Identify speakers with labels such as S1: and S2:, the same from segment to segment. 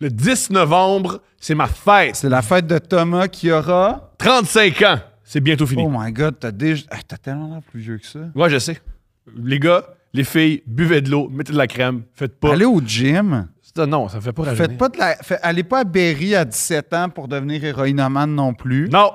S1: Le 10 novembre, c'est ma fête.
S2: C'est la fête de Thomas qui aura.
S1: 35 ans. C'est bientôt fini.
S2: Oh my god, t'as déjà. Ah, t'as tellement l'air plus vieux que ça.
S1: Oh. Ouais, je sais. Les gars, les filles, buvez de l'eau, mettez de la crème, faites pas.
S2: Allez au gym.
S1: Ça, Non, ça me fait pas rajeunir.
S2: Faites pas de la. fait- allez pas à Berry à 17 ans pour devenir héroïnomane non plus.
S1: Non!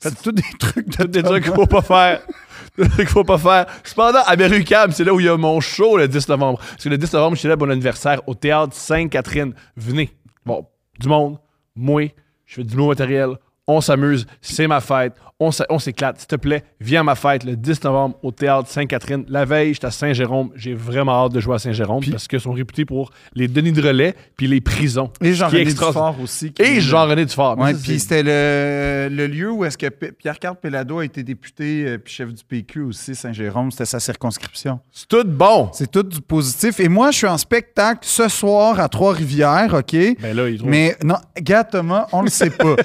S2: C'est tous des trucs de
S1: Toutes des
S2: Thomas.
S1: trucs qu'il faut pas faire. Des trucs qu'il faut pas faire. Cependant, à Berrucam, c'est là où il y a mon show le 10 novembre. Parce que le 10 novembre, je célèbre mon anniversaire au théâtre Sainte-Catherine. Venez. Bon, du monde, moi, je fais du nouveau matériel, on s'amuse, c'est ma fête, on s'a- on s'éclate. S'il te plaît, viens à ma fête le 10 novembre au théâtre Sainte-Catherine. La veille, j'étais à Saint-Jérôme. J'ai vraiment hâte de jouer à Saint-Jérôme parce qu'ils sont réputés pour les denis de relais puis les prisons.
S2: Et
S1: Qui est
S2: Jean-René
S1: extra-
S2: Dufort aussi. qui-
S1: Et Jean-René Dufort.
S2: Ouais,
S1: Ça, c'est-
S2: puis c'était le, le lieu où est-ce que P- Pierre-Carl Pellado a été député euh, puis chef du PQ aussi, Saint-Jérôme. C'était sa circonscription.
S1: c'est tout bon.
S2: C'est tout du positif. Et moi, je suis en spectacle ce soir à Trois-Rivières, OK?
S1: Ben là, il trouve.
S2: Mais non, gars, Thomas, on le sait pas.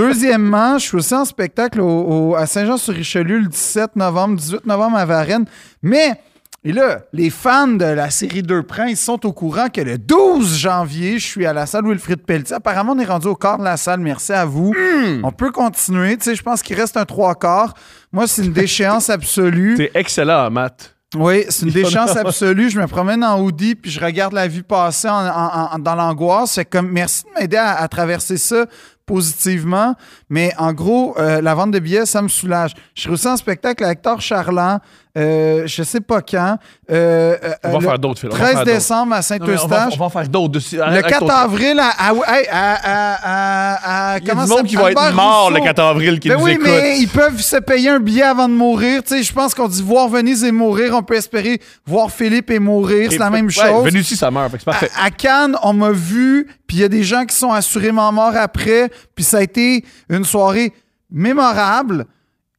S2: Deuxièmement, je suis aussi en spectacle au- au- à Saint-Jean-sur-Richelieu le 17 novembre, 18 novembre à Varennes. Mais, et là, les fans de la série Deux Princes sont au courant que le 12 janvier, je suis à la salle Wilfrid Pelletier. Apparemment, on est rendu au quart de la salle. Merci à vous. On peut continuer. Tu sais, je pense qu'il reste un trois quarts. Moi, c'est une déchéance absolue.
S1: T'es excellent en maths.
S2: Oui, c'est une déchance absolue. Je me promène en hoodie puis je regarde la vie passer en- en- en- dans l'angoisse. C'est comme merci de m'aider à, à traverser ça positivement. Mais en gros, euh, la vente de billets, ça me soulage. Je suis aussi en spectacle avec Hector Charland, euh, je sais pas quand. Euh, euh,
S1: On va
S2: le
S1: faire d'autres films.
S2: 13 décembre à Saint-Eustache.
S1: On va en faire d'autres. dessus.
S2: Le
S1: Arrête-
S2: 4
S1: arrête-
S2: avril à. à, hey, à, à- à- à-
S1: Il y a
S2: comment
S1: du
S2: ça-
S1: monde qui va être
S2: Albert
S1: mort le
S2: Rousseau.
S1: 4 avril qui
S2: Ben
S1: nous
S2: oui,
S1: écoute.
S2: mais ils peuvent se payer un billet avant de mourir. Tu sais, je pense qu'on dit voir Venise et mourir, on peut espérer voir Philippe et mourir, c'est la même
S1: Ouais,
S2: chose. Ah,
S1: Venu ici, ça meurt. fait que C'est parfait.
S2: À, à Cannes, on m'a vu, puis il y a des gens qui sont assurément morts après, puis ça a été une soirée mémorable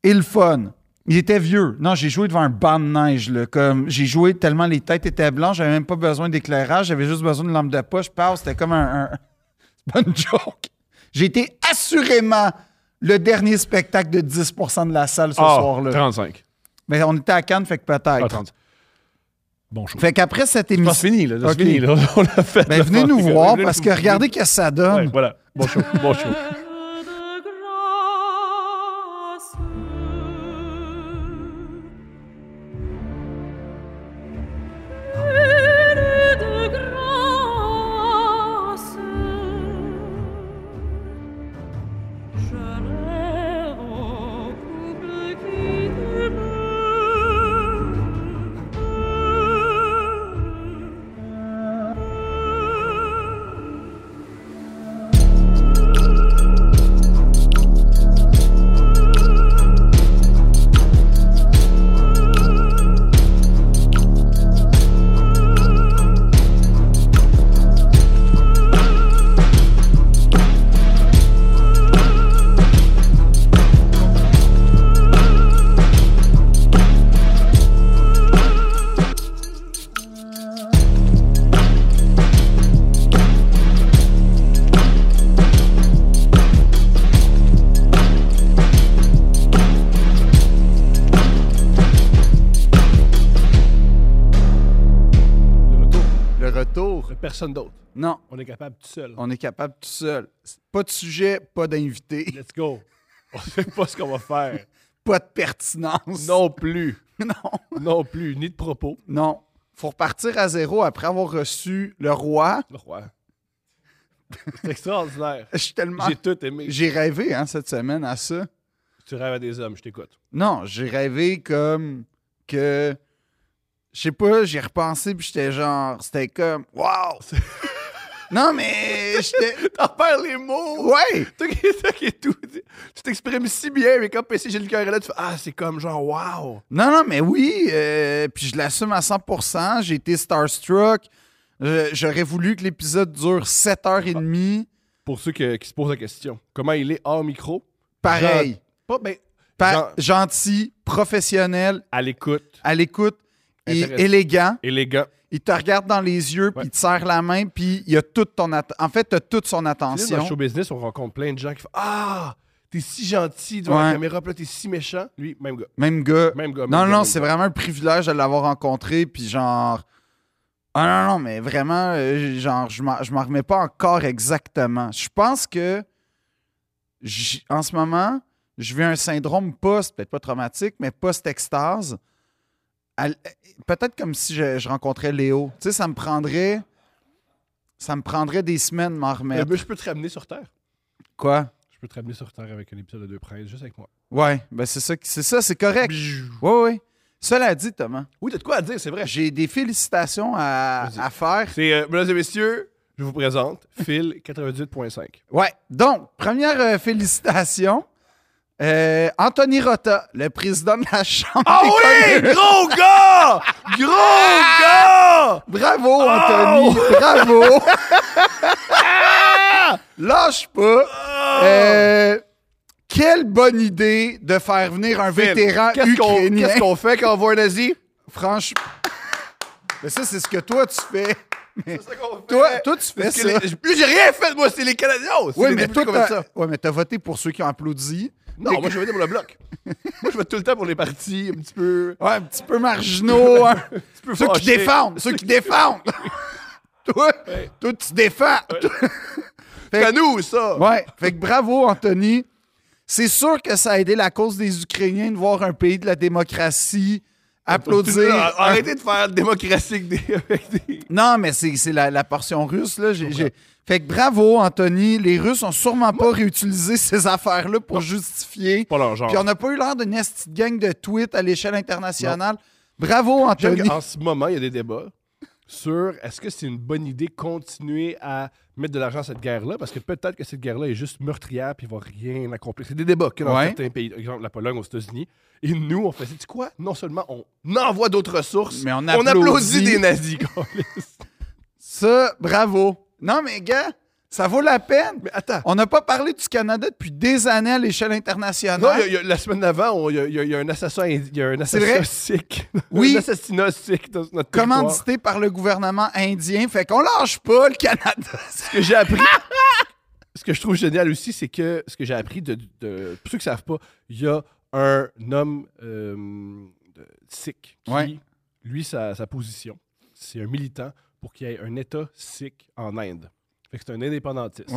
S2: et le fun. Il était vieux. Non, j'ai joué devant un banc de neige. Là, comme j'ai joué tellement les têtes étaient blanches, j'avais même pas besoin d'éclairage, j'avais juste besoin d'une lampe de poche. Passe, c'était comme un, un- c'est pas une joke. J'ai été assurément le dernier spectacle de 10% de la salle ce
S1: Ah,
S2: soir-là.
S1: 35.
S2: Mais on était à Cannes, fait que
S1: Ah,
S2: peut-être.
S1: 30. Bon show. Ah,
S2: fait qu'après cette
S1: C'est pas
S2: émission,
S1: fini, là. C'est
S2: Ok.
S1: fini, là. On l'a fait.
S2: ben,
S1: là.
S2: venez nous
S1: Venez
S2: voir
S1: nous-
S2: parce que regardez qu'est-ce que ça donne.
S1: Ouais, voilà. Bon show. Bon show.
S3: de grâce. Père de grâce, je rêve au couple qui demeure.
S1: Le retour.
S2: Le retour.
S1: Personne d'autre.
S2: Non,
S1: On est capable tout seul.
S2: on est capable tout seul. Pas de sujet, pas d'invité,
S1: Let's go. On sait pas ce qu'on va faire.
S2: pas de pertinence.
S1: Non plus.
S2: non,
S1: Non plus. Ni de propos.
S2: non. Faut repartir à zéro après avoir reçu le roi.
S1: Le roi. C'est extraordinaire.
S2: Je suis tellement.
S1: J'ai tout aimé.
S2: J'ai rêvé hein, cette semaine à ça.
S1: Tu rêves à des hommes, je t'écoute.
S2: Non, j'ai rêvé comme que. Je sais pas, j'ai repensé puis j'étais genre. C'était comme. Waouh! non, mais j'étais.
S1: T'en perds les mots!
S2: Ouais!
S1: Toi qui, toi qui est tout. Tu t'exprimes si bien, mais quand PC Gilles Cœur est là, tu fais Ah, c'est comme genre, wow!
S2: Non, non, mais oui, euh, puis je l'assume à 100%. J'ai été starstruck. Je- J'aurais voulu que l'épisode dure 7h30.
S1: Pour ceux que- qui se posent la question, comment il est hors micro?
S2: Pareil.
S1: Pas ben,
S2: Pa-
S1: Jean-
S2: gentil, professionnel,
S1: à l'écoute,
S2: à l'écoute et
S1: Intéressant.
S2: élégant.
S1: élégant.
S2: Il te regarde dans les yeux, puis
S1: Ouais.
S2: il te serre la main, puis il a toute ton atten- En fait, tu as toute son
S1: Tu sais, Dans le show
S2: attention.
S1: business, on rencontre plein de gens qui font Ah, t'es si gentil devant
S2: Ouais.
S1: la caméra, puis là, t'es si méchant. Lui, même gars.
S2: Même gars.
S1: Même gars.
S2: Non,
S1: même
S2: non,
S1: gars,
S2: c'est
S1: même
S2: vraiment un privilège de l'avoir rencontré, puis genre. Ah non, non, mais vraiment, euh, genre, je m'en je m'en remets pas encore exactement. Je pense que j'- en ce moment, je vis un syndrome post, peut-être pas traumatique, mais post-extase. À l- Peut-être comme si je, je rencontrais Léo. Tu sais, ça me prendrait. Ça me prendrait des semaines de m'en
S1: Euh,
S2: remettre.
S1: ben, je peux te ramener sur Terre.
S2: Quoi?
S1: Je peux te ramener sur Terre avec un épisode de Deux Princes, juste avec moi.
S2: Ouais, ben c'est ça, qui- c'est ça, c'est correct. Oui, oui. Cela dit, Thomas,
S1: Oui, t'as de quoi à dire, c'est vrai.
S2: j'ai des félicitations à,
S1: Vas-y.
S2: à faire.
S1: C'est, euh, mesdames et messieurs, je vous présente Phil 98.5.
S2: Ouais. Donc, première euh, félicitation. euh, Anthony Rota, le président de la Chambre.
S1: Ah
S2: des
S1: oui!
S2: communes.
S1: Gros gars! Gros gars!
S2: Bravo,
S1: Oh!
S2: Anthony! Bravo! Lâche pas!
S1: Oh!
S2: Euh, quelle bonne idée de faire venir un
S1: Phil,
S2: vétéran
S1: qu'est-ce qu'on-
S2: ukrainien.
S1: Qu'est-ce qu'on fait quand on voit un nazi?
S2: Franchement. Mais ça, c'est ce que toi, tu fais. Mais
S1: C'est ça qu'on fait.
S2: toi, toi, tu fais
S1: Parce que
S2: ça.
S1: les- Plus j'ai rien fait, moi, c'est les Canadiens! Oh, C'est
S2: Oui,
S1: les
S2: mais
S1: députés
S2: toi,
S1: qui ont fait
S2: t'as
S1: ça.
S2: ouais, mais t'as voté pour ceux qui ont applaudi.
S1: Non, moi, je vote pour le bloc. moi, je vote tout le temps pour les partis un petit peu.
S2: Ouais, un petit peu marginaux. hein.
S1: peu
S2: ceux qui
S1: fâchés.
S2: défendent, ceux qui défendent. toi, toi, tu défends.
S1: C'est à nous, ça!
S2: Ouais, fait que bravo, Anthony. C'est sûr que ça a aidé la cause des Ukrainiens de voir un pays de la démocratie applaudir. Euh,
S1: Là, Arrêtez de faire démocratique des. avec des-
S2: Non, mais c'est c'est la, la portion russe, là. J'ai- j'ai- Fait que bravo, Anthony. Les Russes ont sûrement pas réutilisé ces affaires-là pour justifier.
S1: pas leur genre.
S2: Puis on n'a pas eu l'air d'une petite gang de tweets à l'échelle internationale. Bravo,
S1: J'aime
S2: Anthony.
S1: qu'en ce moment, il y a des débats sur est-ce que c'est une bonne idée de continuer à mettre de l'argent à cette guerre-là, parce que peut-être que cette guerre-là est juste meurtrière puis il va rien accomplir. C'est des débats que dans
S2: Ouais.
S1: certains pays, par exemple la Pologne, aux États-Unis. Et nous, on fait, c'est quoi? Non seulement on envoie d'autres ressources,
S2: Mais on applaudit.
S1: applaudit des nazis. câlisse.
S2: Ça, bravo. Non, mais gars, ça vaut la peine.
S1: Mais attends,
S2: On n'a pas parlé du Canada depuis des années à l'échelle
S1: non, il y
S2: internationale.
S1: a- il y a- la semaine d'avant, on- il y, a- il y a- il y a un assassin, indi- il y a un assassin
S2: vrai?
S1: sikh.
S2: Oui.
S1: un assassinat sikh dans notre territoire.
S2: Commandité par le gouvernement indien. Fait qu'on lâche pas le Canada.
S1: ce que j'ai appris. ce que je trouve génial aussi, c'est que ce que j'ai appris de, de- Pour ceux qui ne savent pas, il y a un homme euh, de- sikh qui,
S2: Ouais.
S1: lui, sa, sa position, c'est un militant pour qu'il y ait un État sikh en Inde. Fait que c'est un indépendantiste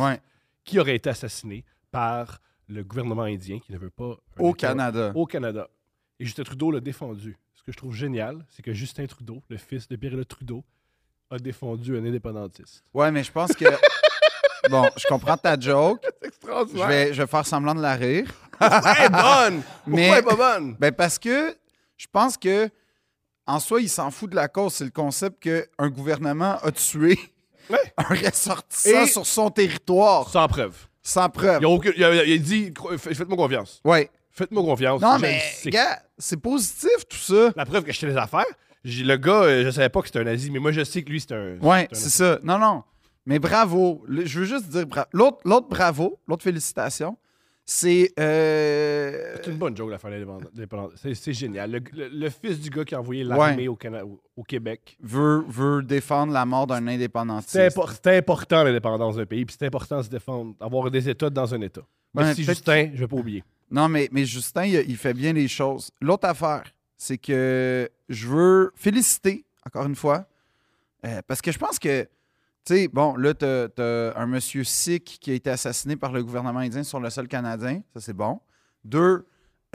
S1: qui aurait été assassiné par le gouvernement indien qui ne veut pas. un
S2: Au
S1: État
S2: Canada.
S1: Au Canada. Et Justin Trudeau l'a défendu. Ce que je trouve génial, c'est que Justin Trudeau, le fils de Pierre Trudeau, a défendu un indépendantiste.
S2: Ouais, mais je pense que. bon, je comprends ta joke.
S1: C'est
S2: Je
S1: extraordinaire.
S2: vais, je vais faire semblant de la rire.
S1: Pourquoi elle est bonne? Pourquoi
S2: Mais-
S1: elle est pas bonne?
S2: Ben parce que je pense que en soi, il s'en fout de la cause. C'est le concept qu'un gouvernement a tué
S1: Ouais.
S2: un ressortissant
S1: Et-
S2: sur son territoire
S1: Sans preuve.
S2: sans preuve.
S1: Il a, aucune- il a- il a dit, cro- fa- faites-moi confiance.
S2: Ouais.
S1: Faites-moi confiance.
S2: Non,
S1: Je
S2: mais
S1: le sais.
S2: gars, c'est positif tout ça.
S1: La preuve que j'étais les affaires, j'ai- le gars, euh, je savais pas que c'était un nazi, mais moi, je sais que lui, c'est un...
S2: Ouais,
S1: un-
S2: c'est ça. Non, non. Mais bravo. Le- je veux juste dire bra- l'autre, l'autre bravo, l'autre félicitation, c'est euh,
S1: C'est une bonne joke, l'affaire d'indépendance. C'est, c'est génial. Le, le- le fils du gars qui a envoyé l'armée
S2: Ouais.
S1: au, Cana- au- au Québec.
S2: veut, veut défendre la mort d'un indépendantiste.
S1: C'est, impor- c'est important, l'indépendance d'un pays, puis c'est important de se défendre, d'avoir des États dans un État.
S2: Ouais,
S1: Merci,
S2: Ben, peut-être-
S1: Justin, je vais pas oublier.
S2: Non, mais, mais Justin, il, il fait bien les choses. L'autre affaire, c'est que je veux féliciter, encore une fois, euh, parce que je pense que, tu sais, bon, là, t'as t'as un monsieur sikh qui a été assassiné par le gouvernement indien sur le sol canadien. Ça, c'est bon. Deux,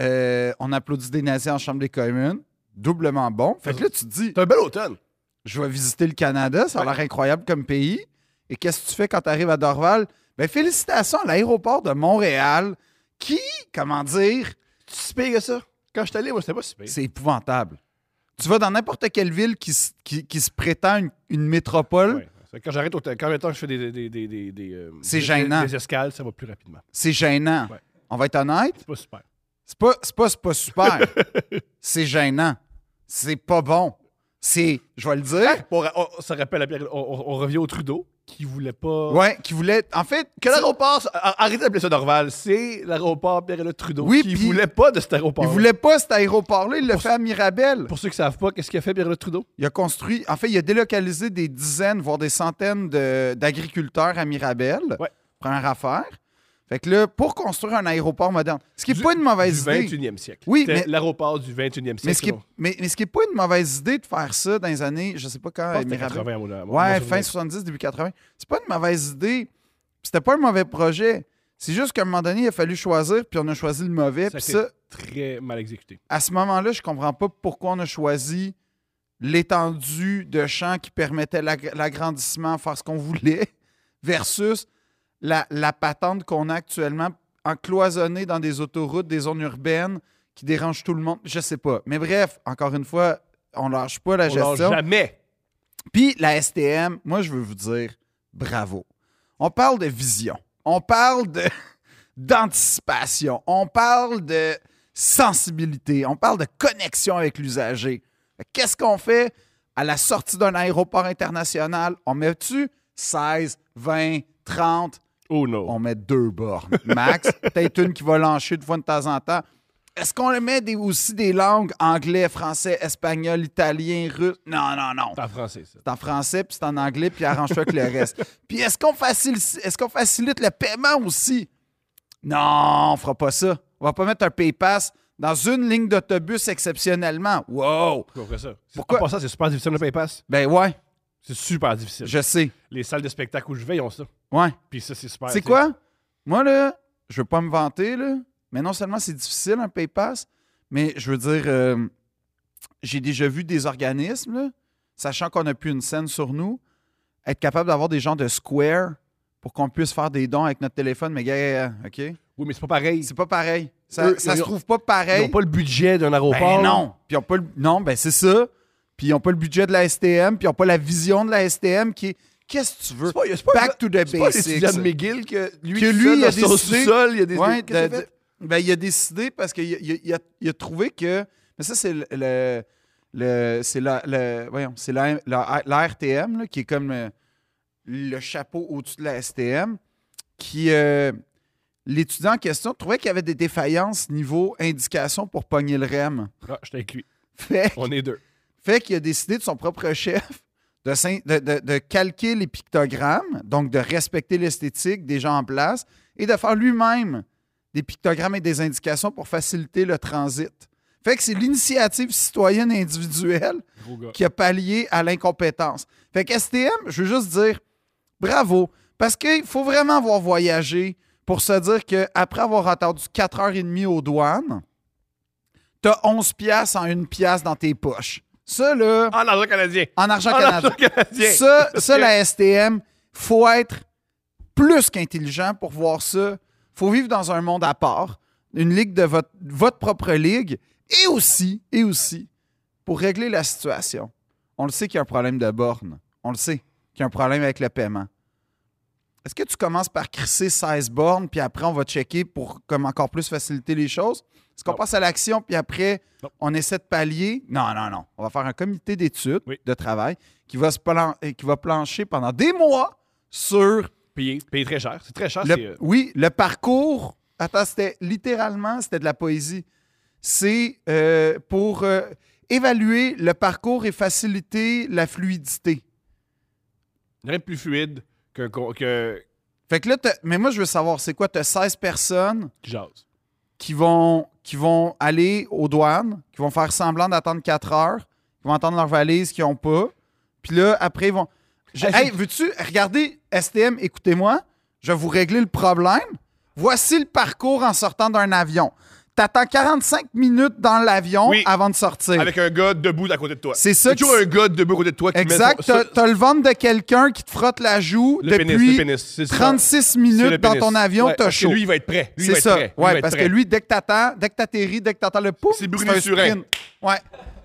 S2: euh, on applaudit des nazis en Chambre des communes. Doublement bon. Fait que là, tu te dis,
S1: C'est un bel automne.
S2: je vais visiter le Canada, ça a l'air incroyable comme pays. Et qu'est-ce que tu fais quand tu arrives à Dorval? Ben, félicitations à l'aéroport de Montréal qui, comment dire,
S1: Tu si pire que ça? Quand je suis allé, moi, c'était pas si pire.
S2: c'est épouvantable. Tu vas dans n'importe quelle ville qui, se- qui- qui se prétend une, une métropole,
S1: Ouais. C'est Quand j'arrête, au quand mettons que je fais des, des, des, des, des, euh,
S2: Hein? C'est
S1: des-
S2: gênant.
S1: des escales, ça va plus rapidement.
S2: c'est gênant.
S1: Ouais.
S2: On va être honnête,
S1: C'est pas super.
S2: c'est pas, c'est pas, c'est pas super. c'est gênant. C'est pas bon. C'est, je vais le dire,
S1: Bon, on- on- ça rappelle à Pierre- on, on- on revient au Trudeau qui voulait pas.
S2: ouais, qui voulait, en fait,
S1: Que l'aéroport. ça- a- Arrêtez d'appeler ça Dorval. C'est l'aéroport pierre le Trudeau
S2: Oui,
S1: qui
S2: puis-
S1: voulait pas de cet aéroport.
S2: il voulait pas cet aéroport-là, il le
S1: Pour-
S2: fait à Mirabel.
S1: Pour ceux qui savent pas, qu'est-ce qu'il a fait pierre le Trudeau
S2: Il a construit, en fait, il a délocalisé des dizaines, voire des centaines de- d'agriculteurs à Mirabel.
S1: Ouais.
S2: Première affaire. Fait que là, pour construire un aéroport moderne, ce qui
S1: Du-
S2: n'est pas une mauvaise
S1: du
S2: idée.
S1: 21e siècle.
S2: Oui,
S1: C'était
S2: mais-
S1: L'aéroport du 21e siècle.
S2: Mais ce, qui est,
S1: selon-
S2: mais, mais ce qui est pas une mauvaise idée de faire ça dans les années, je sais pas quand,
S1: Je pense que c'était
S2: Mirabel.
S1: 80 à mon- à mon- à
S2: Ouais,
S1: mon
S2: fin
S1: souvenir.
S2: 70, début 80. C'est pas une mauvaise idée. C'était pas un mauvais projet. C'est juste qu'à un moment donné, il a fallu choisir, puis on a choisi le mauvais.
S1: Ça
S2: Puis
S1: a été
S2: ça,
S1: très mal exécuté.
S2: à ce moment-là, je comprends pas pourquoi on a choisi l'étendue de champ qui permettait l'ag- l'agrandissement, faire ce qu'on voulait, versus la, la patente qu'on a actuellement encloisonnée dans des autoroutes, des zones urbaines qui dérangent tout le monde. Je sais pas. Mais bref, encore une fois, on lâche pas la
S1: On lâche
S2: gestion.
S1: jamais.
S2: Puis la STM, moi, je veux vous dire bravo. On parle de vision. On parle de d'anticipation. On parle de sensibilité. On parle de connexion avec l'usager. Qu'est-ce qu'on fait à la sortie d'un aéroport international? On met-tu 16, 20, 30?
S1: Oh non.
S2: On met deux bornes. Max, peut-être une qui va lancer de fois de temps en temps. Est-ce qu'on le met des- aussi des langues anglais, français, espagnol, italien, russe? Non, non, non.
S1: C'est en français, ça.
S2: C'est en français, puis c'est en anglais, puis arrange-toi avec le reste. Puis est-ce qu'on facilite, est-ce qu'on facilite le paiement aussi? Non, on fera pas ça. On va pas mettre un PayPass dans une ligne d'autobus exceptionnellement. Wow!
S1: Pourquoi on ferait ça? C'est-
S2: Pourquoi-
S1: En passant, c'est super difficile le PayPass.
S2: Ben ouais,
S1: C'est super difficile.
S2: je sais.
S1: Les salles de spectacle où je vais, ils ont ça.
S2: Ouais.
S1: Puis ça, c'est super.
S2: C'est quoi? Moi, là, je veux pas me vanter, là, mais non seulement c'est difficile un PayPass, mais je veux dire, euh, j'ai déjà vu des organismes, là, sachant qu'on n'a plus une scène sur nous, être capable d'avoir des gens de Square pour qu'on puisse faire des dons avec notre téléphone, mais gars, OK?
S1: Oui, mais c'est pas pareil.
S2: C'est pas pareil. Ça,
S1: Eux,
S2: ça
S1: ils
S2: se
S1: ont-
S2: trouve pas
S1: Ils
S2: pareil.
S1: n'ont pas le budget d'un aéroport.
S2: Ben non. Puis ils ont pas le- Non, ben c'est ça. Puis ils n'ont pas le budget de la STM, puis ils n'ont pas la vision de la STM qui est. Qu'est-ce que tu veux?
S1: C'est pas- c'est pas-
S2: Back to the
S1: C'est pas
S2: basics.
S1: l'étudiant de McGill que lui,
S2: Que
S1: tout
S2: lui,
S1: seul,
S2: il a
S1: dans son
S2: décidé-
S1: sous-sol, il a des...
S2: Ouais,
S1: Qu'est-ce
S2: de-
S1: qu'il a fait?
S2: de- ben, il a décidé parce qu'il a, il a- il a- il a trouvé que. Mais ça, c'est le. le- le- c'est la, le- voyons, c'est la, la- la RTM, là, qui est comme euh, le chapeau au-dessus de la STM, qui. euh, L'étudiant en question trouvait qu'il y avait des défaillances niveau indication pour pogner le REM.
S1: Ah, je suis avec lui.
S2: Fait,
S1: On est deux.
S2: fait qu'il a décidé de son propre chef de, s'in- de- de- de calquer les pictogrammes, donc de respecter l'esthétique des gens en place, et de faire lui-même des pictogrammes et des indications pour faciliter le transit. Fait que c'est l'initiative citoyenne individuelle
S1: Gros gars.
S2: qui a pallié à l'incompétence. Fait que STM, je veux juste dire bravo, parce qu'il faut vraiment avoir voyagé pour se dire qu'après avoir attendu 4h30 aux douanes, t'as 11 piastres en une piastre dans tes poches. Ça, là,
S1: En argent canadien.
S2: en argent
S1: En
S2: canadien.
S1: argent canadien.
S2: Ça, ça, la STM, faut être plus qu'intelligent pour voir ça. faut vivre dans un monde à part, une ligue de votre, votre propre ligue, et aussi, et aussi, pour régler la situation. On le sait qu'il y a un problème de borne. On le sait qu'il y a un problème avec le paiement. Est-ce que tu commences par crisser 16 bornes, puis après on va checker pour comme encore plus faciliter les choses? Est-ce qu'on
S1: Non.
S2: passe à l'action, puis après
S1: Non.
S2: on essaie de pallier? Non, non, non. On va faire un comité d'études,
S1: Oui.
S2: de travail, qui va, se plan- euh, qui va plancher pendant des mois sur
S1: Payé, payé très cher. C'est très cher.
S2: le-
S1: c'est, euh,
S2: oui, le parcours. Attends, c'était littéralement, c'était de la poésie. C'est euh, pour euh, évaluer le parcours et faciliter la fluidité.
S1: rien de plus fluide qu'un con- que,
S2: Fait que là, t'as- mais moi, je veux savoir, c'est quoi? Tu as 16 personnes
S1: qui jase.
S2: qui vont, qui vont aller aux douanes, qui vont faire semblant d'attendre 4 heures, qui vont attendre leur valise qu'ils n'ont pas. Puis là, après, ils vont. Je-
S1: Hey,
S2: hey, veux-tu? Regardez, STM, écoutez-moi. Je vais vous régler le problème. Voici le parcours en sortant d'un avion. T'attends 45 minutes dans l'avion
S1: Oui.
S2: avant de sortir.
S1: Avec un gars debout à côté de toi.
S2: C'est ça
S1: Il y a
S2: qui-
S1: toujours un gars debout à côté de toi qui met
S2: Exact.
S1: son-
S2: T'as,
S1: ça-
S2: t'as le ventre de quelqu'un qui te frotte la joue
S1: le
S2: depuis
S1: pénis, le pénis. C'est ça.
S2: 36
S1: C'est
S2: minutes
S1: le
S2: dans
S1: pénis.
S2: ton avion.
S1: Ouais,
S2: t'as
S1: parce que
S2: chaud.
S1: lui, il va être prêt. Lui, il
S2: C'est
S1: va être
S2: ça.
S1: prêt. Lui, il
S2: Ouais,
S1: va être
S2: parce
S1: prêt.
S2: que lui, dès que t'attends, dès que t'atterris, dès que t'entends le pouf,
S1: C'est brûlé
S2: un
S1: sur un.
S2: sprint. Ouais.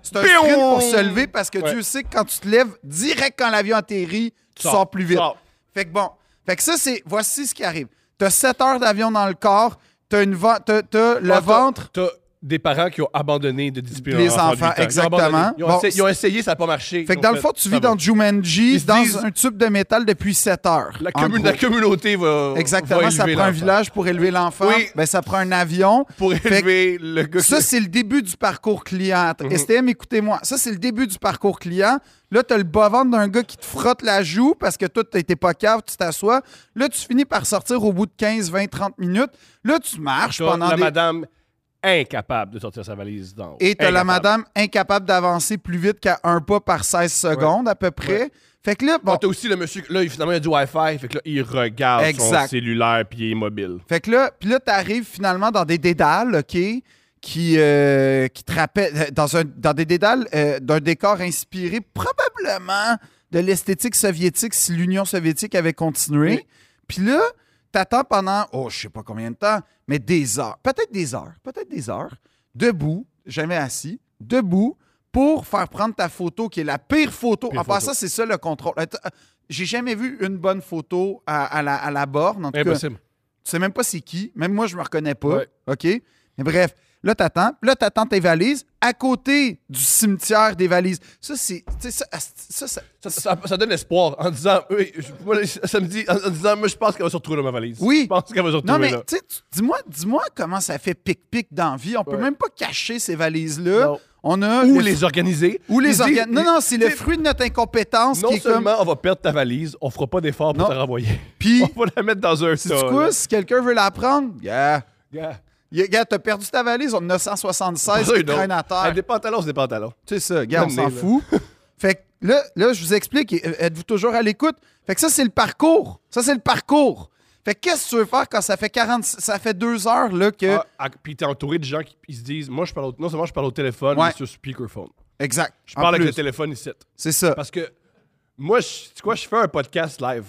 S2: C'est un
S1: Pion!
S2: sprint pour se lever parce que
S1: Ouais.
S2: Dieu sait que quand tu te lèves, direct quand l'avion atterrit, tu
S1: Sors,
S2: sors plus vite.
S1: sors.
S2: Fait que bon. Fait que ça, c'est. Voici ce qui arrive. T'as 7 heures d'avion dans le corps, t'as une ven- t'as- t'as le
S1: Ah, t'as-
S2: ventre.
S1: T'as des parents qui ont abandonné de discipliner
S2: Les
S1: leurs de
S2: enfants,
S1: huit ans. Ils ont
S2: exactement.
S1: abandonné. Ils ont,
S2: Bon,
S1: essayé,
S2: c'est-
S1: ils ont essayé, ça n'a pas marché.
S2: Fait
S1: Ils
S2: que
S1: ont
S2: dans le fond, tu
S1: ça
S2: vis
S1: va.
S2: dans
S1: Ils
S2: Jumanji,
S1: se
S2: dans
S1: disent-
S2: un tube de métal depuis 7 heures.
S1: La,
S2: en
S1: commu-
S2: gros.
S1: la communauté va. va
S2: Exactement, ça
S1: élever
S2: prend un
S1: l'enfant.
S2: village pour élever l'enfant.
S1: Oui.
S2: Ben, ça prend un avion.
S1: Pour
S2: Fait que
S1: élever le gars.
S2: Ça, c'est le début du parcours client.
S1: Mhm.
S2: STM, écoutez-moi. Ça, c'est le début du parcours client. Là, t'as le bas-ventre d'un gars qui te frotte la joue parce que toi, t'as été pas cave, tu t'assois. Là, tu finis par sortir au bout de 15, 20, 30 minutes. Là, tu marches
S1: T'as
S2: pendant
S1: la
S2: des...
S1: madame incapable de sortir sa valise d'en haut.
S2: Et t'as la
S1: Incapable.
S2: madame incapable d'avancer plus vite qu'à un pas par 16 secondes à peu près. Fait que là, bon,
S1: Bon, t'as aussi le monsieur. Là, il- finalement, il y a du Wi-Fi. Fait que là, il regarde son
S2: Exact.
S1: cellulaire puis il est mobile.
S2: Fait que là, puis là, t'arrives finalement dans des dédales, OK, qui, euh, qui te rappellent, euh, dans, un, dans des dédales euh, d'un décor inspiré probablement de l'esthétique soviétique si l'Union soviétique avait continué.
S1: Oui.
S2: Puis là, t'attends pendant, oh, je sais pas combien de temps, mais des heures, peut-être des heures, peut-être des heures, debout, jamais assis, debout, pour faire prendre ta photo, qui est la pire photo.
S1: Pire
S2: en
S1: photo.
S2: passant, c'est ça le contrôle. Euh, t- euh, J'ai jamais vu une bonne photo à, à la, à la borne, en
S1: Eh
S2: tout cas.
S1: Impossible.
S2: Tu sais même pas c'est qui. Même moi, je me reconnais pas.
S1: Ouais.
S2: OK? Mais bref, là, t'attends. Là, t'attends tes valises à côté du cimetière des valises. Ça, c'est. tu sais, Ça, ça, ça-
S1: Ça, ça- ça donne espoir en disant. oui, je- moi, ça me dit. En, en disant, moi, je pense qu'elle va se retrouver dans ma valise.
S2: Oui.
S1: Je pense qu'elle va se retrouver
S2: Non, mais
S1: là.
S2: tu sais, tu- dis-moi dis comment ça fait pic-pic d'envie. On peut
S1: Ouais.
S2: même pas cacher ces valises-là.
S1: Non.
S2: On a.
S1: Ou
S2: le-
S1: les organiser.
S2: Ou les
S1: L'idée-
S2: organes. Non, non, c'est le fruit de notre incompétence
S1: Non
S2: qui est comme.
S1: seulement on va perdre ta valise, on fera pas d'effort pour
S2: Non.
S1: te renvoyer.
S2: Puis-
S1: on va la mettre dans un
S2: Tu
S1: tas, là.
S2: quoi, si quelqu'un veut la prendre, yeah.
S1: Gars.
S2: Yeah, Gars, t'as perdu ta valise, on en a 176
S1: Ouais,
S2: qui
S1: Ah, non.
S2: traîne à terre.
S1: Hey, Des pantalons, c'est des pantalons.
S2: C'est ça, gars, on
S1: Amenez,
S2: s'en
S1: là.
S2: fout. Fait que là, là, je vous explique, et- euh, êtes-vous toujours à l'écoute? Fait que ça, c'est le parcours. Ça, c'est le parcours. Fait que qu'est-ce que tu veux faire quand ça fait 40, ça fait deux heures là, que.
S1: Ah, ah, puis t'es entouré de gens qui ils se disent Moi, je parle au, non seulement je parle au téléphone,
S2: Ouais.
S1: mais sur speakerphone.
S2: Exact.
S1: Je
S2: En
S1: parle avec
S2: plus.
S1: le Ah. téléphone ici.
S2: C'est ça.
S1: Parce que moi, je, tu sais quoi, je fais un podcast live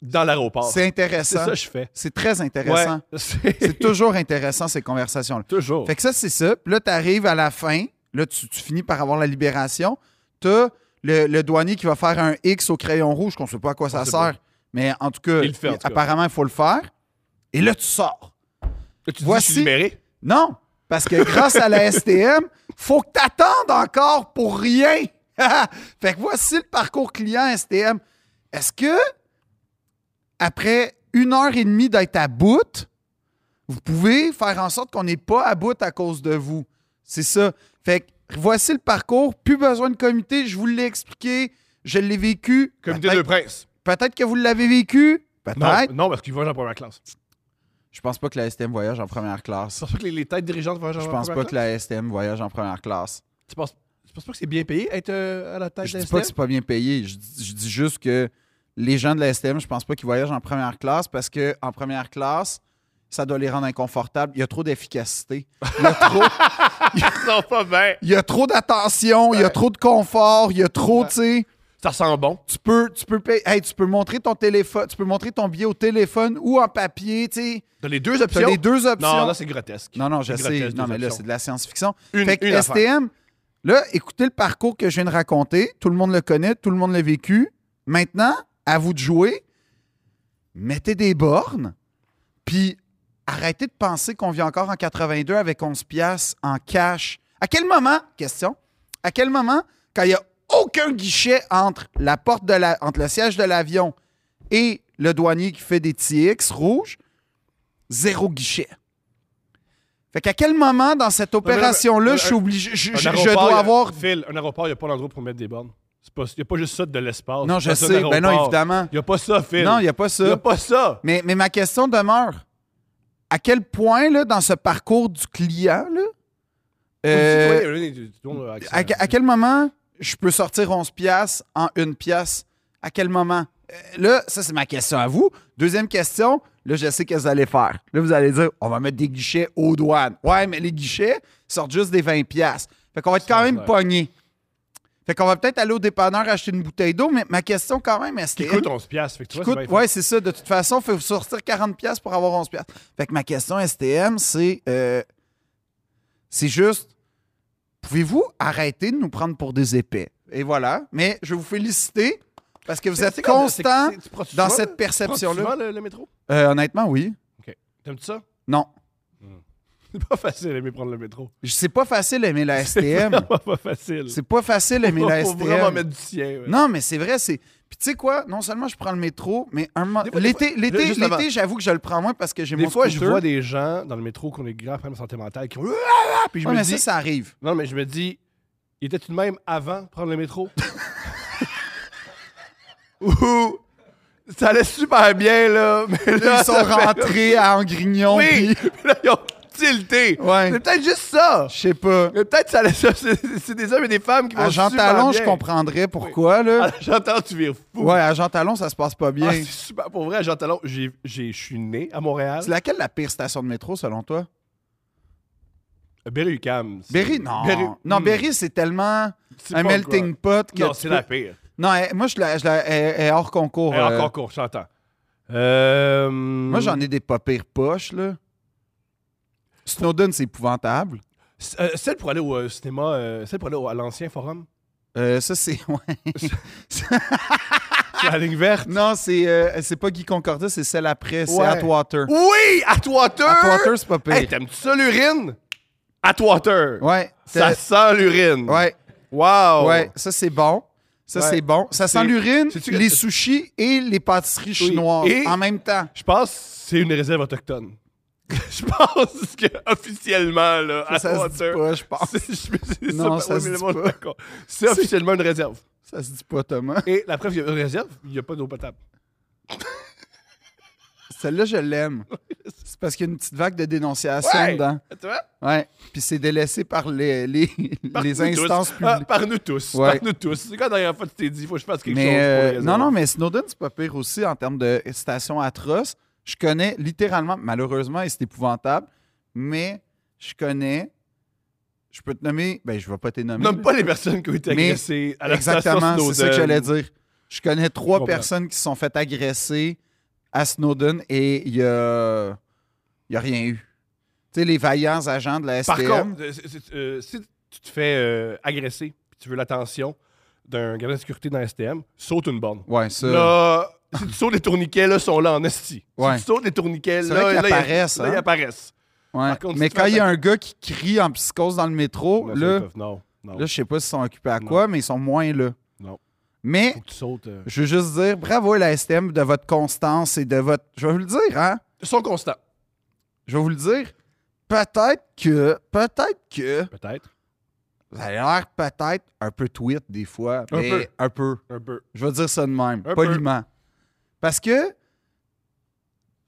S1: dans l'aéroport.
S2: C'est
S1: C'est
S2: intéressant.
S1: ça que je fais.
S2: C'est très intéressant.
S1: Ouais, c'est
S2: C'est toujours intéressant, ces conversations-là.
S1: toujours.
S2: Fait que ça, c'est ça. Puis là, tu arrives à la fin. Là, tu, tu finis par avoir la libération. Tu le, le douanier qui va faire un X au crayon rouge, qu'on ne sait pas à quoi ça
S1: sait
S2: sert.
S1: pas.
S2: Mais en tout cas,
S1: Il le fait, en tout cas.
S2: apparemment, il faut le faire. Et là, tu sors.
S1: tu dis,
S2: voici-
S1: je suis libéré.
S2: Non, parce que grâce à la STM, faut que t'attendes encore pour rien. fait que voici le parcours client STM. Est-ce que après une heure et demie d'être à bout, vous pouvez faire en sorte qu'on n'est pas à bout à cause de vous? C'est ça. Fait que voici le parcours. Plus besoin de comité. Je vous l'ai expliqué. Je l'ai vécu.
S1: Comité
S2: Peut-être-
S1: de prince.
S2: Peut-être que vous l'avez vécu.
S1: Non,
S2: Peut-être.
S1: non, parce qu'il voyage en première classe.
S2: Je pense pas que la STM voyage en première classe.
S1: C'est pour ça que les, les têtes dirigeantes voyagent en
S2: Je
S1: première classe.
S2: pense pas que la STM voyage en première classe.
S1: Tu penses, tu penses pas que c'est bien payé être euh, à la tête
S2: Je
S1: d'un
S2: dis pas que
S1: STM?
S2: c'est pas bien payé. Je, dis- je dis juste que les gens de la STM, je pense pas qu'ils voyagent en première classe parce que en première classe, ça doit les rendre inconfortables. Il y a trop d'efficacité. Il y a trop,
S1: Non, pas bien.
S2: il y a trop d'attention. Il y a trop de confort. Il y a trop, tu sais.
S1: Ça sent bon.
S2: Tu peux, tu peux payer- hey, tu peux montrer ton téléphone, tu peux montrer ton billet au téléphone ou en papier, tu sais.
S1: T'as les deux
S2: T'as
S1: options.
S2: les deux options.
S1: Non, là, c'est grotesque.
S2: Non, non, je
S1: C'est
S2: sais.
S1: grotesque,
S2: Non,
S1: deux
S2: mais là,
S1: options.
S2: c'est de la science-fiction.
S1: Une-
S2: Fait que
S1: une affaire.
S2: STM, là, écoutez le parcours que je viens de raconter. Tout le monde le connaît, tout le monde l'a vécu. Maintenant, à vous de jouer. Mettez des bornes, puis arrêtez de penser qu'on vit encore en 82 avec 11 piastres en cash. À quel moment, question, à quel moment, quand il n'y a aucun guichet entre la porte de la, entre le siège de l'avion et le douanier qui fait des TX rouges, zéro guichet. Fait qu'à quel moment dans cette
S1: mais là,
S2: opération-là,
S1: un-
S2: je suis obligé, je,
S1: Un
S2: je- je
S1: aéroport,
S2: dois
S1: y a-
S2: avoir.
S1: Phil, un aéroport, il n'y a pas d'endroit pour mettre des bornes. Il n'y a pas juste ça de l'espace.
S2: Non, je sais. Ben non, évidemment.
S1: Il n'y a pas ça, Phil.
S2: Non, il n'y a pas
S1: Il n'y a
S2: ça.
S1: pas ça.
S2: Mais, mais ma question demeure. À quel point, là, dans ce parcours du client, là, euh, à, à quel moment je peux sortir 11 piastres en une pièce? À quel moment? Euh, Là, ça, c'est ma question à vous. Deuxième question, là, je sais que vous allez faire. Là, vous allez dire, on va mettre des guichets aux douanes. Ouais, mais les guichets sortent juste des 20 piastres. Fait qu'on va être quand même
S1: clair.
S2: pogné. Fait qu'on va peut-être aller au dépanneur acheter une bouteille d'eau, mais ma question quand même, est-ce
S1: Qui
S2: que-
S1: coûte 11 piastres. Fait que tu vois, c'est
S2: Écoute,
S1: bien
S2: ouais, c'est ça. De toute façon, il faut sortir 40 pièces pour avoir 11 pièces. Fait que ma question STM, c'est euh, c'est juste pouvez-vous arrêter de nous prendre pour des épais Et voilà, mais je vous féliciter parce que
S1: fait.
S2: vous
S1: C'est-
S2: êtes
S1: c'est comme- c'est-
S2: constant
S1: c'est- tu prends-tu
S2: dans
S1: souvent-
S2: cette Euh,
S1: tu prends-tu
S2: perception là.
S1: souvent le, le métro?
S2: honnêtement, oui.
S1: OK. T'aimes-tu ça?
S2: Non.
S1: C'est pas facile d'aimer prendre le métro.
S2: C'est pas facile aimer la STM.
S1: Pas, pas facile.
S2: C'est pas facile aimer la
S1: Faut vraiment
S2: STM.
S1: mettre du sien. ouais.
S2: Non, mais c'est vrai, c'est. Puis tu sais quoi? Non seulement je prends le métro, mais un moment.
S1: Des fois- des
S2: L'été,
S1: fois-
S2: l'été,
S1: juste avant.
S2: l'été, j'avoue que je le prends moins parce que j'ai
S1: Des
S2: mon
S1: fois, je
S2: scooter.
S1: vois des gens dans le métro qui ont des grands problèmes de santé mentale qui ont. Ah! Puis je
S2: Ouais,
S1: me
S2: mais
S1: dis.
S2: ça, ça arrive.
S1: Non, mais je me dis, il était tout de même avant de prendre le métro. Ouh! Ça allait super bien, là. Mais là,
S2: Ils sont
S1: ça fait-
S2: rentrés à Angrignon.
S1: Ben Oui!
S2: puis-
S1: Puis là, ils ont tilté.
S2: Ouais.
S1: C'est peut-être juste ça.
S2: Je sais pas.
S1: Mais peut-être que ça allait- ça- c'est c'est des hommes et des femmes qui vont
S2: À Jean
S1: super
S2: Talon,
S1: bien.
S2: je comprendrais pourquoi,
S1: À
S2: là.
S1: Jean Talon, tu vires fou.
S2: Ouais, à Jean Talon, ça se passe pas bien.
S1: Ah, c'est super. Pour vrai, à Jean Talon, j'ai- j'ai- je suis né à Montréal.
S2: c'est laquelle la pire station de métro, selon toi?
S1: Berry-UQAM. c'est-
S2: Berry, non.
S1: Berry-
S2: Non,
S1: Hmm.
S2: Berry, c'est tellement
S1: C'est
S2: un
S1: pas
S2: melting pot
S1: good.
S2: que.
S1: Non,
S2: tu
S1: c'est
S2: peux-
S1: la pire.
S2: Non, elle- moi, je la, je la- elle- elle est hors concours.
S1: Hey,
S2: euh,
S1: Encore court, j'entends. Euh,
S2: Moi, j'en ai des pas pires poches, là. Snowden, c'est épouvantable.
S1: C- euh, celle pour aller au euh, cinéma, euh, celle pour aller au- à l'ancien forum,
S2: Euh, ça, c'est. ouais.
S1: sur la ligne verte.
S2: non, c'est euh, c'est pas Guy Concordia, c'est celle après. C'est
S1: Ouais.
S2: Atwater.
S1: Oui, Atwater!
S2: Atwater, c'est pas pire.
S1: Hey, t'aimes-tu ça l'urine? Atwater!
S2: ouais.
S1: Ça
S2: t'as-
S1: sent l'urine.
S2: Ouais.
S1: Wow!
S2: Ouais. Ça, c'est bon. Ça,
S1: Ouais.
S2: c'est bon. Ça sent
S1: C'est-
S2: l'urine,
S1: sais-tu que-
S2: les sushis et les pâtisseries
S1: Oui.
S2: chinoises
S1: Et-
S2: en même temps.
S1: Je pense que c'est une réserve autochtone. Je pense que officiellement là,
S2: Ça, ça se
S1: Atwater,
S2: dit pas, je pense.
S1: c'est- c'est
S2: Non, ça
S1: oui,
S2: se
S1: mais le
S2: dit
S1: monde
S2: pas.
S1: est d'accord. C'est officiellement une réserve.
S2: Ça se dit pas, Thomas.
S1: Et la preuve, il y a une réserve, il n'y a pas d'eau potable.
S2: Celle-là, je l'aime. C'est parce qu'il y a une petite vague de dénonciation
S1: Ouais!
S2: dedans.
S1: Tu vois?
S2: Ouais. Puis c'est délaissé par les, les,
S1: Par
S2: les
S1: nous tous.
S2: instances
S1: Ah,
S2: publiques.
S1: par nous tous.
S2: Ouais.
S1: Par nous tous. C'est quand la dernière fois que tu t'es dit, il faut que je fasse quelque
S2: Mais,
S1: chose pour
S2: euh,
S1: les
S2: non, non,
S1: réserver?
S2: mais Snowden, c'est pas pire aussi en termes de station atroce. Je connais littéralement, malheureusement, et c'est épouvantable, mais je connais. Je peux te nommer. Ben, je vais pas te nommer.
S1: Nomme
S2: là.
S1: pas les personnes qui ont été
S2: Mais-
S1: agressées à la
S2: Exactement,
S1: station
S2: c'est ça que
S1: Snowden.
S2: j'allais dire. Je connais trois
S1: comprends.
S2: personnes qui se sont fait agresser à Snowden et il y a, il y a rien eu. Tu sais, les vaillants agents de la
S1: Par
S2: STM.
S1: contre, euh, c'est- c'est- euh, si tu te fais euh, agresser puis tu veux l'attention d'un gardien de sécurité dans STM, saute une borne.
S2: ouais, ça.
S1: Là, si tu sautes les tourniquets, là, sont là en esti.
S2: Ouais.
S1: Si tu sautes les tourniquets,
S2: C'est
S1: là,
S2: vrai qu'ils
S1: là, ils-
S2: apparaissent,
S1: là,
S2: hein?
S1: ils apparaissent.
S2: ouais.
S1: par contre, si
S2: mais
S1: tu
S2: quand
S1: fais
S2: il y a un gars qui crie en psychose dans le métro,
S1: Non,
S2: Oh, là.
S1: ils peuvent- non, non.
S2: Là, je sais pas s'ils sont occupés à
S1: Non.
S2: quoi, mais ils sont moins là.
S1: Non.
S2: Mais
S1: faut que tu sautes. euh.
S2: je veux juste dire bravo à la STM de votre constance et de votre. Je vais vous le dire, hein?
S1: Ils sont constants,
S2: Je vais vous le dire. Peut-être que. Peut-être que.
S1: peut-être.
S2: Vous avez l'air peut-être un peu tweet des fois.
S1: Un
S2: mais
S1: peu.
S2: Un peu.
S1: Un peu.
S2: Je vais dire ça de même,
S1: peu.
S2: poliment. Parce que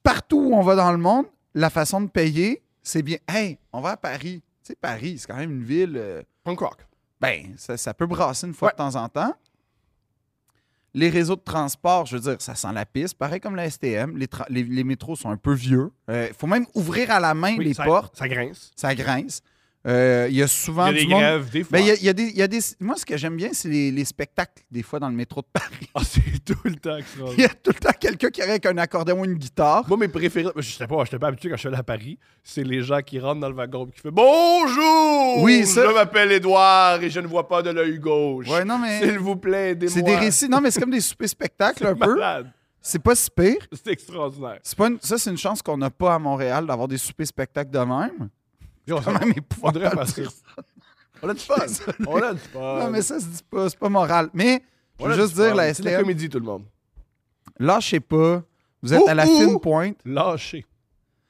S2: partout où on va dans le monde, la façon de payer, c'est bien. Hey, on va à Paris. Tu sais, Paris, c'est quand même une ville. euh,
S1: Punk rock.
S2: ben, ça, ça peut brasser une fois
S1: Ouais.
S2: de temps en temps. Les réseaux de transport, je veux dire, ça sent la piste. Pareil comme la STM, les, tra- les- les métros sont un peu vieux. Il faut même ouvrir à la main
S1: Oui,
S2: les
S1: ça,
S2: portes.
S1: Ça grince.
S2: Ça grince. Euh, Il y a souvent
S1: il y a
S2: du
S1: des
S2: monde...
S1: grèves, des fois.
S2: Ben, il y a- il y a des- il y a des... Moi, ce que j'aime bien, c'est les, les spectacles, des fois, dans le métro de Paris.
S1: Ah, c'est tout le temps
S2: Il y
S1: extraordinaire.
S2: a tout le temps quelqu'un qui arrive avec un accordéon ou une guitare.
S1: Moi, mes préférés, je sais pas, j'étais pas habitué quand je suis allé à Paris, c'est les gens qui rentrent dans le wagon et qui font Bonjour!
S2: Oui, ça-
S1: Je m'appelle Édouard et je ne vois pas de l'œil gauche.
S2: Ouais, non, mais-
S1: S'il vous plaît, aidez-moi.
S2: C'est des récits. Non, mais c'est comme des soupers-spectacles, un peu.
S1: Malade.
S2: C'est pas si pire.
S1: C'est extraordinaire.
S2: C'est pas une- Ça, c'est une chance qu'on n'a pas à Montréal d'avoir des soupers-spectacles de même. quand même
S1: On devrait
S2: épouvantable
S1: faire
S2: de
S1: ça.
S2: dire
S1: On a du fun. On a du fun.
S2: Non, mais ça se dit pas, c'est pas moral. Mais je
S1: On a
S2: veux
S1: du
S2: juste dire,
S1: fun.
S2: la
S1: Euh, C'est la
S2: STM,
S1: comédie, tout le monde.
S2: lâchez pas. Vous êtes
S1: Ouh,
S2: à la
S1: ouh,
S2: fine
S1: ouh.
S2: pointe.
S1: Lâchez.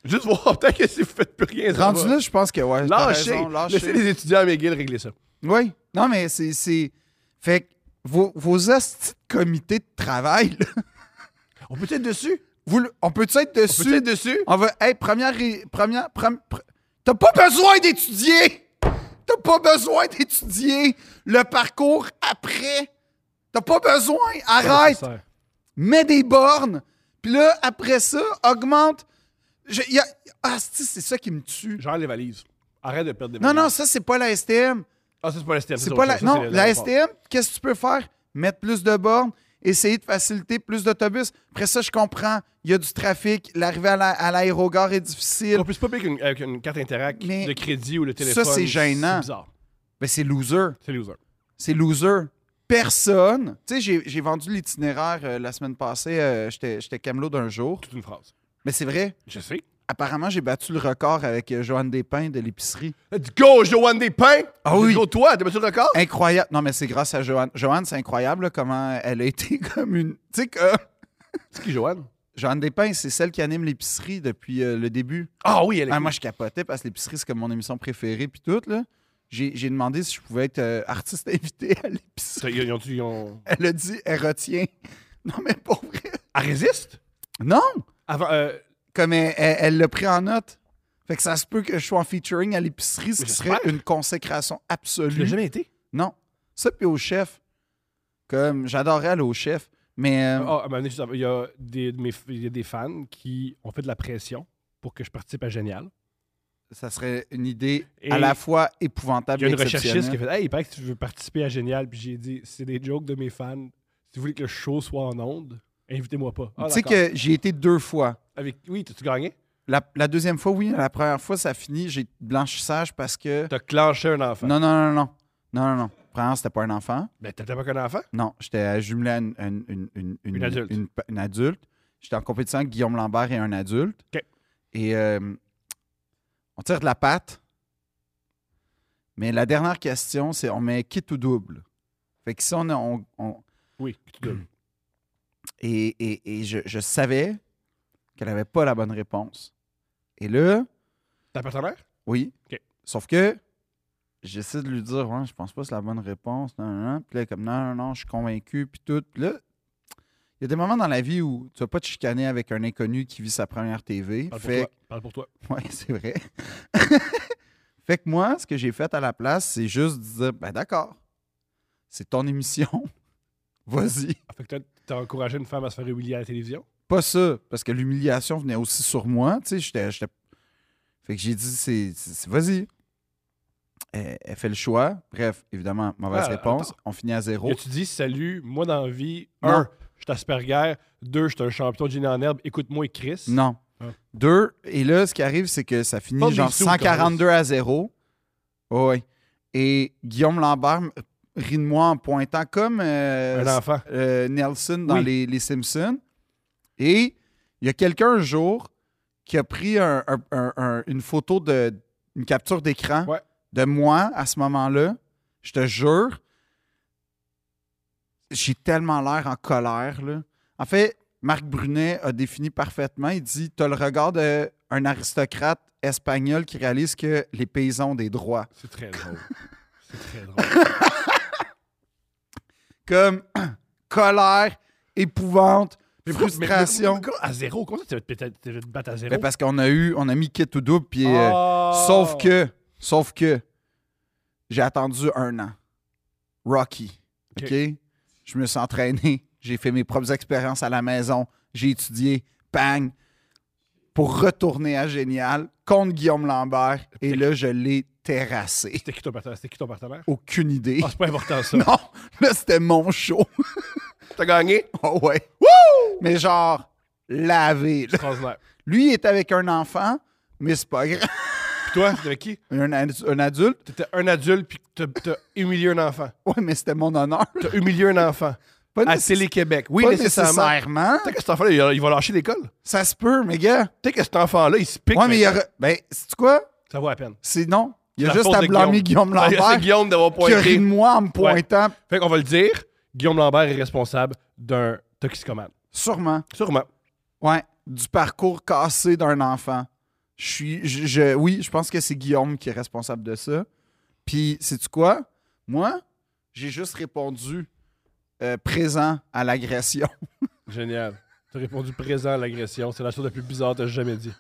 S1: Juste voir, tant que si vous faites plus rien, ça
S2: Rendu
S1: va.
S2: là, je pense que ouais. t'as
S1: lâchez.
S2: raison,
S1: Laissez les étudiants à McGill régler ça.
S2: Oui. Non, mais c'est. c'est- Fait que vos, vos hosties de comités de travail, là,
S1: On peut être dessus.
S2: vous le- on peut-tu être dessus?
S1: On peut être dessus.
S2: On va. Hey, première. ré- première prom- pr- T'as pas besoin d'étudier! T'as pas besoin d'étudier le parcours après! T'as pas besoin! Arrête! mets des bornes, puis là, après ça, augmente. Je- y a- ah, c'est c'est ça qui me tue.
S1: Genre les valises. Arrête de perdre des
S2: Non,
S1: valises.
S2: non, ça, c'est pas la STM.
S1: Ah, ça, c'est pas la STM. ça,
S2: C'est pas
S1: autre
S2: la,
S1: chose. Ça,
S2: non,
S1: c'est
S2: la
S1: l'aéroport.
S2: STM, qu'est-ce que tu peux faire? Mettre plus de bornes, essayer de faciliter plus d'autobus. Après ça, je comprends, il y a du trafic, l'arrivée à la- à l'aérogare est difficile.
S1: On peut pas payer avec une, avec une carte Interac
S2: Mais
S1: de crédit ou le
S2: ça,
S1: téléphone.
S2: c'est gênant.
S1: C'est bizarre.
S2: Mais c'est loser.
S1: C'est loser.
S2: C'est loser. Personne. Tu sais, j'ai- j'ai vendu l'itinéraire euh, la semaine passée. euh, J'étais J'étais camelot d'un jour.
S1: Toute une phrase.
S2: Mais c'est vrai.
S1: Je sais.
S2: Apparemment, j'ai battu le record avec euh, Joanne Despins de l'épicerie.
S1: Let's go, Joanne Despins!
S2: Ah
S1: Let's
S2: oui. Hein?
S1: go, toi, t'as battu le record?
S2: Incroyable. Non, mais c'est grâce à Joanne. Joanne, c'est incroyable là, comment elle a été comme une. Tu sais que euh,
S1: C'est qui, Joanne?
S2: Joanne Despins, c'est celle qui anime l'épicerie depuis euh, le début.
S1: Ah oui, elle est.
S2: Ah, moi, je capotais parce que l'épicerie, c'est comme mon émission préférée. Puis tout, là. J'ai j'ai demandé si je pouvais être euh, artiste invité à l'épicerie.
S1: Ils, ont, ils ont-
S2: Elle a dit, elle retient. Non, mais pour vrai.
S1: Elle résiste?
S2: Non!
S1: Avant, euh,
S2: Comme elle- elle elle l'a pris en note. Fait que ça se peut que je sois en featuring à l'épicerie, ce
S1: Mais
S2: qui serait
S1: j'espère.
S2: une consécration
S1: tu l'as
S2: absolue.
S1: jamais été?
S2: Non. Ça, puis au chef. Comme, j'adorais aller au chef. Mais. euh,
S1: Ah, à un moment donné, je savais, il y, a des, de mes- il y a des fans qui ont fait de la pression pour que je participe à Génial.
S2: ça serait une idée
S1: Et
S2: à la fois
S1: Il
S2: épouvantable
S1: y a
S2: et
S1: une recherchiste qui a
S2: exceptionnelle.
S1: fait Hey, il paraît que tu veux participer à Génial. Puis j'ai dit C'est des jokes de mes fans. Si vous voulez que le show soit en onde, invitez-moi pas. Ah,
S2: tu sais
S1: d'accord.
S2: que j'y ai été deux fois.
S1: Avec... Oui, t'as-tu gagné
S2: La, la deuxième fois, oui. La première fois, ça finit. J'ai blanchissage parce que.
S1: T'as clenché un enfant.
S2: Non, non, non, non. Non, non, non. Premièrement, c'était pas un enfant.
S1: Ben, t'étais pas qu'un enfant
S2: Non, j'étais euh, jumelé à une, une- une- une- une-
S1: Une adulte.
S2: une- une adulte. J'étais en compétition avec Guillaume Lambert et un adulte.
S1: OK.
S2: Et euh, on tire de la patte. Mais la dernière question, c'est on met quitte ou double. Fait que si on, a- on- on-
S1: Oui, que tu donnes.
S2: et, et- et je, je savais qu'elle n'avait pas la bonne réponse. Et là,
S1: T'as pas ta mère
S2: oui.
S1: OK.
S2: Sauf que j'essaie de lui dire, ouais, je pense pas que c'est la bonne réponse. Non, non, non. Puis là, elle est comme, non, non, non, je suis convaincu. Puis tout. Puis là, il y a des moments dans la vie où tu vas pas te chicaner avec un inconnu qui vit sa première TV.
S1: Parle Ah, pour
S2: Fait
S1: toi. Parle pour toi.
S2: que- ouais, c'est vrai. fait que moi, ce que j'ai fait à la place, c'est juste dire, ben d'accord, c'est ton émission. Vas-y.
S1: Ah, Fait que t'as- t'as encouragé une femme à se faire humilier à la télévision
S2: Pas ça, parce que l'humiliation venait aussi sur moi. Tu sais, j'étais. j'étais- Fait que j'ai dit, c'est. c'est- c'est- Vas-y. Elle, elle fait le choix. Bref, évidemment, mauvaise
S1: Ah,
S2: réponse. On finit à zéro.
S1: Et tu dis Salut, moi dans la vie,
S2: Non.
S1: un, je suis Asperger, deux, je suis un champion de génie en herbe, écoute-moi et Chris.
S2: Non.
S1: Ah.
S2: Deux. Et là, ce qui arrive, c'est que ça finit
S1: Pas des
S2: genre
S1: sous,
S2: 142 à zéro. Oh, oui. Et Guillaume Lambert m- rit de moi en pointant comme euh,
S1: Un enfant.
S2: euh, Nelson dans
S1: Oui.
S2: les, les Simpsons. Et il y a quelqu'un un jour qui a pris un- un- un- un- une photo de une capture d'écran
S1: Ouais.
S2: de moi à ce moment-là. Je te jure, j'ai tellement l'air en colère. là. En fait, Marc Brunet a défini parfaitement. Il dit T'as le regard d'un aristocrate espagnol qui réalise que les paysans ont des droits.
S1: C'est très drôle. C'est très drôle.
S2: Comme colère, épouvante,
S1: Mais pourquoi- mais-
S2: frustration.
S1: mais pourquoi- à zéro, comment ça tu vas te, péter- tu vas te battre à zéro?
S2: Ben, parce qu'on a eu, on a mis kit ou double, puis euh,
S1: Ah!
S2: sauf que, sauf que, j'ai attendu un an. Rocky, ok.
S1: Ok.
S2: Je me suis entraîné, j'ai fait mes propres expériences à la maison, j'ai étudié, bang, pour retourner à Génial contre Guillaume Lambert, et
S1: T'es-
S2: là je l'ai terrassé.
S1: C'était qui ton partenaire? C'était qui ton partenaire?
S2: Aucune idée.
S1: Ah, c'est pas important ça.
S2: non, là c'était mon show.
S1: T'as gagné?
S2: oh ouais. Mais genre lavé. là.
S1: Extraordinaire.
S2: Lui il était avec un enfant, mais c'est pas grave.
S1: Puis toi, t'étais avec qui?
S2: Un, ad- un adulte.
S1: T'étais un adulte, puis t'as t'as humilié un enfant.
S2: Ouais, mais c'était mon honneur.
S1: T'as humilié un enfant.
S2: Pas,
S1: À
S2: nécess-
S1: Télé-Québec. Ah, Oui,
S2: pas
S1: nécessairement.
S2: nécessairement.
S1: Peut-être que cet enfant-là, il- il va lâcher l'école.
S2: Ça se peut, mais gars.
S1: Peut-être que cet enfant-là, il se pique.
S2: Ouais, mais il y
S1: maintenant.
S2: aurait. Ben, c'est quoi?
S1: Ça vaut la peine.
S2: C'est non.
S1: C'est
S2: Il y a
S1: la
S2: juste
S1: faute
S2: à
S1: de
S2: blâmer Guillaume,
S1: C'est
S2: Lambert
S1: Guillaume Ah, d'avoir
S2: qui a ri
S1: pointé.
S2: de moi en me pointant.
S1: Fait qu'on va le dire, Guillaume Lambert est responsable d'un toxicomane.
S2: Sûrement.
S1: Sûrement.
S2: Ouais. Du parcours cassé d'un enfant. Je suis. Je, je- oui, je pense que c'est Guillaume qui est responsable de ça. Puis, sais-tu quoi? Moi, j'ai juste répondu euh, présent à l'agression.
S1: Génial. T'as répondu présent à l'agression. C'est la chose la plus bizarre que t'as jamais dit.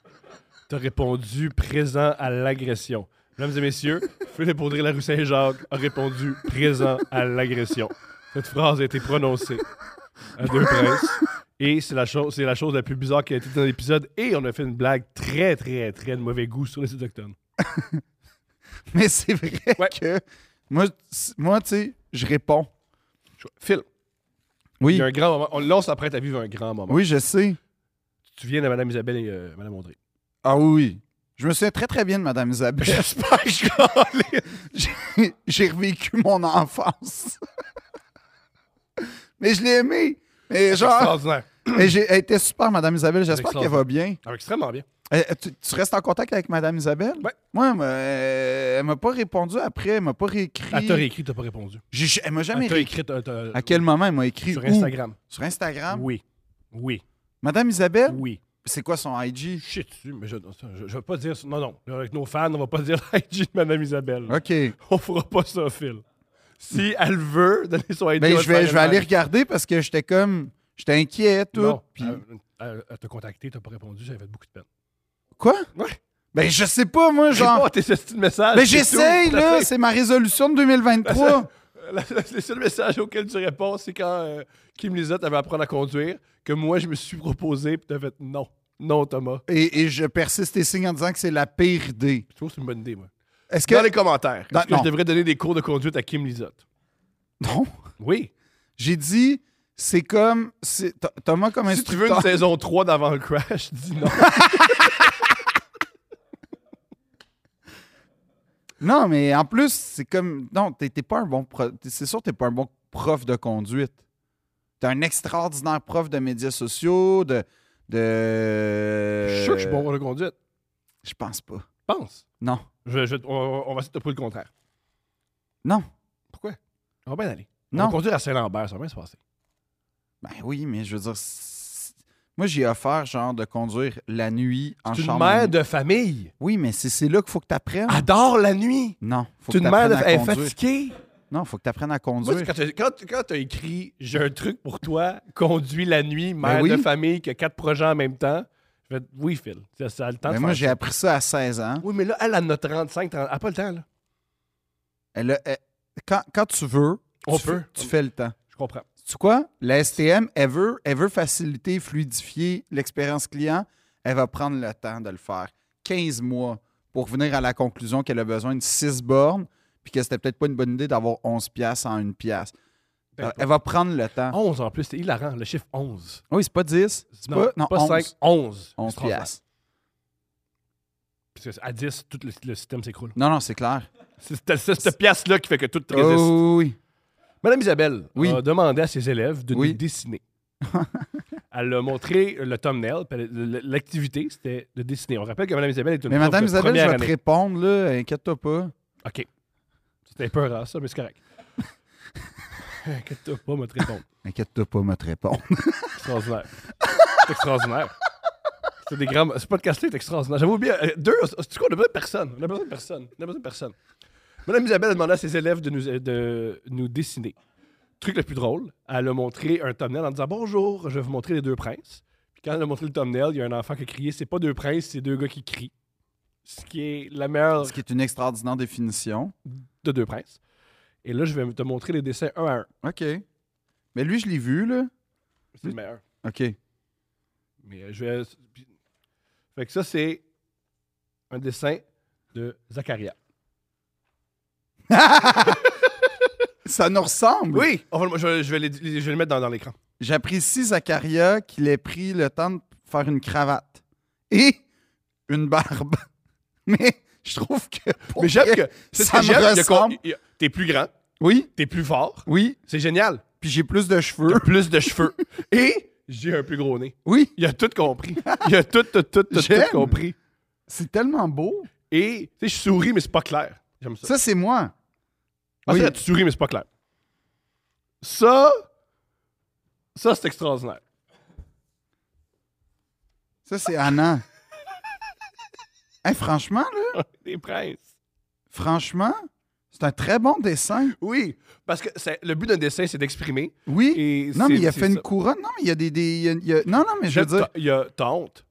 S1: T'as répondu présent à l'agression. Mesdames et messieurs, Philippe Audrey Larue Saint-Jacques a répondu présent à l'agression. Cette phrase a été prononcée à deux princes. Et c'est la, chose, c'est la chose la plus bizarre qui a été dans l'épisode. Et on a fait une blague très, très, très de mauvais goût sur les Autochtones.
S2: Mais c'est vrai
S1: Ouais.
S2: que. Moi, c- moi tu sais, je réponds.
S1: Phil, il
S2: Oui.
S1: y a un grand moment. On, là, on s'apprête à vivre un grand moment.
S2: Oui, je sais.
S1: Tu viens de Madame Isabelle et euh, Madame Audrey.
S2: Ah oui, oui. Je me souviens très, très bien de Madame Isabelle.
S1: J'espère que je calais.
S2: J'ai- J'ai revécu mon enfance. mais je l'ai aimée. Mais genre,
S1: Extraordinaire.
S2: mais j'ai- elle était super, Madame Isabelle. J'espère qu'elle va bien.
S1: Ah, extrêmement bien.
S2: Euh, tu, tu restes en contact avec Madame Isabelle?
S1: Ouais.
S2: Moi, elle m'a- euh, elle m'a pas répondu après, elle m'a pas réécrit.
S1: Elle t'a réécrit, Ah, t'as pas répondu.
S2: J'ai- j'ai- elle m'a jamais
S1: Elle t'a
S2: réécrit.
S1: écrit t'as- t'as-
S2: À quel moment elle m'a écrit?
S1: sur
S2: Où? Ah.
S1: Instagram.
S2: Sur Instagram?
S1: Oui. Oui.
S2: Madame Isabelle?
S1: Oui.
S2: C'est quoi son IG?
S1: Shit dessus, mais je, je, je vais pas dire. Non, non. Là, Avec nos fans, on va pas dire IG de Madame Isabelle.
S2: OK.
S1: On fera pas ça, Phil. Si elle veut donner son IG,
S2: Ben,
S1: on va
S2: je
S1: le faire
S2: vais, je vais aller
S1: elle-même.
S2: regarder parce que j'étais comme. J'étais inquiet, tout.
S1: Non, Euh,
S2: puis-
S1: elle- elle- elle t'a contacté, t'as pas répondu, ça fait beaucoup de peine.
S2: Quoi?
S1: Ouais.
S2: Ben, je sais pas, moi, genre.
S1: Genre, tes petits messages.
S2: Mais
S1: c'est
S2: j'essaye,
S1: tout.
S2: là.
S1: La-
S2: C'est ma résolution de 2023.
S1: la- la- Les seuls messages auxquels tu réponds, c'est quand euh, Kim Lizotte avait apprendre à conduire, que moi, je me suis proposé, puis t'as fait non. Non, Thomas.
S2: Et, et je persiste et signe en disant que c'est la pire idée. Ben,
S1: Je trouve que c'est une bonne idée, moi.
S2: Est-ce que.
S1: Dans les commentaires,
S2: Dans-
S1: est-ce que
S2: non.
S1: je devrais donner des cours de conduite à Kim Lizotte?
S2: Non.
S1: Oui.
S2: J'ai dit, c'est comme. c'est- Th- Thomas, comme
S1: Si tu veux une
S2: instructeur.
S1: saison 3 d'avant le crash, dis non.
S2: non, mais en plus, c'est comme. Non, t'es t'es pas un bon prof. C'est sûr, t'es pas un bon prof de conduite. T'es un extraordinaire prof de médias sociaux, de. de...
S1: Je suis sûr que je suis bon pour la conduite.
S2: Je pense pas.
S1: Pense.
S2: Non.
S1: Je- je- on, on va essayer de te prouver le contraire.
S2: Non.
S1: Pourquoi? On va bien aller.
S2: Non.
S1: On va conduire à Saint-Lambert, ça va bien se passer.
S2: Ben oui, mais je veux dire. c'est- Moi, j'ai offert, genre, de conduire la nuit en
S1: C'est une
S2: chambre.
S1: mère de famille.
S2: Oui, mais c'est c'est là qu'il faut que tu apprennes.
S1: Adore la nuit.
S2: Non, Ah. faut
S1: C'est
S2: que tu
S1: une mère
S2: apprennes
S1: de
S2: à
S1: famille. Elle est
S2: conduire.
S1: fatiguée.
S2: Non, faut que tu apprennes à
S1: Moi,
S2: conduire.
S1: c'est quand t'as- quand quand t'as écrit « J'ai un truc pour toi, conduis la nuit, mère
S2: Ben oui.
S1: de famille, qui a quatre projets en même temps », je vais oui, Phil, ça, ça a le temps
S2: Mais
S1: de
S2: Ben, moi,
S1: faire
S2: j'ai
S1: ça.
S2: appris ça à 16 ans.
S1: Oui, mais là, elle, elle en a 35, 30, elle n'a pas le temps, là.
S2: Elle a- elle- quand, quand tu veux,
S1: On
S2: tu,
S1: peut.
S2: fais- tu fais le temps.
S1: Je comprends.
S2: Tu quoi? La STM, elle veut, elle veut faciliter, fluidifier l'expérience client. Elle va prendre le temps de le faire. 15 mois pour venir à la conclusion qu'elle a besoin de 6 bornes puis que c'était peut-être pas une bonne idée d'avoir 11 piastres en une pièce.
S1: Ben,
S2: elle va prendre le temps.
S1: 11 en plus, c'est hilarant, le chiffre 11.
S2: Oui, c'est pas 10. ah. C'est
S1: Non,
S2: pas, non,
S1: pas
S2: 11,
S1: 5, 11.
S2: 11
S1: C'est transparent.
S2: piastres.
S1: Parce que à 10, tout le, le système s'écroule.
S2: Non, non, c'est clair.
S1: C'est c'est- c'est cette pièce-là qui fait que tout résiste.
S2: Oh, oui.
S1: Madame Isabelle
S2: Oui.
S1: a demandé à ses élèves de
S2: Oui.
S1: nous dessiner. elle a montré le thumbnail. puis elle- le- L'activité, c'était de dessiner. On rappelle que Madame Isabelle est une
S2: Mais
S1: prof
S2: Madame
S1: de
S2: Isabelle, je
S1: première
S2: vais te
S1: année.
S2: répondre, là. Inquiète-toi pas.
S1: OK. C'était peur à ça, mais c'est correct. Inquiète-toi pas, moi, te répondre.
S2: Inquiète-toi pas, me te répondre.
S1: Extraordinaire. C'est extraordinaire. C'est des grands... Ce podcast-là est extraordinaire. J'avais oublié... euh, deux... C'est quoi? On a besoin de personne. On a besoin de personne. On a besoin de personne. Madame Isabelle a demandé à ses élèves de nous, euh, de nous dessiner. Truc le plus drôle, elle a montré un thumbnail en disant « Bonjour, je vais vous montrer les deux princes. » Puis quand elle a montré le thumbnail, il y a un enfant qui a crié « C'est pas deux princes, c'est deux gars qui crient. » Ce qui est la meilleure
S2: Ce qui est une extraordinaire définition.
S1: de deux princes. Et là, je vais te montrer les dessins un à un.
S2: OK. Mais lui, je l'ai vu, là.
S1: C'est
S2: Hmm.
S1: le meilleur.
S2: OK.
S1: Mais euh, je vais. puis- Fait que ça, c'est un dessin de Zacharia.
S2: Ça nous ressemble.
S1: Oui! on va le- je, je vais les- les- je vais le mettre dans, dans l'écran.
S2: J'apprécie Zacharia qu'il ait pris le temps de faire une cravate et une barbe. Mais je trouve que. pour
S1: Mais j'aime
S2: vrai,
S1: que. c'est ce
S2: Oh, ça
S1: que
S2: me
S1: j'aime, il y a con-
S2: ressemble.
S1: il y a- T'es plus grand,
S2: Oui,
S1: t'es plus fort.
S2: oui.
S1: C'est génial.
S2: Puis j'ai plus de
S1: T'as
S2: cheveux.
S1: plus de cheveux. Et j'ai un plus gros nez.
S2: Oui,
S1: Il a tout compris. Il a tout, tout, tout, tout, tout
S2: J'aime.
S1: compris.
S2: c'est tellement beau.
S1: Et, tu sais, je souris, mais c'est pas clair. J'aime ça.
S2: Ça, c'est moi.
S1: Ah,
S2: oui.
S1: ça, tu souris, mais c'est pas clair. Ça. Ça, c'est extraordinaire.
S2: Ça, c'est Anna. Hey, franchement, là,
S1: Des princes.
S2: franchement, c'est un très bon dessin.
S1: Oui, parce que c'est- le but d'un dessin, c'est d'exprimer.
S2: Oui.
S1: Et
S2: non,
S1: c'est-
S2: mais il a
S1: c'est
S2: fait une
S1: ça.
S2: couronne. Non, mais il y a des. des- il y a- il y a- Non, non, mais je veux
S1: J'ai
S2: dire,
S1: ta- Il y a ta honte.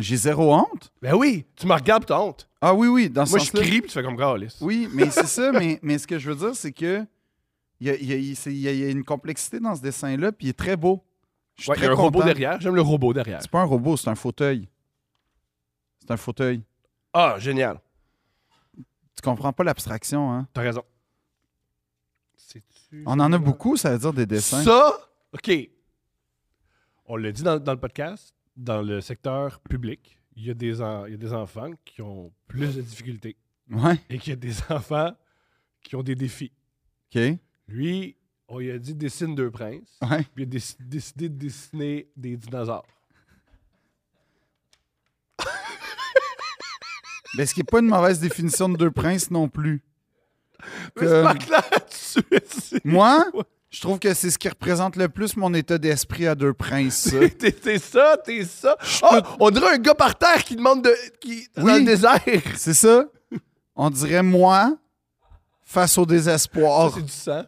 S2: j'ai zéro honte.
S1: Ben oui, tu me regardes pis t'as honte.
S2: Ah oui, oui, dans ce
S1: Moi, je
S2: sens-là.
S1: crie puis tu fais comme Carlis.
S2: Oui, mais c'est ça, mais, mais ce que je veux dire, c'est que il y a, il y a- il- c'est- il y a- il y a une complexité dans ce dessin-là, puis il est très beau. Je suis
S1: Ouais, il y
S2: très
S1: a un robot
S2: content.
S1: derrière. J'aime le robot derrière.
S2: C'est pas un robot, c'est un fauteuil. C'est un fauteuil.
S1: Ah, génial.
S2: Tu comprends pas l'abstraction, hein?
S1: T'as raison. C'est-tu-
S2: On en a beaucoup, ça veut dire des dessins.
S1: Ça, OK. On l'a dit dans, dans le podcast, dans le secteur public, il y, a des en- il y a des enfants qui ont plus de difficultés
S2: Ouais,
S1: et qu'il y a des enfants qui ont des défis.
S2: OK.
S1: Lui, on lui a dit dessine deux princes.
S2: Ouais.
S1: Puis il a déc- décidé de dessiner des dinosaures.
S2: Mais ce qui n'est pas une mauvaise définition de deux princes non plus.
S1: Mais
S2: Euh,
S1: C'est pas clair là-dessus.
S2: Moi, je trouve que c'est ce qui représente le plus mon état d'esprit à deux princes. ça.
S1: T'es- T'es t'es ça, t'es ça. Ah, on dirait un gars par terre qui demande de. Qui, Dans
S2: Oui.
S1: le désert.
S2: c'est ça? On dirait moi face au
S1: Ça,
S2: désespoir.
S1: c'est du sang.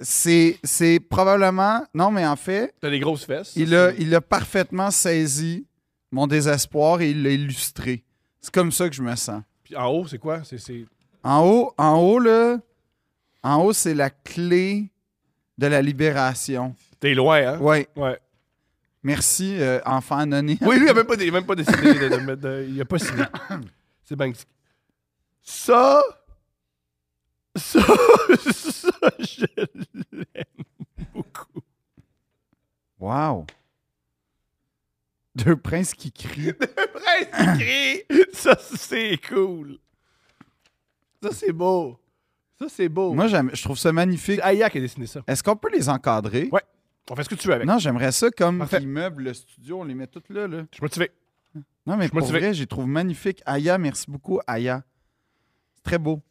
S2: C'est c'est probablement. Non, mais en fait,
S1: T'as des grosses fesses.
S2: Il a, il a parfaitement saisi mon désespoir et il l'a illustré. C'est comme ça que je me sens.
S1: Puis en haut, c'est quoi? C'est- C'est.
S2: En haut, en haut, là, en haut, c'est la clé de la libération.
S1: T'es loin, hein?
S2: Ouais.
S1: Ouais.
S2: Merci, euh, enfant anonyme.
S1: Oui, lui, il a même pas, dé- il a même pas décidé de, de mettre. de- il a pas signé. C'est Banksy. Ça. Ça. Ça, je l'aime beaucoup.
S2: Wow. Deux princes qui crient.
S1: Prince qui crie. Ça, c'est cool. Ça, c'est beau. Ça, c'est beau.
S2: Moi, j'aime- je trouve ça magnifique.
S1: c'est Aya qui a dessiné ça.
S2: Est-ce qu'on peut les encadrer?
S1: Ouais. On fait ce que tu veux avec.
S2: Non, j'aimerais ça comme
S1: Parfait.
S2: qu'ils meublent le studio, on les met toutes là. là.
S1: Je suis motivé.
S2: Non, mais
S1: suis
S2: pour
S1: motivé.
S2: vrai, j'ai trouve magnifique. Aya, merci beaucoup, Aya. C'est très beau.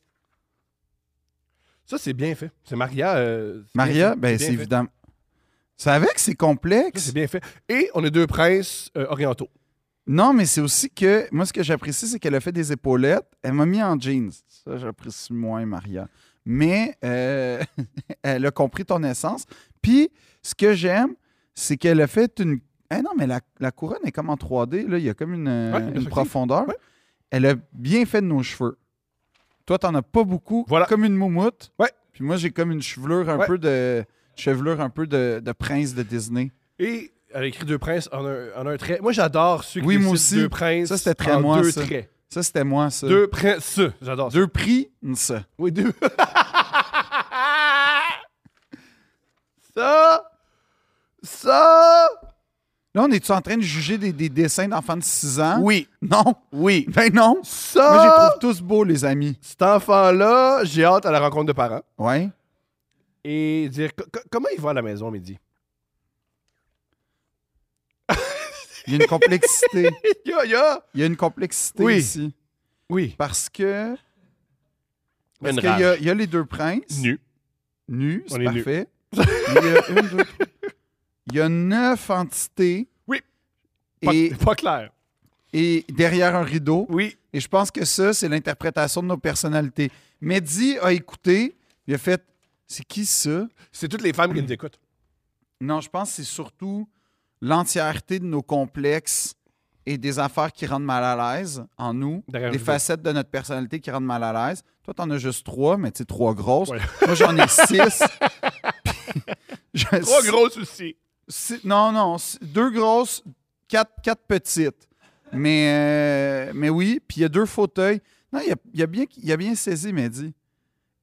S1: Ça, c'est bien fait. C'est Maria. euh, c'est
S2: Maria,
S1: bien fait.
S2: ben c'est
S1: bien fait.
S2: évident. Tu savais que c'est
S1: Ça,
S2: complexe?
S1: C'est bien fait. Et on est deux princes euh, orientaux.
S2: Non, mais c'est aussi que, moi, ce que j'apprécie, c'est qu'elle a fait des épaulettes. Elle m'a mis en jeans. Ça, j'apprécie moins, Maria. Mais euh, elle a compris ton essence. Puis, ce que j'aime, c'est qu'elle a fait une. Eh non, mais la, la couronne est comme en 3D. Là. Il y a comme une, euh,
S1: Ouais,
S2: une
S1: effectivement.
S2: profondeur.
S1: Ouais.
S2: Elle a bien fait de nos cheveux. Toi, t'en as pas beaucoup.
S1: Voilà.
S2: Comme une moumoute.
S1: Ouais.
S2: Puis moi, j'ai comme une chevelure un
S1: Ouais.
S2: peu de. Chevelure un peu de, de prince de Disney.
S1: Et elle a écrit deux princes en un, en un trait. Moi, j'adore ceux qui
S2: Oui,
S1: dessinent
S2: moi aussi.
S1: deux princes
S2: Ça, c'était très
S1: en
S2: moi,
S1: deux
S2: ça. Euh.
S1: traits.
S2: Ça, c'était moi, ça.
S1: Deux princes. J'adore ça.
S2: Deux prix, ça.
S1: Oui, deux. ça. Ça.
S2: Là, on est-tu en train de juger des, des dessins d'enfants de 6 ans?
S1: Oui. Ah!
S2: Non.
S1: Oui.
S2: Ben non. Moi, je les
S1: Ça.
S2: trouve tous beaux, les amis.
S1: Cet enfant-là, j'ai hâte à la rencontre de parents.
S2: Ouais.
S1: et dire co- co- comment il va à la maison à midi.
S2: Il y a une complexité.
S1: Yo, yo!
S2: Il y a une complexité
S1: Oui.
S2: ici.
S1: Oui.
S2: Parce que. Parce
S1: Une
S2: qu'il y, a-
S1: rage.
S2: il y a les deux princes.
S1: Nu.
S2: Nus,
S1: On
S2: c'est
S1: est nus.
S2: parfait. Il y a une, deux, trois. Il y a neuf entités.
S1: Oui. Pas,
S2: Et,
S1: pas clair.
S2: et derrière un rideau.
S1: Oui.
S2: Et je pense que ça, c'est l'interprétation de nos personnalités. Mehdi a écouté. Il a fait C'est qui ça?
S1: C'est toutes les femmes qui nous écoutent.
S2: Non, je pense que c'est surtout l'entièreté de nos complexes et des affaires qui rendent mal à l'aise en nous,
S1: Derrière
S2: des
S1: le
S2: facettes de notre personnalité qui rendent mal à l'aise. Toi, t'en as juste trois, mais tu sais, trois grosses.
S1: Ouais.
S2: Moi, j'en ai six. Puis, je-
S1: Trois gros soucis.
S2: six- non, non, six- deux grosses, quatre, quatre petites. Mais, euh, mais oui, puis il y a deux fauteuils. Non, il y a, il y a bien, il y a bien saisi, Mehdi.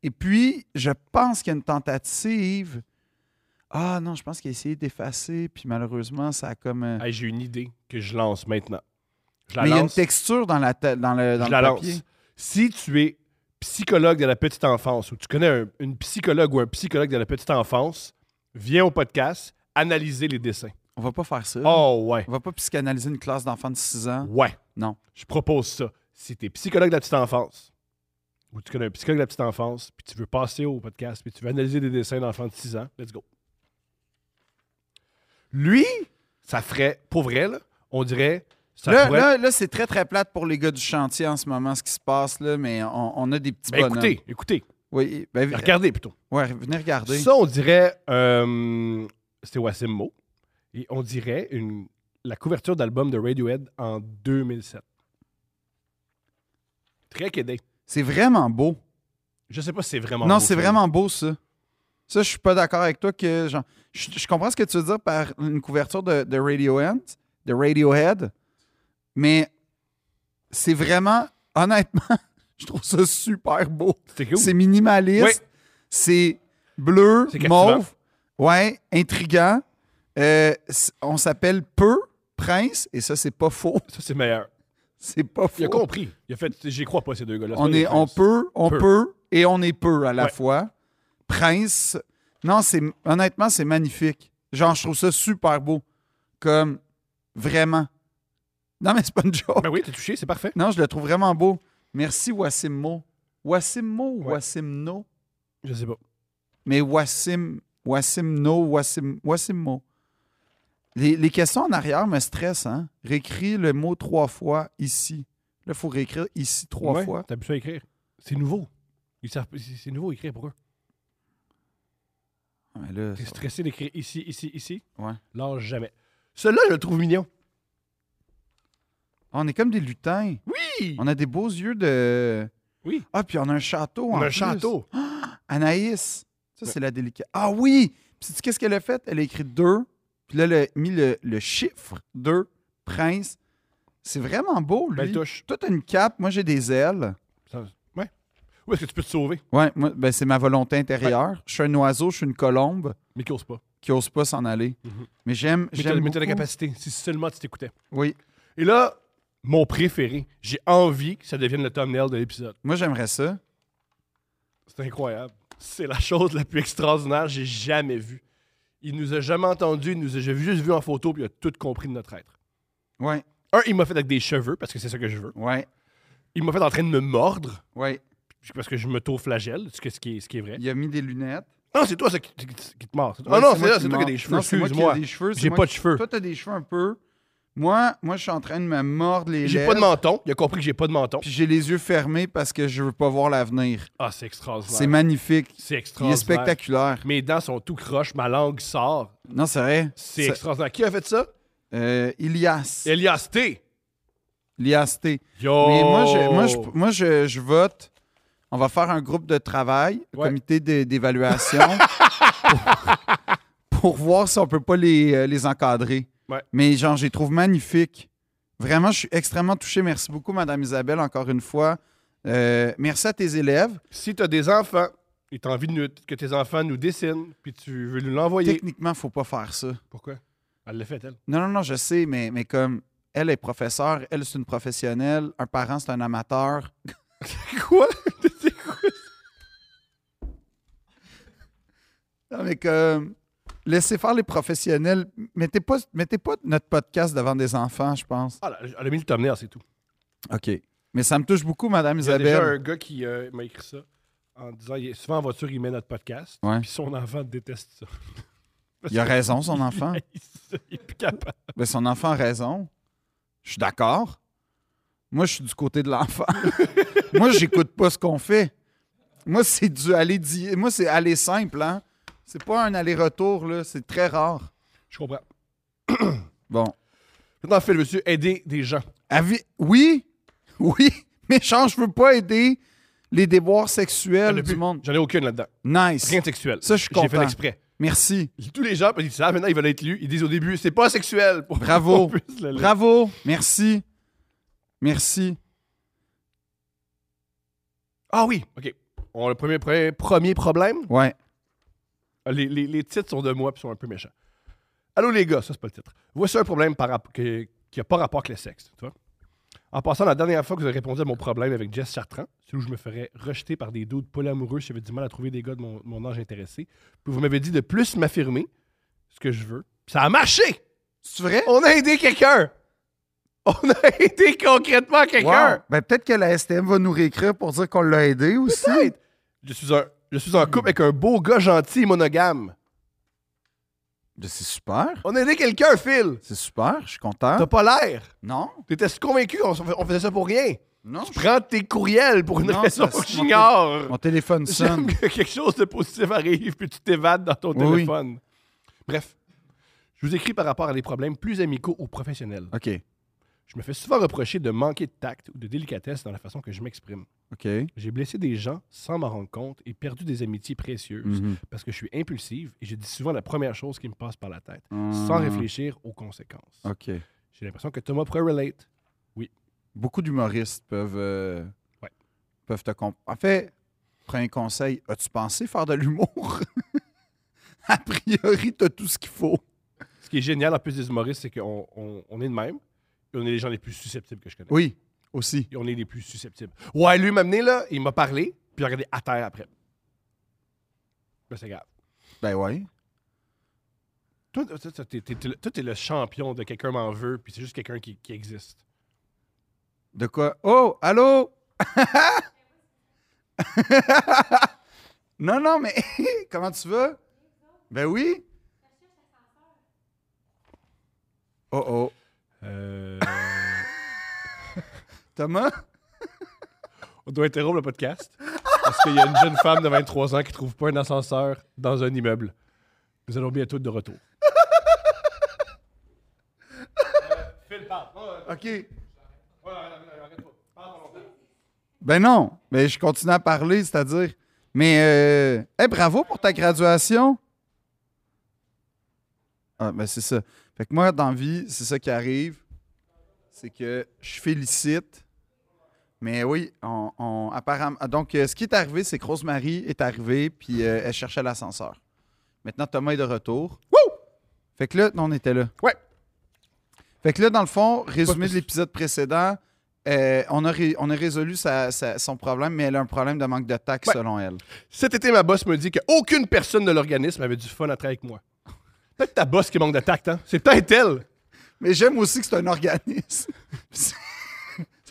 S2: Et puis, je pense qu'il y a une tentative. Ah non, je pense qu'il a essayé d'effacer, puis malheureusement, ça a comme. euh,
S1: Hey, J'ai une idée que je lance maintenant. Je la
S2: mais il y a une
S1: lance.
S2: texture dans, la tête, dans le, dans
S1: je
S2: le
S1: la
S2: papier.
S1: lance. Si tu es psychologue de la petite enfance ou tu connais un- une psychologue ou un psychologue de la petite enfance, viens au podcast, analyser les dessins.
S2: On va pas faire ça.
S1: Oh, ouais.
S2: On va pas psychanalyser une classe d'enfants de 6 ans.
S1: Ouais.
S2: Non.
S1: Je propose ça. Si tu es psychologue de la petite enfance, ou tu connais un psychologue de la petite enfance, puis tu veux passer au podcast, puis tu veux analyser des dessins d'enfants de 6 ans, let's go. Lui, ça ferait, pour vrai, là, on dirait, ça
S2: Là,
S1: pourrait...
S2: là, là, c'est très, très plate pour les gars du chantier en ce moment, ce qui se passe, là, mais on, on a des petits
S1: Ben,
S2: bonhommes.
S1: écoutez, écoutez,
S2: Oui, ben, vi-
S1: regardez plutôt.
S2: ouais, venez regarder.
S1: Ça, on dirait, euh, c'était Wassim Mo, et on dirait une, la couverture d'album de Radiohead en 2007. Très quédé.
S2: C'est vraiment beau.
S1: Je sais pas si c'est vraiment
S2: non,
S1: beau,
S2: c'est
S1: ça.
S2: vraiment beau, ça. Ça, je suis pas d'accord avec toi que. genre, je, je comprends ce que tu veux dire par une couverture de, de Radiohead, de Radiohead, mais c'est vraiment, honnêtement, je trouve ça super beau.
S1: C'était cool.
S2: C'est minimaliste.
S1: Oui.
S2: C'est bleu,
S1: C'est captivant.
S2: mauve. Ouais, intriguant. Euh, c- on s'appelle Peu Prince, et ça, c'est pas faux.
S1: Ça, c'est meilleur.
S2: C'est pas faux.
S1: Il a compris. Il a fait, j'y crois pas, ces deux gars-là. C'est
S2: On,
S1: pas des
S2: est, on
S1: princes.
S2: peut, on
S1: Peu.
S2: peut et on est peu à la
S1: Ouais.
S2: fois. Prince. Non, c'est honnêtement, c'est magnifique. Genre, je trouve ça super beau. Comme, vraiment. Non, mais c'est pas une joke.
S1: Ben oui, t'es touché, c'est parfait.
S2: Non, je le trouve vraiment beau. Merci, Wassim Mo. Wassim Mo ou
S1: Ouais.
S2: Wassim No?
S1: Je sais pas.
S2: Mais Wassim, Wassim No, Wassim, Wassim Mo. Les, les questions en arrière me stressent. Hein? Réécris le mot trois fois ici. Là, il faut réécrire ici trois
S1: Ouais,
S2: fois.
S1: T'as plus ça à écrire. C'est nouveau. Ils savent- c'est c'est nouveau à écrire, pourquoi?
S2: Ah, mais là,
S1: T'es
S2: ça-
S1: stressé d'écrire ici, ici, ici?
S2: Ouais.
S1: Lâche jamais. Celui-là, je le trouve mignon.
S2: on est comme des lutins.
S1: Oui!
S2: On a des beaux yeux de.
S1: Oui.
S2: Ah, puis on a un château. en
S1: Un
S2: plus.
S1: château.
S2: Anaïs. Ça, c'est la délicate. Ah oui! Puis, sais-tu qu'est-ce qu'elle a fait? Elle a écrit deux. Puis là, elle a mis le, le chiffre deux, prince. C'est vraiment beau, lui.
S1: Belle touche.
S2: Toi, t'as une cape. Moi, j'ai des ailes.
S1: Ça- Ouais. Où est-ce que tu peux te sauver?
S2: Ouais, moi, ben, c'est ma volonté intérieure.
S1: Ben
S2: Je suis un oiseau, je suis une colombe
S1: Mais cause pas.
S2: qui n'ose pas s'en aller. Mais j'aime.
S1: Mhm. Mais t'as
S2: j'aime
S1: mais t'as la
S2: beaucoup-
S1: capacité. Si seulement tu t'écoutais.
S2: Oui.
S1: Et là, mon préféré. J'ai envie que ça devienne le thumbnail de l'épisode.
S2: Moi, j'aimerais ça.
S1: C'est incroyable. C'est la chose la plus extraordinaire que j'ai jamais vue. Il nous a jamais entendu, il nous a j'ai juste vu en photo, puis il a tout compris de notre être.
S2: Ouais,
S1: Un, il m'a fait avec des cheveux, parce que c'est ça que je veux.
S2: ouais,
S1: Il m'a fait en train de me mordre,
S2: ouais.
S1: puis- parce que je me flagelle, ce, que- ce qui est, ce qui est vrai.
S2: Il a mis des lunettes.
S1: Non, c'est toi ça, qui, qui- qui te mord. Ah
S2: Ouais,
S1: non,
S2: moi
S1: c'est là,
S2: qui
S1: c'est toi
S2: mens.
S1: qui as des cheveux,
S2: Non, c'est moi qui ai
S1: excuse-moi.
S2: des cheveux, c'est
S1: J'ai
S2: moi
S1: pas de
S2: qui-
S1: cheveux.
S2: Toi, t'as des cheveux un peu. Moi, moi, je suis en train de me mordre les
S1: J'ai
S2: lèvres.
S1: pas de menton. Il a compris que j'ai pas de menton.
S2: Puis j'ai les yeux fermés parce que je veux pas voir l'avenir.
S1: Ah, c'est
S2: C'est
S1: extraordinaire.
S2: magnifique.
S1: C'est
S2: Il est
S1: extraordinaire.
S2: spectaculaire.
S1: Mes dents sont tout croches, ma langue sort.
S2: Non, c'est vrai.
S1: C'est
S2: Ça-
S1: extraordinaire. Qui a fait ça?
S2: euh, Ilias.
S1: Elias T.
S2: Ilias T.
S1: Yo!
S2: Mais moi, je, moi,
S1: Oh.
S2: je, moi je, je vote. On va faire un groupe de travail, un
S1: Ouais.
S2: comité d'é- d'évaluation, pour, pour voir si on peut pas les, euh, les encadrer.
S1: Ouais.
S2: Mais genre, je les trouve magnifiques. Vraiment, je suis extrêmement touché. Merci beaucoup, Madame Isabelle, encore une fois. Euh, merci à tes élèves.
S1: Si t'as des enfants et t'as envie de nous- que tes enfants nous dessinent, puis tu veux nous l'envoyer.
S2: Techniquement, faut pas faire ça.
S1: Pourquoi? Elle l'a fait, elle.
S2: Non, non, non, je sais, mais, mais comme elle est professeure, elle, c'est une professionnelle, un parent, c'est un amateur.
S1: Quoi? C'est quoi?
S2: Non, mais comme. Laissez faire les professionnels. Mettez pas, mettez pas notre podcast devant des enfants, je pense.
S1: Ah, elle a mis le thumbnail, c'est tout.
S2: OK. Mais ça me touche beaucoup, Madame
S1: Il y a déjà un
S2: Isabelle.
S1: gars qui euh, m'a écrit ça en disant il est souvent en voiture, il met notre podcast.
S2: Ouais.
S1: Puis son enfant déteste ça.
S2: Il a raison, son enfant.
S1: il est plus capable.
S2: Ben, son enfant a raison. Je suis d'accord. Moi, je suis du côté de l'enfant. Moi, j'écoute pas ce qu'on fait. Moi, c'est du aller di- Moi, c'est aller simple, hein. C'est pas un aller-retour, là. C'est très rare.
S1: Je comprends.
S2: Bon.
S1: Maintenant, Phil, veux-tu aider des gens?
S2: Avi- Oui, oui, mais genre, je veux pas aider les déboires
S1: J'en
S2: sexuels
S1: ai
S2: du
S1: plus.
S2: monde.
S1: J'en ai aucune là-dedans.
S2: Nice.
S1: Rien de sexuel.
S2: Ça, je suis
S1: J'ai
S2: content.
S1: fait exprès.
S2: Merci.
S1: Tous les gens, parce qu'ils savent maintenant, ils veulent être lus. Ils disent au début, c'est pas sexuel. pour-
S2: Bravo.
S1: qu'on puisse le lire.
S2: Bravo. Merci. Merci.
S1: Ah oui, OK. On, le premier, premier, premier problème,
S2: Ouais.
S1: Ah, Les, les- les titres sont de moi puis sont un peu méchants. Allô les gars, ça c'est pas le titre. Voici un problème par rapp- que- qui n'a pas rapport avec le sexe. Tu vois? En passant, la dernière fois que vous avez répondu à mon problème avec Jess Chartrand, c'est où je me ferais rejeter par des doutes polyamoureux si j'avais du mal à trouver des gars de mon, mon âge intéressés. Puis vous m'avez dit de plus m'affirmer ce que je veux. Puis ça a marché!
S2: C'est vrai?
S1: On a aidé quelqu'un! On a aidé concrètement quelqu'un!
S2: Wow. Ben, peut-être que la STM va nous réécrire pour dire qu'on l'a aidé aussi.
S1: Je, suis un- je suis en couple avec un beau gars gentil et monogame.
S2: Ben, c'est super.
S1: On a aidé quelqu'un, Phil!
S2: C'est super. Je suis content.
S1: T'as pas l'air!
S2: Non.
S1: T'étais convaincu, on, on faisait ça pour rien.
S2: Non. je-
S1: Prends tes courriels pour une
S2: Non,
S1: raison
S2: ça,
S1: que
S2: c'est mon Mon
S1: j'ignore.
S2: téléphone
S1: J'aime
S2: sonne.
S1: que quelque chose de positif arrive, puis tu t'évades dans ton
S2: Oui, oui.
S1: téléphone. Bref, je vous écris par rapport à des problèmes plus amicaux ou professionnels.
S2: OK.
S1: Je me fais souvent reprocher de manquer de tact ou de délicatesse dans la façon que je m'exprime.
S2: OK.
S1: J'ai blessé des gens sans m'en rendre compte et perdu des amitiés précieuses
S2: Mhm.
S1: parce que je suis impulsive et je dis souvent la première chose qui me passe par la tête,
S2: Mmh.
S1: sans réfléchir aux conséquences.
S2: OK.
S1: J'ai l'impression que Thomas pourrait relate.
S2: beaucoup d'humoristes peuvent, euh,
S1: Ouais.
S2: peuvent te comprendre. En fait, prends un conseil. As-tu pensé faire de l'humour? A priori, t'as tout ce qu'il faut.
S1: Ce qui est génial en plus des humoristes, c'est qu'on on, on est de même. Et on est les gens les plus susceptibles que je connais.
S2: Oui, aussi.
S1: Et on est les plus susceptibles. Ouais, lui m'a amené là, il m'a parlé, puis il a regardé à terre après. Ben, c'est grave.
S2: Ben oui.
S1: Toi, toi, toi, t'es, t'es- t'es le- toi, t'es le champion de quelqu'un m'en veut, puis c'est juste quelqu'un qui, qui existe.
S2: De quoi? Oh, allô? Non, non, mais comment tu vas? Ben oui. Oh oh.
S1: Euh,
S2: Thomas?
S1: on doit interrompre le podcast parce qu'il y a une jeune femme de 23 ans qui trouve pas un ascenseur dans un immeuble. Nous allons bientôt être de retour.
S2: OK. Ben non, mais je continue à parler, c'est-à-dire. Mais, euh, hey, bravo pour ta graduation. Ah, ben c'est ça. Fait que moi, dans la vie, c'est ça qui arrive. C'est que je félicite. Mais oui, on, on- apparemment. ah, Donc, euh, ce qui est arrivé, c'est que Rosemary est arrivée, puis euh, elle cherchait l'ascenseur. Maintenant, Thomas est de retour. Wouh! Fait que là, on était là.
S1: Ouais.
S2: Fait que là, dans le fond, résumé de l'épisode précédent, euh, on, a ré- on a résolu sa- sa- son problème, mais elle a un problème de manque de tact,
S1: Ouais.
S2: selon elle.
S1: Cet été, ma boss me dit qu'aucune personne de l'organisme avait du fun à travailler avec moi. Peut-être ta boss qui manque de tact, hein? C'est peut-être elle.
S2: Mais j'aime aussi que c'est un organisme. C'est-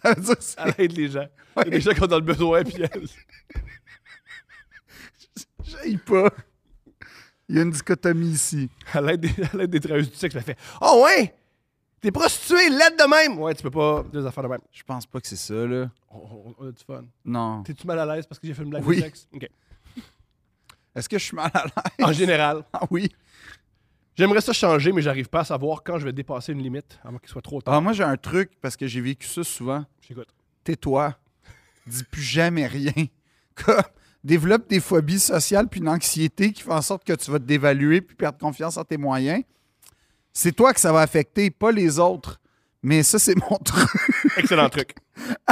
S2: Ça veut dire que c'est-
S1: Elle aide les gens. Il y a des gens qui ont dans le besoin, puis elle.
S2: j'haïs pas. Il y a une dichotomie ici.
S1: Elle aide des, elle aide des travailleuses du sexe. Elle fait Oh ouais! T'es prostituée, laide de même! Ouais, tu peux pas. Deux affaires de même.
S2: Je pense pas que c'est ça, là.
S1: On, on- on a du fun.
S2: Non.
S1: T'es-tu mal à l'aise parce que j'ai fait une blague
S2: Oui.
S1: de sexe? OK.
S2: Est-ce que je suis mal à l'aise?
S1: En général,
S2: Ah oui.
S1: j'aimerais ça changer, mais j'arrive pas à savoir quand je vais dépasser une limite avant qu'il soit trop tard.
S2: Ah, moi, j'ai un truc, parce que j'ai vécu ça souvent.
S1: J'écoute.
S2: tais-toi, dis plus jamais rien. Comme, développe des phobies sociales puis une anxiété qui fait en sorte que tu vas te dévaluer puis perdre confiance en tes moyens. C'est toi que ça va affecter, pas les autres. Mais ça, c'est mon truc.
S1: Excellent truc.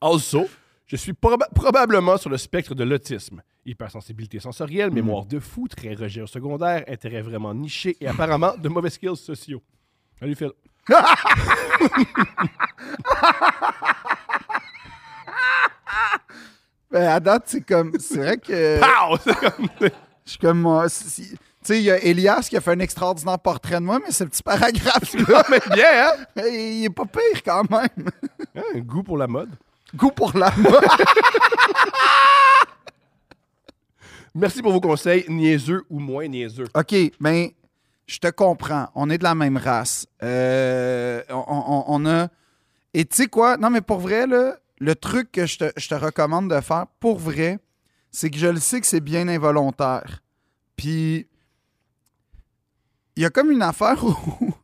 S1: also, je suis proba- probablement sur le spectre de l'autisme. Hypersensibilité sensorielle, mémoire de fou, très rejet au secondaire, intérêt vraiment niché et apparemment de mauvais skills sociaux. Allez, Phil.
S2: Ben, à date, c'est comme. C'est vrai que.
S1: Pow! C'est comme-
S2: Je suis comme. euh, si- si- tu sais, il y a Elias qui a fait un extraordinaire portrait de moi, mais ce petit paragraphe-là,
S1: Mais bien, hein?
S2: il est pas pire quand même.
S1: Hein, Un goût pour la mode.
S2: Goût pour la mode.
S1: Merci pour vos conseils, niaiseux ou moins niaiseux.
S2: OK, ben, je te comprends. On est de la même race. Euh, on, on- on a. Et tu sais quoi? Non, mais pour vrai, là, le truc que je te, je te recommande de faire, pour vrai, c'est que je le sais que c'est bien involontaire. Puis, il y a comme une affaire où.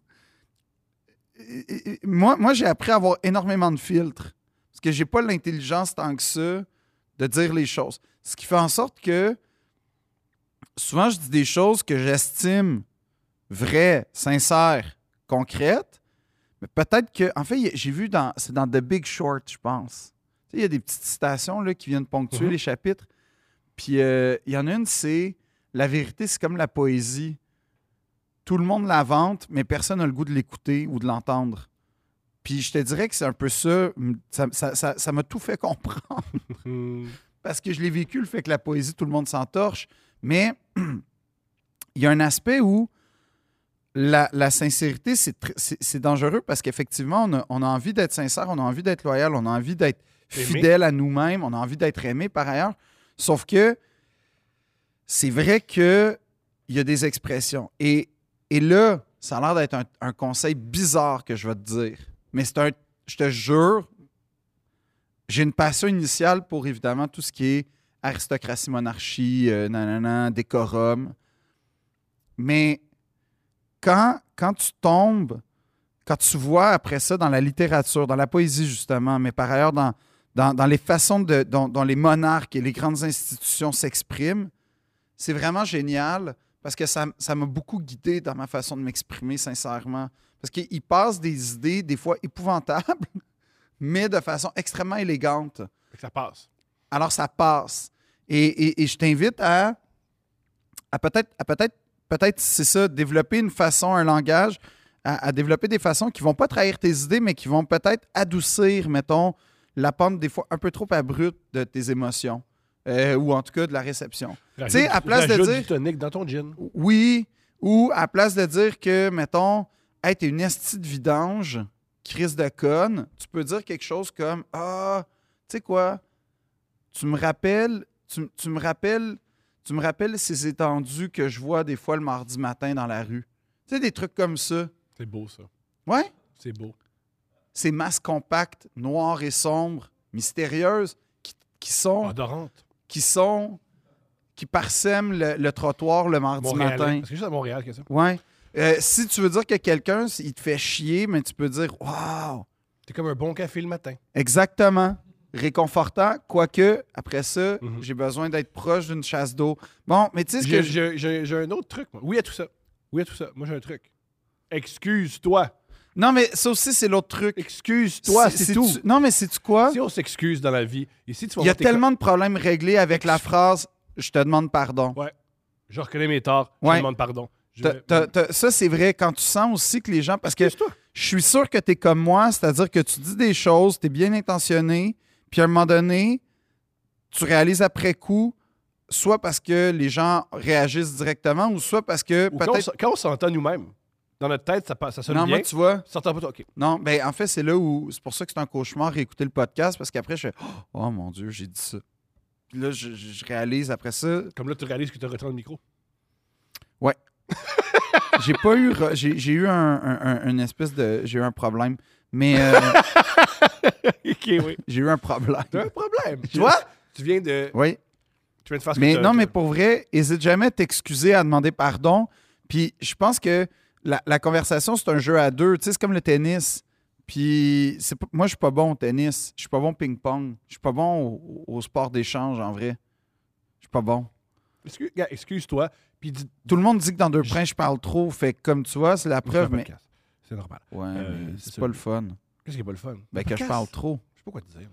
S2: moi, moi j'ai appris à avoir énormément de filtres. Parce que j'ai pas l'intelligence tant que ça de dire les choses. Ce qui fait en sorte que souvent, je dis des choses que j'estime vraies, sincères, concrètes. Mais peut-être que. En fait, il y a- j'ai vu dans. C'est dans The Big Short, je pense. Tu sais, il y a des petites citations là, qui viennent ponctuer
S1: Mhm.
S2: les chapitres. Puis euh, il y en a une, c'est La vérité, c'est comme la poésie. Tout le monde la vante, mais personne n'a le goût de l'écouter ou de l'entendre. Puis je te dirais que c'est un peu ça. Ça- ça- ça- ça m'a tout fait comprendre
S1: Hmm.
S2: parce que je l'ai vécu, le fait que la poésie, tout le monde s'entorche. Mais il y a un aspect où la, la sincérité, c'est tr- c'est c'est dangereux parce qu'effectivement, on a, on a envie d'être sincère, on a envie d'être loyal, on a envie d'être
S1: Aimé.
S2: fidèle à nous-mêmes, on a envie d'être aimé par ailleurs. Sauf que c'est vrai que il y a des expressions. Et, et là, ça a l'air d'être un, un conseil bizarre que je vais te dire. Mais c'est un. Je te jure, j'ai une passion initiale pour évidemment tout ce qui est aristocratie, monarchie, euh, nanana, décorum. Mais quand, quand tu tombes, quand tu vois après ça dans la littérature, dans la poésie justement, mais par ailleurs dans, dans, dans les façons de- dont, dont les monarques et les grandes institutions s'expriment, c'est vraiment génial parce que ça ça m'a beaucoup guidé dans ma façon de m'exprimer sincèrement. Parce qu'ils passent des idées des fois épouvantables, mais de façon extrêmement élégante.
S1: Ça passe.
S2: Alors, ça passe. Et, et- et je t'invite à, à peut-être, à peut-être, peut-être, c'est ça, développer une façon, un langage, à, à développer des façons qui vont pas trahir tes idées, mais qui vont peut-être adoucir, mettons, la pente des fois un peu trop abrupte de tes émotions. Euh, ou en tout cas de la réception.
S1: Tu
S2: sais, à place de dire-
S1: du tonic dans ton gin.
S2: Oui, ou à place de dire que, mettons, hey, t'es une estie de vidange, crise de conne, tu peux dire quelque chose comme Ah, tu sais quoi, tu me rappelles, tu, tu me rappelles, tu me rappelles ces étendues que je vois des fois le mardi matin dans la rue. Tu sais, des trucs comme ça.
S1: C'est beau, ça.
S2: Ouais,
S1: C'est beau.
S2: ces masses compactes, noires et sombres, mystérieuses, qui, qui sont
S1: Adorante.
S2: qui sont qui parsèment le, le trottoir le mardi
S1: Montréal.
S2: matin.
S1: Parce que juste à Montréal, que ça.
S2: Ouais. Euh, si tu veux dire que quelqu'un, il te fait chier, mais tu peux dire Waouh!
S1: T'es comme un bon café le matin.
S2: Exactement. Réconfortant, quoique, après ça,
S1: Mhm.
S2: j'ai besoin d'être proche d'une chasse d'eau. Bon, mais tu sais ce que
S1: J'ai-
S2: je-
S1: J'ai j'ai- j'ai un autre truc, moi. Oui à tout ça. Oui à tout ça. Moi, j'ai un truc. Excuse-toi.
S2: Non, mais ça aussi, c'est l'autre truc.
S1: Excuse-toi,
S2: Si-
S1: c'est
S2: si
S1: tout.
S2: tu- Non, mais c'est-tu quoi?
S1: Si on s'excuse dans la vie, ici, tu vas
S2: Il y a
S1: voir tes co-
S2: tellement de problèmes réglés avec la phrase Je te demande pardon.
S1: Ouais. Je reconnais mes torts. Je
S2: Ouais.
S1: te demande pardon. Je-
S2: T'as- t'as- t'as- ça, c'est vrai. Quand tu sens aussi que les gens. Parce que
S1: Excuse-toi.
S2: je suis sûr que tu es comme moi, c'est-à-dire que tu dis des choses, tu es bien intentionné, puis à un moment donné, tu réalises après coup, soit parce que les gens réagissent directement, ou soit parce que
S1: Ou quand on
S2: peut-être.
S1: s- Quand on s'entend nous-mêmes, dans notre tête, ça, pa- ça sonne
S2: Non,
S1: bien.
S2: moi, tu vois.
S1: Ça s'entend pas, toi. OK.
S2: Non, ben en fait, c'est là où. C'est pour ça que c'est un cauchemar réécouter le podcast, parce qu'après, je fais Oh mon Dieu, j'ai dit ça. Puis là, je, je- je réalise après ça.
S1: Comme là, tu réalises que tu as retenu le micro.
S2: J'ai pas eu. re- J'ai j'ai eu un, un- un- une espèce de. J'ai eu un problème. Mais euh,
S1: OK, oui.
S2: j'ai eu un problème.
S1: T'as un problème.
S2: Tu vois?
S1: Tu viens de.
S2: Oui.
S1: Tu viens de faire ce que
S2: Mais
S1: t'as-
S2: non,
S1: t'as-
S2: mais pour vrai, hésite jamais à t'excuser, à demander pardon. Puis je pense que la, la conversation, c'est un jeu à deux. Tu sais, c'est comme le tennis. Puis c'est pas- moi, je suis pas bon au tennis. Je suis pas bon au ping-pong. Je suis pas bon au, au sport d'échange, en vrai. Je suis pas bon.
S1: Excuse- gars, Excuse-toi. Puis dis.
S2: Tout le monde dit que dans deux princes, je parle trop. Fait que comme tu vois, c'est la
S1: C'est un
S2: preuve. Mais...
S1: podcast. C'est normal.
S2: Ouais,
S1: Euh,
S2: mais
S1: c'est
S2: c'est
S1: ça.
S2: pas le fun.
S1: Qu'est-ce qui est pas le fun?
S2: Ben, que je
S1: Podcast.
S2: parle trop.
S1: Je sais pas quoi te dire.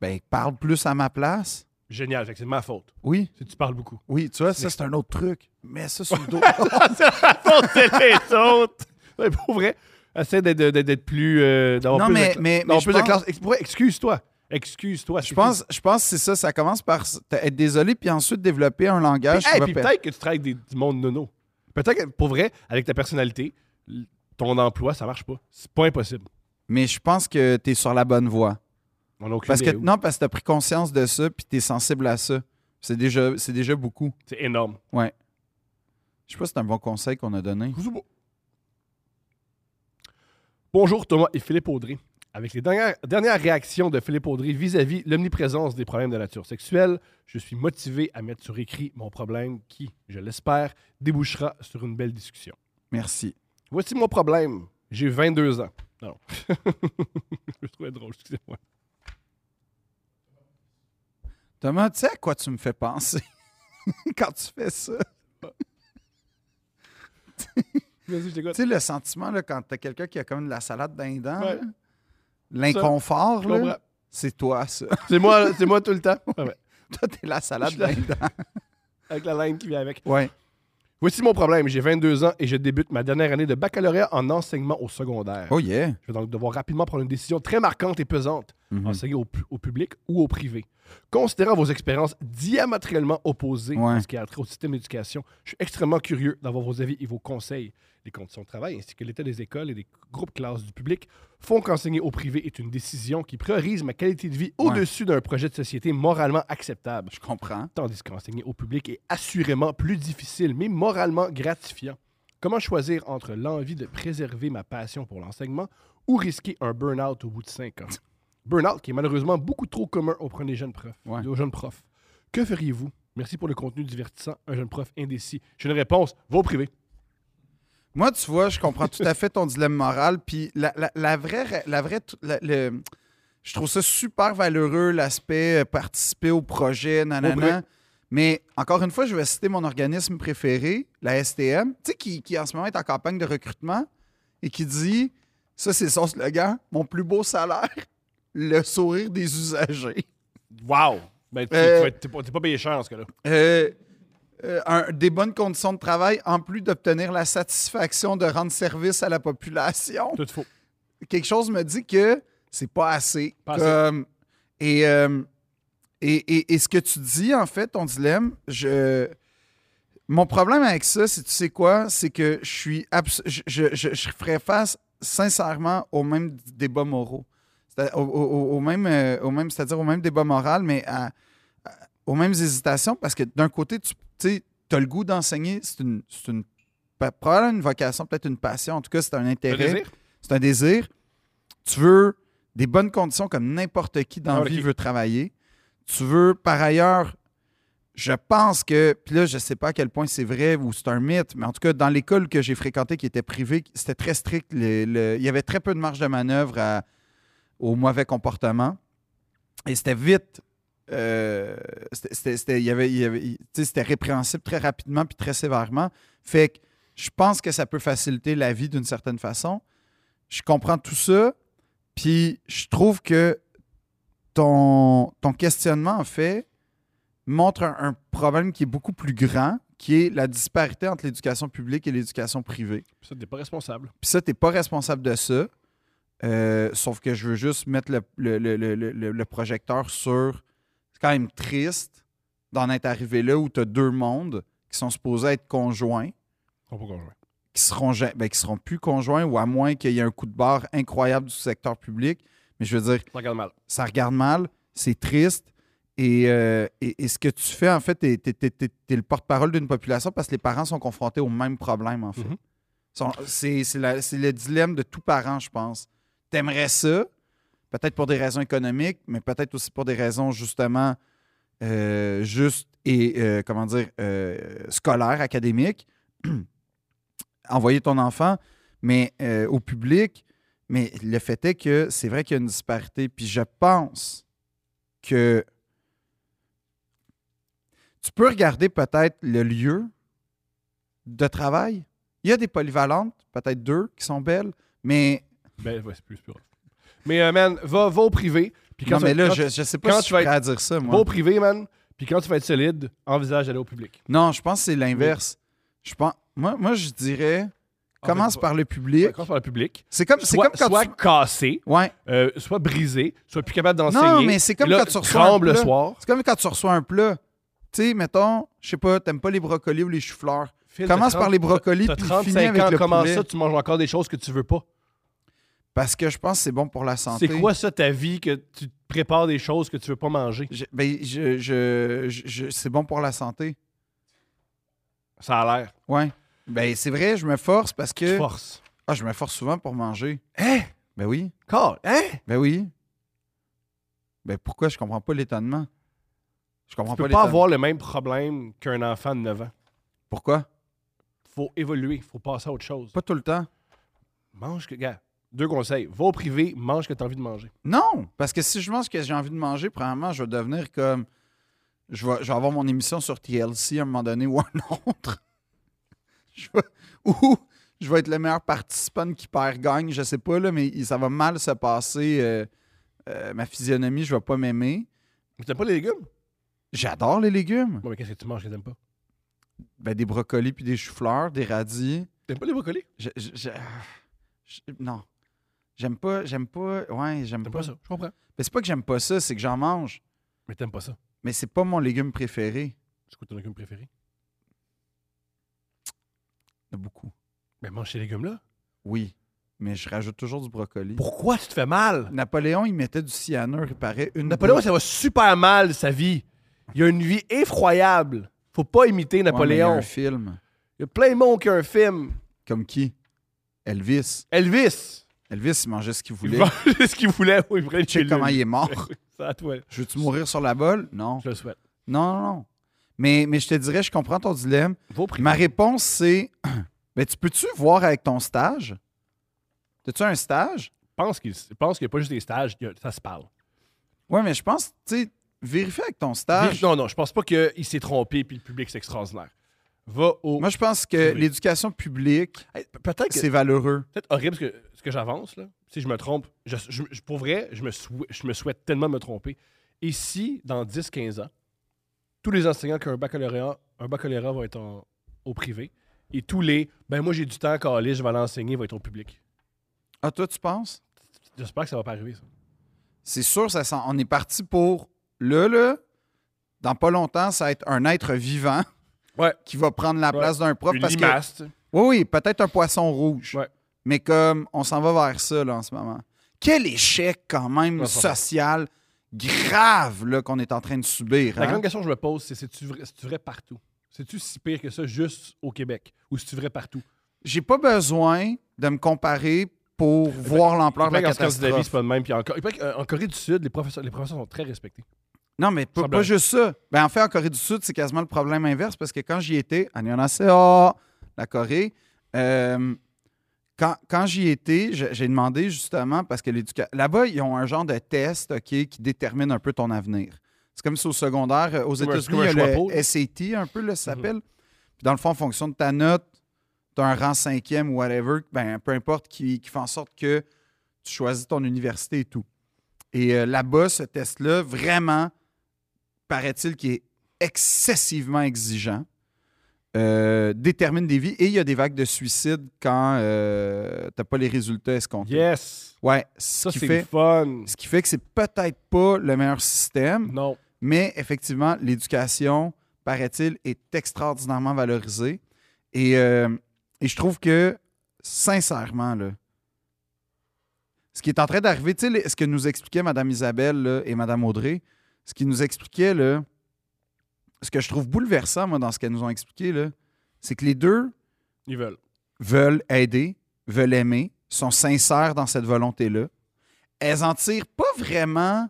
S2: Ben, parle plus à ma place.
S1: Génial. Fait que c'est de ma faute.
S2: Oui,
S1: Si tu parles beaucoup.
S2: oui, tu vois, ça, c'est un autre truc. Mais ça, sur le dos.
S1: c'est les autres. Non, mais pour vrai, essaie d'être, d'être- d'être plus. euh, d'avoir
S2: Non,
S1: plus
S2: mais-
S1: de, cla-
S2: mais- mais
S1: d'avoir
S2: je
S1: plus de
S2: pense-
S1: classe. Ex- pour vrai, excuse-toi. Excuse-toi.
S2: Je pense, je pense que c'est ça. Ça commence par s- t- être désolé, puis ensuite développer un
S1: Et
S2: langage. qui va per-
S1: peut-être que tu travailles avec des- du monde nono. Peut-être que pour vrai, avec ta personnalité, l- ton emploi, ça marche pas. C'est pas impossible.
S2: Mais je pense que tu es sur la bonne voie.
S1: On a aucune
S2: Parce que,
S1: idée où.
S2: non, parce que tu as pris conscience de ça, puis tu es sensible à ça. C'est déjà, c'est déjà beaucoup.
S1: C'est énorme.
S2: Je sais pas si c'est un bon conseil qu'on a donné.
S1: Bonjour Thomas et Philippe Audry. Avec les dernières, dernières réactions de Philippe Audry vis-à-vis l'omniprésence des problèmes de nature sexuelle, je suis motivé à mettre sur écrit mon problème qui, je l'espère, débouchera sur une belle discussion.
S2: Merci.
S1: Voici mon problème. J'ai 22 ans. Non. je trouvais drôle, excusez-moi.
S2: Thomas, tu sais à quoi tu me fais penser quand tu fais ça?
S1: Vas-y, je
S2: Tu
S1: t'écoute.
S2: sais, le sentiment là, quand tu as quelqu'un qui a comme de la salade dans les dents,
S1: Ouais.
S2: là, l'inconfort,
S1: Je
S2: là,
S1: comprends.
S2: c'est toi, ça.
S1: C'est moi, c'est moi tout le temps. Ah ouais.
S2: toi, t'es la salade
S1: Je
S2: dans
S1: la-
S2: les dents.
S1: Avec la laine qui vient avec.
S2: Ouais.
S1: Voici mon problème. J'ai 22 ans et je débute ma dernière année de baccalauréat en enseignement au secondaire.
S2: Oh yeah.
S1: Je vais donc devoir rapidement prendre une décision très marquante et pesante,
S2: Mhm.
S1: enseigner au, pu- au public ou au privé. Considérant vos expériences diamétralement opposées
S2: Ouais.
S1: en ce qui a trait au système d'éducation, je suis extrêmement curieux d'avoir vos avis et vos conseils. Les conditions de travail ainsi que l'état des écoles et des groupes classes du public font qu'enseigner au privé est une décision qui priorise ma qualité de vie
S2: Ouais.
S1: au-dessus d'un projet de société moralement acceptable
S2: Je comprends.
S1: tandis qu'enseigner au public est assurément plus difficile, mais moralement gratifiant. Comment choisir entre l'envie de préserver ma passion pour l'enseignement ou risquer un burn-out au bout de cinq ans? Burn-out qui est malheureusement beaucoup trop commun auprès des jeunes profs.
S2: Ouais.
S1: Aux jeunes profs. Que feriez-vous? Merci pour le contenu divertissant, un jeune prof indécis. J'ai une réponse, va au privé.
S2: Moi, tu vois, je comprends tout à fait ton dilemme moral. Puis la, la- la vraie. ra- La vraie t- la- le- je trouve ça super valeureux, l'aspect euh, participer au projet, nanana. Mais encore une fois, je vais citer mon organisme préféré, la STM, tu sais, qui, qui en ce moment est en campagne de recrutement et qui dit ça, c'est son slogan, mon plus beau salaire, le sourire des usagers.
S1: Wow! Ben, tu-
S2: Euh.
S1: tu vas être- t'es pas, t'es pas payé cher dans ce cas-là.
S2: Euh, euh, un- des bonnes conditions de travail en plus d'obtenir la satisfaction de rendre service à la population.
S1: Tout faux.
S2: quelque chose me dit que c'est pas assez.
S1: Pas assez.
S2: Comme- Et, euh, et, et- et ce que tu dis, en fait, ton dilemme, je. Mon problème avec ça, c'est tu sais quoi? C'est que je suis abs- je, je, je- je ferais face sincèrement aux mêmes débats moraux. C'est-à- Au, au- au- au même, euh, au même, c'est-à-dire au même débat moral, mais à- à- aux mêmes hésitations, parce que d'un côté, tu as le goût d'enseigner, c'est une, c'est une pa- probablement une vocation, peut-être une passion, en tout cas, c'est un
S1: Le
S2: intérêt
S1: désir?
S2: c'est un désir. Tu veux des bonnes conditions comme n'importe qui dans
S1: Ah,
S2: la
S1: ok.
S2: vie veut travailler. Tu veux, par ailleurs, je pense que, puis là, je ne sais pas à quel point c'est vrai ou c'est un mythe, mais en tout cas, dans l'école que j'ai fréquentée qui était privée, c'était très strict. le- le- il y avait très peu de marge de manœuvre à- au mauvais comportement. Et c'était vite. euh, c'était- c'était- c'était- il y avait- il y avait- il- tu sais, c'était répréhensible très rapidement puis très sévèrement. Fait que je pense que ça peut faciliter la vie d'une certaine façon je comprends tout ça, puis je trouve que ton, ton questionnement, en fait, montre un, un problème qui est beaucoup plus grand, qui est la disparité entre l'éducation publique et l'éducation privée.
S1: Ça, t'es pas responsable.
S2: Puis ça, t'es pas responsable de ça. Euh, sauf que je veux juste mettre le, le- le- le- le- le- le projecteur sur. C'est quand même triste d'en être arrivé là où tu as deux mondes qui sont supposés être conjoints
S1: Ils sont pas conjoints.
S2: qui seront ja- ben, qui seront plus conjoints ou à moins qu'il y ait un coup de barre incroyable du secteur public. Mais je veux dire,
S1: Ça regarde mal.
S2: ça regarde mal, c'est triste. Et, euh, et- et ce que tu fais, en fait, t'es, t'es- t'es- t'es- t'es le porte-parole d'une population parce que les parents sont confrontés au même problème, en fait.
S1: Mhm.
S2: Sont- c'est, c'est la- c'est le dilemme de tout parent, je pense. T'aimerais ça, peut-être pour des raisons économiques, mais peut-être aussi pour des raisons, justement, euh, juste et, euh, comment dire, euh, scolaires, académiques. Envoyer ton enfant, mais euh, au public, mais le fait est que c'est vrai qu'il y a une disparité. Puis je pense que tu peux regarder peut-être le lieu de travail. Il y a des polyvalentes, peut-être deux qui sont belles, mais,
S1: Ben, ouais, c'est plus, c'est plus grave. Mais, euh, man, va, va au privé. Puis quand
S2: non,
S1: tu-
S2: mais là,
S1: quand
S2: je,
S1: tu-
S2: je sais pas
S1: quand
S2: si je
S1: tu
S2: suis
S1: vas
S2: prêt à dire ça,
S1: Va
S2: moi.
S1: au privé, man. Puis quand tu vas être solide, envisage d'aller au public.
S2: Non, je pense que c'est l'inverse. Je pense, moi, moi, je dirais,
S1: En
S2: commence
S1: fait,
S2: par le public.
S1: Ouais, Commence par le public.
S2: C'est comme, c'est
S1: Ah, Soit,
S2: comme quand
S1: soit
S2: tu...
S1: cassé,
S2: Ouais.
S1: euh, soit brisé, soit plus capable d'enseigner.
S2: Non, mais c'est comme
S1: Et là,
S2: quand tu reçois un
S1: tremble le
S2: plat.
S1: soir.
S2: C'est comme quand tu reçois un plat. Tu sais, mettons, je sais pas, t'aimes pas les brocolis ou les choux-fleurs.
S1: Phil,
S2: Commence
S1: t'as
S2: par
S1: 30
S2: les brocolis,
S1: T'as
S2: puis finis
S1: 35
S2: avec
S1: ans,
S2: le
S1: comment
S2: poulet.
S1: ça, tu manges encore des choses que tu veux pas?
S2: Parce que je pense que c'est bon pour la santé.
S1: C'est quoi ça, ta vie, que tu te prépares des choses que tu veux pas manger?
S2: Je- ben, je, je- je- je- c'est bon pour la santé.
S1: Ça a l'air.
S2: Ouais. Ben, c'est vrai, je me force parce
S1: Tu
S2: que.
S1: forces.
S2: Ah, je me force souvent pour manger.
S1: Hein?
S2: Ben oui.
S1: Carl, hein?
S2: Ben oui. Ben pourquoi je comprends pas l'étonnement? Je comprends
S1: Tu
S2: pas
S1: peux pas
S2: l'étonnement.
S1: avoir le même problème qu'un enfant de 9 ans.
S2: Pourquoi?
S1: Faut évoluer, faut passer à autre chose.
S2: Pas tout le temps.
S1: Mange que. Gars, deux conseils. Va au privé, mange ce que t'as envie de manger.
S2: Non! Parce que si je mange ce que j'ai envie de manger, premièrement, je vais devenir comme. Je vais, je vais avoir mon émission sur TLC à un moment donné ou un autre. Je vais- ou je vais être le meilleur participant qui perd gagne, je sais pas, là, mais il- ça va mal se passer. euh, euh, ma physionomie, je vais pas m'aimer.
S1: Mais t'aimes pas les légumes?
S2: J'adore les légumes.
S1: Bon, mais qu'est-ce que tu manges que t'aimes pas?
S2: Ben, des brocolis puis des choux-fleurs, des radis.
S1: T'aimes pas les brocolis?
S2: Je- je- je- je- non. J'aime pas, j'aime pas. Ouais, j'aime
S1: T'aimes
S2: pas.
S1: pas ça, je comprends.
S2: Mais c'est pas que j'aime pas ça, c'est que j'en mange.
S1: Mais t'aimes pas ça.
S2: Mais c'est pas mon légume préféré.
S1: C'est quoi ton légume préféré?
S2: Il y en a beaucoup.
S1: Mais Ben, mange ces légumes-là.
S2: Oui, mais je rajoute toujours du brocoli.
S1: Pourquoi tu te fais mal?
S2: Napoléon, il mettait du cyanure, il paraît. Une
S1: Napoléon,
S2: goutte.
S1: ça va super mal, sa vie. Il a une vie effroyable. Faut pas imiter
S2: Ouais, mais il y a
S1: Napoléon.
S2: un film.
S1: il y a plein de monde qui a un film.
S2: Comme qui? Elvis.
S1: Elvis.
S2: Elvis, il mangeait ce qu'il
S1: Il
S2: voulait.
S1: mangeait ce qu'il voulait. Oui, il prenait une
S2: Check
S1: pilule.
S2: comment il est mort.
S1: C'est à toi.
S2: Je veux-tu mourir sur la bolle? Non.
S1: Je le souhaite.
S2: Non, non, non. Mais, mais je te dirais, je comprends ton dilemme.
S1: Vos prix.
S2: Ma réponse, c'est... Mais tu peux-tu voir avec ton stage? As-tu un stage?
S1: pense qu'il je pense qu'il n'y a pas juste des stages, il y a- ça se parle.
S2: Ouais, mais je pense, tu sais, vérifie avec ton stage.
S1: Non, non, je pense pas qu'il s'est trompé puis le public c'est extraordinaire. Va au.
S2: Moi, je pense que
S1: Oui.
S2: l'éducation publique,
S1: Hey, pe- peut-être que
S2: c'est valeureux.
S1: peut-être horrible ce que, ce que j'avance là. Si je me trompe, je, je- je- pour vrai, je me, sou- je me souhaite tellement me tromper. Et si dans 10-15 ans, tous les enseignants qui ont un baccalauréat, un baccalauréat va être en- au privé et tous les ben moi j'ai du temps qu'à aller, je vais aller enseigner, va être au public.
S2: Ah, toi, tu penses?
S1: J'espère que ça va pas arriver ça.
S2: c'est sûr, ça s'en- on est parti pour le, là, dans pas longtemps, ça va être un être vivant
S1: Ouais.
S2: qui va prendre la
S1: Ouais.
S2: place d'un prof.
S1: Une
S2: parce
S1: limace. tu sais.
S2: que, oui, oui, peut-être un poisson rouge.
S1: Ouais.
S2: mais comme on s'en va vers ça là, en ce moment. Quel échec quand même
S1: Ouais, ça va.
S2: social grave là, qu'on est en train de subir.
S1: La
S2: hein?
S1: grande question que je me pose, c'est c'est-tu vrai, c'est-tu vrai partout? C'est-tu si pire que ça juste au Québec? Ou c'est-tu vrai partout?
S2: J'ai pas besoin de me comparer
S1: Eh
S2: pour
S1: ben,
S2: voir l'ampleur de la
S4: Il paraît qu'en Scandinavie,
S2: catastrophe.
S4: c'est pas le même. Puis encore,
S1: Il paraît qu'en Corée du Sud, les professeurs, les professeurs sont très respectés.
S2: Non, mais pas,
S1: Semblerait.
S2: pas juste ça. Ben, en fait, en Corée du Sud, c'est quasiment le problème inverse parce que quand j'y étais, Annyeonghaseyo, la Corée, euh, quand, quand j'y étais, je- j'ai demandé justement parce que l'éducation. Là-bas, ils ont un genre de test OK, qui détermine un peu ton avenir. C'est comme si au secondaire, euh, aux
S1: C'est comme un- c'est
S2: États-Unis,
S1: comme un Mm-hmm.
S2: il y a
S1: choix pôle.
S2: le SAT, un peu, là, ça s'appelle. Puis dans le fond, en fonction de ta note, tu as un rang cinquième ou whatever, ben, peu importe, qui, qui fait en sorte que tu choisis ton université et tout. Et euh, là-bas, ce test-là, vraiment, paraît-il qu'il est excessivement exigeant, euh, détermine des vies et il y a des vagues de suicide quand tu t'as pas les résultats escomptés.
S4: yes!
S2: Ouais, ce
S4: Ça,
S2: qui,
S4: c'est
S2: fait,
S4: le fun.
S2: ce qui fait que c'est peut-être pas le meilleur système,
S1: Non.
S2: mais effectivement, l'éducation, paraît-il, est extraordinairement valorisée. Et, euh, et je trouve que, sincèrement, là, ce qui est en train d'arriver, tu sais, les- ce que nous expliquait Mme Isabelle là, et Mme Audrey, ce qui nous expliquait, là, ce que je trouve bouleversant, moi, dans ce qu'elles nous ont expliqué, là, c'est que les deux
S1: Ils veulent.
S2: veulent aider, veulent aimer, sont sincères dans cette volonté-là. Elles en tirent pas vraiment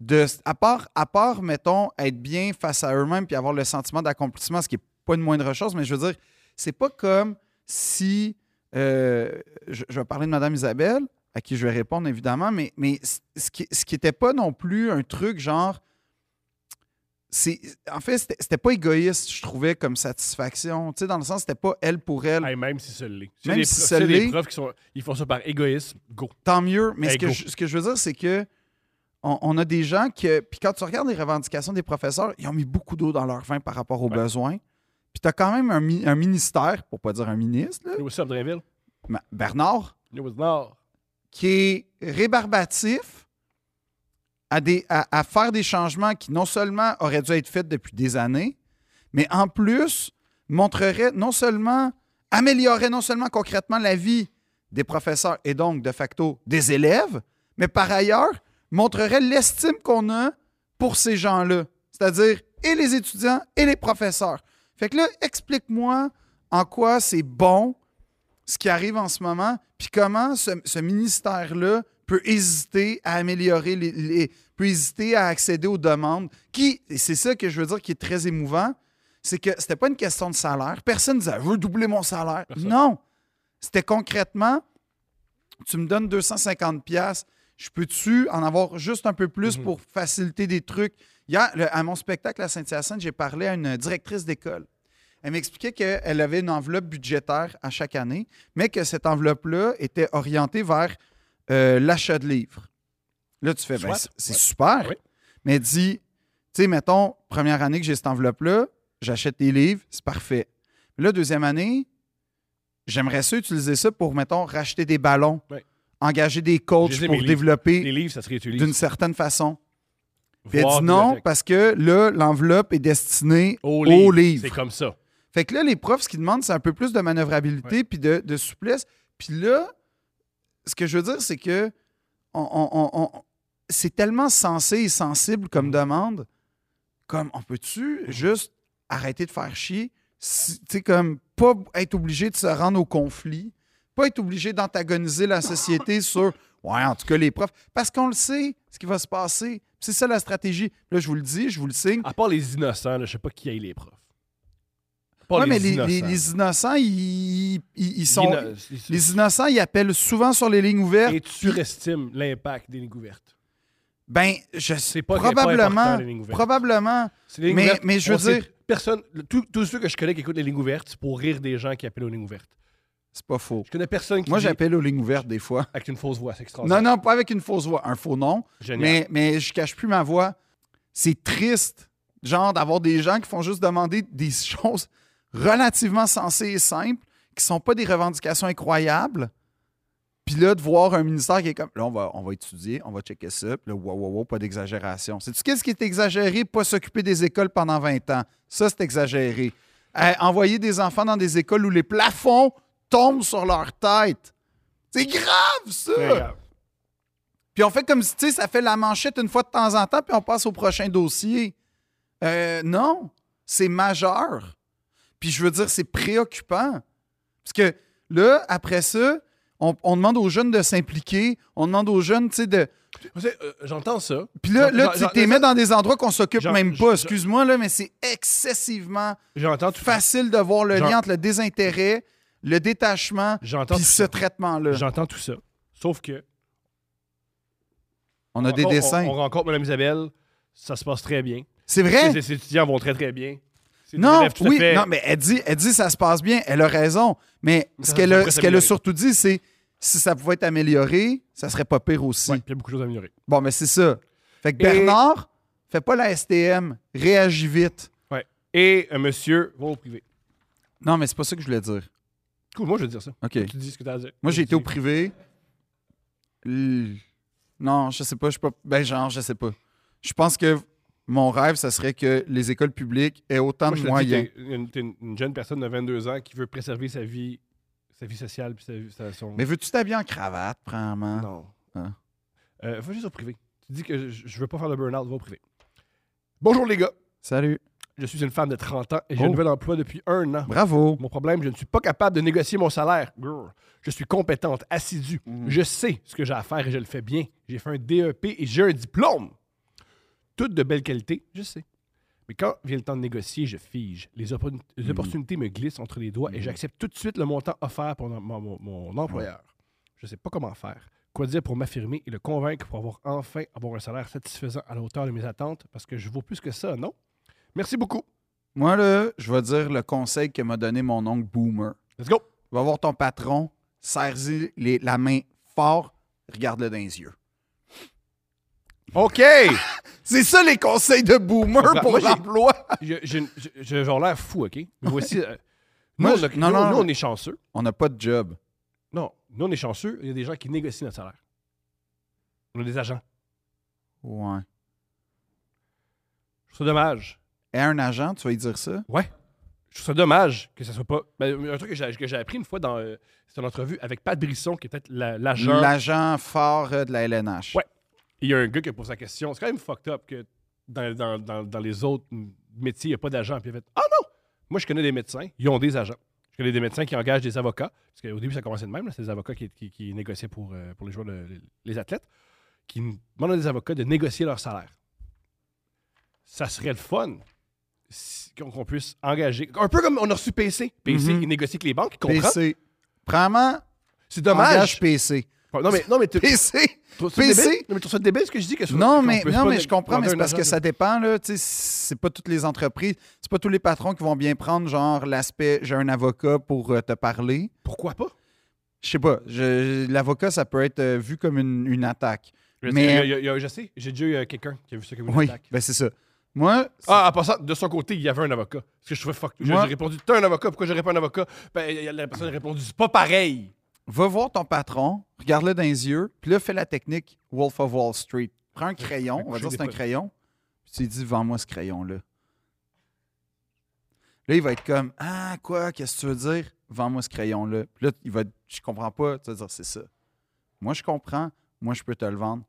S2: de. À part, à part, mettons, être bien face à eux-mêmes puis avoir le sentiment d'accomplissement, ce qui n'est pas une moindre chose, mais je veux dire, c'est pas comme si. euh, je, je vais parler de Mme Isabelle, à qui je vais répondre évidemment, mais, mais c- ce qui ce qui était pas non plus un truc genre. c'est- En fait, c'était- c'était pas égoïste, je trouvais, comme satisfaction. Tu sais, dans le sens, c'était pas elle pour elle.
S1: Hey, même si ça l'est. C'est
S2: Même
S1: des
S2: si
S1: pro-
S2: ça
S1: c'est des
S2: l'est.
S1: profs qui sont. Ils font ça par égoïsme. Go.
S2: tant mieux. Mais
S1: Hey,
S2: ce que,
S1: go.
S2: je, ce que je veux dire, c'est que on, on a des gens que. Puis quand tu regardes les revendications des professeurs, ils ont mis beaucoup d'eau dans leur vin par rapport aux
S1: Ouais.
S2: besoins. Puis tu as quand même un, mi- un ministère, pour pas dire un ministre, là,
S1: Yo, what's up, Drainville?
S2: Ma- Bernard,
S1: Yo, what's Nord?
S2: qui est rébarbatif à, des, à, à faire des changements qui non seulement auraient dû être faits depuis des années, mais en plus montrerait non seulement, améliorerait non seulement concrètement la vie des professeurs et donc de facto des élèves, mais par ailleurs montrerait l'estime qu'on a pour ces gens-là, c'est-à-dire et les étudiants et les professeurs. Fait que là, explique-moi en quoi c'est bon ce qui arrive en ce moment, puis comment ce, ce ministère-là peut hésiter à améliorer les, les- peut hésiter à accéder aux demandes. Qui, et c'est ça que je veux dire qui est très émouvant, c'est que c'était pas une question de salaire. Personne disait je veux doubler mon salaire.
S1: Personne.
S2: Non, c'était concrètement, tu me donnes 250 pièces, je peux-tu en avoir juste un peu plus
S1: Mhm.
S2: pour faciliter des trucs. Hier, le- à mon spectacle à Saint-Hyacinthe, j'ai parlé à une directrice d'école. Elle m'expliquait qu'elle avait une enveloppe budgétaire à chaque année, mais que cette enveloppe-là était orientée vers euh, l'achat de livres. Là, tu fais, ben,
S1: Soit.
S2: c'est c'est super.
S1: Oui.
S2: Mais elle dit, tu sais, mettons, première année que j'ai cette enveloppe-là, j'achète des livres, c'est parfait. Là, deuxième année, j'aimerais ça utiliser ça pour, mettons, racheter des ballons,
S1: Ouais.
S2: engager des
S1: Je
S2: coachs
S1: les ai, mes
S2: pour
S1: livres. Les
S2: développer
S1: livres, ça se réutilise.
S2: d'une certaine façon. Puis elle
S1: Voir
S2: dit non,
S1: bibliothèque.
S2: parce que là, l'enveloppe est destinée
S1: Au
S2: aux
S1: livre.
S2: livres.
S1: C'est comme ça.
S2: Fait que là, les profs, ce qu'ils demandent, c'est un peu plus de manœuvrabilité puis de, de souplesse. Puis là, ce que je veux dire, c'est que on- on- on- on- c'est tellement sensé et sensible comme demande, comme on peut-tu juste arrêter de faire chier, si- tu sais, comme pas être obligé de se rendre au conflit, pas être obligé d'antagoniser la société sur, ouais, en tout cas, les profs, parce qu'on le sait, ce qui va se passer. C'est ça la stratégie. Là, je vous le dis, je vous le signe.
S1: À part les innocents, là, je sais pas qui aille les profs. Pas
S2: Ouais,
S1: les,
S2: mais les,
S1: innocents.
S2: les- les innocents, ils, ils- ils sont.
S1: Inno- ils-
S2: Les innocents, ils appellent souvent sur les lignes ouvertes.
S1: Et tu surestimes l'impact des lignes ouvertes.
S2: Ben, je
S1: C'est
S2: sais
S1: pas- c'est pas important,
S2: probablement.
S1: les lignes ouvertes.
S2: probablement.
S1: C'est les lignes
S2: Mais-
S1: ouvertes,
S2: mais je veux
S1: on sait-
S2: dire-
S1: Personne, le- tous tous ceux que je connais qui écoutent les lignes ouvertes, c'est pour rire des gens qui appellent aux lignes ouvertes.
S2: C'est pas faux.
S1: Je connais personne qui
S2: Moi,
S1: dit
S2: j'appelle aux lignes ouvertes des fois.
S1: avec une fausse voix, c'est extraordinaire.
S2: Non, non, pas avec une fausse voix, un faux nom.
S1: Génial.
S2: Mais, mais je cache plus ma voix. C'est triste, genre, d'avoir des gens qui font juste demander des choses relativement sensées et simples, qui sont pas des revendications incroyables. Puis là, de voir un ministère qui est comme, là, on va, on va étudier, on va checker ça. Puis là, wow, wow, wow, pas d'exagération. C'est-tu qu'est-ce qui est exagéré? Pas s'occuper des écoles pendant 20 ans. Ça, c'est exagéré. Euh, envoyer des enfants dans des écoles où les plafonds tombent sur leur tête. C'est grave, ça!
S1: Très grave.
S2: Puis on fait comme si, tu sais, ça fait la manchette une fois de temps en temps, puis on passe au prochain dossier. Euh, non, c'est majeur. Puis je veux dire, c'est préoccupant. Parce que là, après ça, on, on demande aux jeunes de s'impliquer, on demande aux jeunes, tu sais, de...
S1: Tu sais, euh, J'entends ça.
S2: Puis là,
S1: J'en-
S2: là tu
S1: j'en-
S2: t'es mets dans des endroits qu'on s'occupe
S1: J'en-
S2: même pas.
S1: j'en-
S2: Excuse-moi, là, mais c'est excessivement
S1: J'entends tout
S2: facile de voir le
S1: J'en-
S2: lien entre le désintérêt, le détachement,
S1: J'entends
S2: puis euh,
S1: tout
S2: ce
S1: ça.
S2: traitement-là.
S1: J'entends tout ça. Sauf que.
S2: On a des
S1: on-
S2: dessins.
S1: On, rencontre Mme Isabelle, ça se passe très bien.
S2: C'est vrai?
S1: Ses, ses étudiants vont très très bien. Ses
S2: Non,
S1: élèves, tout à
S2: oui,
S1: fait-
S2: non, mais elle dit, elle dit ça se passe bien, elle a raison. Mais ce qu'elle a,
S1: pourrait
S2: ce qu'elle
S1: s'améliorer.
S2: a surtout dit, c'est si ça pouvait être amélioré, ça serait pas pire aussi.
S1: Ouais, puis il y a beaucoup de choses à améliorer.
S2: Bon, mais c'est ça. Fait que Bernard, fais pas la STM, réagis vite.
S1: Ouais. Et un monsieur va au privé.
S2: Non, mais c'est pas ça que je voulais dire.
S1: Cool, moi je veux dire ça.
S2: OK.
S1: Tu dis ce que tu as à dire.
S2: Moi, j'ai été
S1: Tu
S2: au
S1: dis-
S2: privé. L- Non, je sais pas, je suis pas. Ben, genre, je sais pas. Je pense que mon rêve, ça serait que les écoles publiques aient autant
S1: Moi, je
S2: de
S1: te
S2: moyens.
S1: dis, t'es une, t'es une- une jeune personne de 22 ans qui veut préserver sa vie, sa vie sociale puis sa, vie- sa- son.
S2: Mais veux-tu t'habiller en cravate, premièrement?
S1: non.
S2: Hein.
S1: Euh, va juste au privé. Tu dis que je, je veux pas faire le burn-out, va au privé. Bonjour les gars,
S2: Salut.
S1: je suis une femme de 30 ans et j'ai
S2: Oh.
S1: un nouvel emploi depuis un an.
S2: Bravo.
S1: Mon problème, je ne suis pas capable de négocier mon salaire. Grr. Je suis compétente, assidue. Je sais ce que j'ai à faire et je le fais bien. J'ai fait un DEP et j'ai un diplôme. Toutes de belles qualités, je sais. Mais quand vient le temps de négocier, je fige. Les, oppor- les opportunités me glissent entre les doigts et j'accepte tout de suite le montant offert par mon, mon- mon employeur. Je ne sais pas comment faire. Quoi dire pour m'affirmer et le convaincre pour avoir enfin avoir un salaire satisfaisant à la hauteur de mes attentes parce que je vaux plus que ça, non? Merci beaucoup.
S2: Moi, là, je vais dire le conseil que m'a donné mon oncle Boomer.
S1: Let's go.
S2: Va voir ton patron, serre-y les- la main fort, regarde-le dans les yeux.
S1: OK!
S2: C'est ça les conseils de Boomer
S1: Bah,
S2: pour
S1: moi, j'ai-
S2: l'emploi.
S1: je, je, je, je- genre l'air fou, OK? Mais voici. euh, nous,
S2: Moi,
S1: on a-
S2: je- non,
S1: nous-
S2: non,
S1: nous,
S2: non.
S1: on est chanceux.
S2: On n'a pas de job.
S1: Non, nous, on est chanceux. Il y a des gens qui négocient notre salaire. On a des agents.
S2: Ouais.
S1: Je trouve ça dommage.
S2: Et un agent, tu vas lui dire ça?
S1: Ouais. Je trouve ça dommage que ça soit pas. Ben, un truc que j'ai, que j'ai appris une fois dans. euh, C'était une entrevue avec Pat Brisson, qui est peut-être la- l'agent.
S2: L'agent fort euh, de la LNH.
S1: Ouais. Il y a un gars qui a posé la question. C'est quand même fucked up que dans, dans- dans- dans les autres m- métiers, il n'y a pas d'agent. Puis il a fait Ah non Moi, je connais des médecins. Ils ont des agents. Je connais des médecins qui engagent des avocats. Parce qu'au début, ça commençait de même. là. C'est des avocats qui, qui- qui négociaient pour, euh, pour les joueurs, de- les- les athlètes, qui demandent à des avocats de négocier leur salaire. Ça serait le fun si- qu'on qu'on puisse engager. Un peu comme on a reçu PC. PC,
S2: Mhm.
S1: ils négocient avec les banques. Ils comprennent.
S2: PC. Premièrement,
S1: C'est
S2: engage
S1: dommage.
S2: PC.
S1: Non, mais, non, mais tu-
S2: PC.
S1: trouves ça
S2: PC?
S1: débile? Non, mais tu trouves ça débile ce que je dis que sur-
S2: Non,
S1: qu'on
S2: mais,
S1: puisse
S2: non,
S1: pas
S2: mais je comprends,
S1: demander
S2: mais c'est
S1: un
S2: parce que
S1: agent de-
S2: ça dépend. là. Tu sais, C'est pas toutes les entreprises, c'est pas tous les patrons qui vont bien prendre, genre l'aspect j'ai un avocat pour euh, te parler.
S1: Pourquoi pas?
S2: Je sais pas. je- L'avocat, ça peut être euh, vu comme une, une attaque.
S1: Je,
S2: Mais- euh,
S1: sais, il y a- il y a- je sais, j'ai déjà eu euh, quelqu'un qui a vu ça comme une
S2: Oui,
S1: attaque.
S2: ben c'est ça. Moi, c'est-
S1: Ah, en passant, de son côté, il y avait un avocat. Parce que je trouvais fuck. J'ai
S2: Moi-
S1: j'ai répondu, t'as un avocat, pourquoi j'aurais pas un avocat? Ben, il y a- la personne a répondu, c'est pas pareil.
S2: va voir ton patron, regarde-le dans les yeux, puis là, fais la technique Wolf of Wall Street. Prends un crayon, on va
S1: coucher
S2: dire que
S1: des
S2: c'est un
S1: potes.
S2: crayon, puis tu lui dis vends-moi ce crayon-là. Là, il va être comme Ah, quoi, qu'est-ce que tu veux dire Vends-moi ce crayon-là. Puis là, il va Je comprends pas, tu vas dire c'est ça. Moi, je comprends, moi, je peux te le vendre.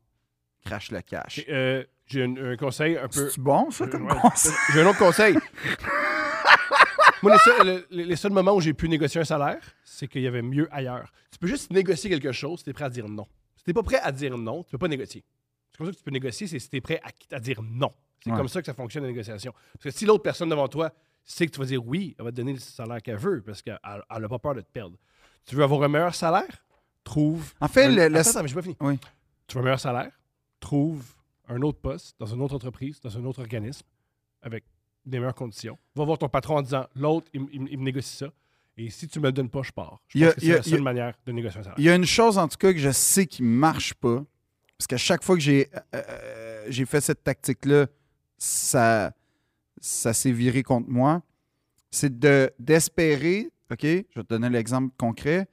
S2: Crache le cash.
S1: J'ai euh, j'ai un, un conseil un peu.
S2: C'est bon, ça, comme
S1: Euh, Ouais,
S2: conseil?
S1: J'ai un autre conseil. Moi, les seuls, le- les- les seuls moments où j'ai pu négocier un salaire, c'est qu'il y avait mieux ailleurs. Tu peux juste négocier quelque chose si t'es prêt à dire non. Si t'es pas prêt à dire non, tu peux pas négocier. C'est comme ça que tu peux négocier, c'est si t'es prêt à, à dire non. C'est
S2: Ouais.
S1: comme ça que ça fonctionne la négociation. Parce que si l'autre personne devant toi sait que tu vas dire oui, elle va te donner le salaire qu'elle veut parce qu'elle n'a pas peur de te perdre. Tu veux avoir un meilleur salaire? Trouve.
S2: En fait,
S1: un-
S2: le- le-
S1: Attends, attends, mais j'ai pas fini.
S2: Oui.
S1: Tu veux un meilleur salaire? Trouve un autre poste dans une autre entreprise, dans un autre organisme avec des meilleures conditions. Va voir ton patron en disant l'autre, il, m- il m- il me négocie ça. Et si tu me le donnes pas, je pars. Je
S2: Il y a-
S1: pense que
S2: il y
S1: c'est
S2: a-
S1: la
S2: il y a-
S1: seule manière de négocier un salaire.
S2: Il y a une chose, en tout cas, que je sais qui marche pas. Parce qu'à chaque fois que j'ai euh, euh, j'ai fait cette tactique-là, ça, ça s'est viré contre moi. C'est de d'espérer. OK, je vais te donner l'exemple concret.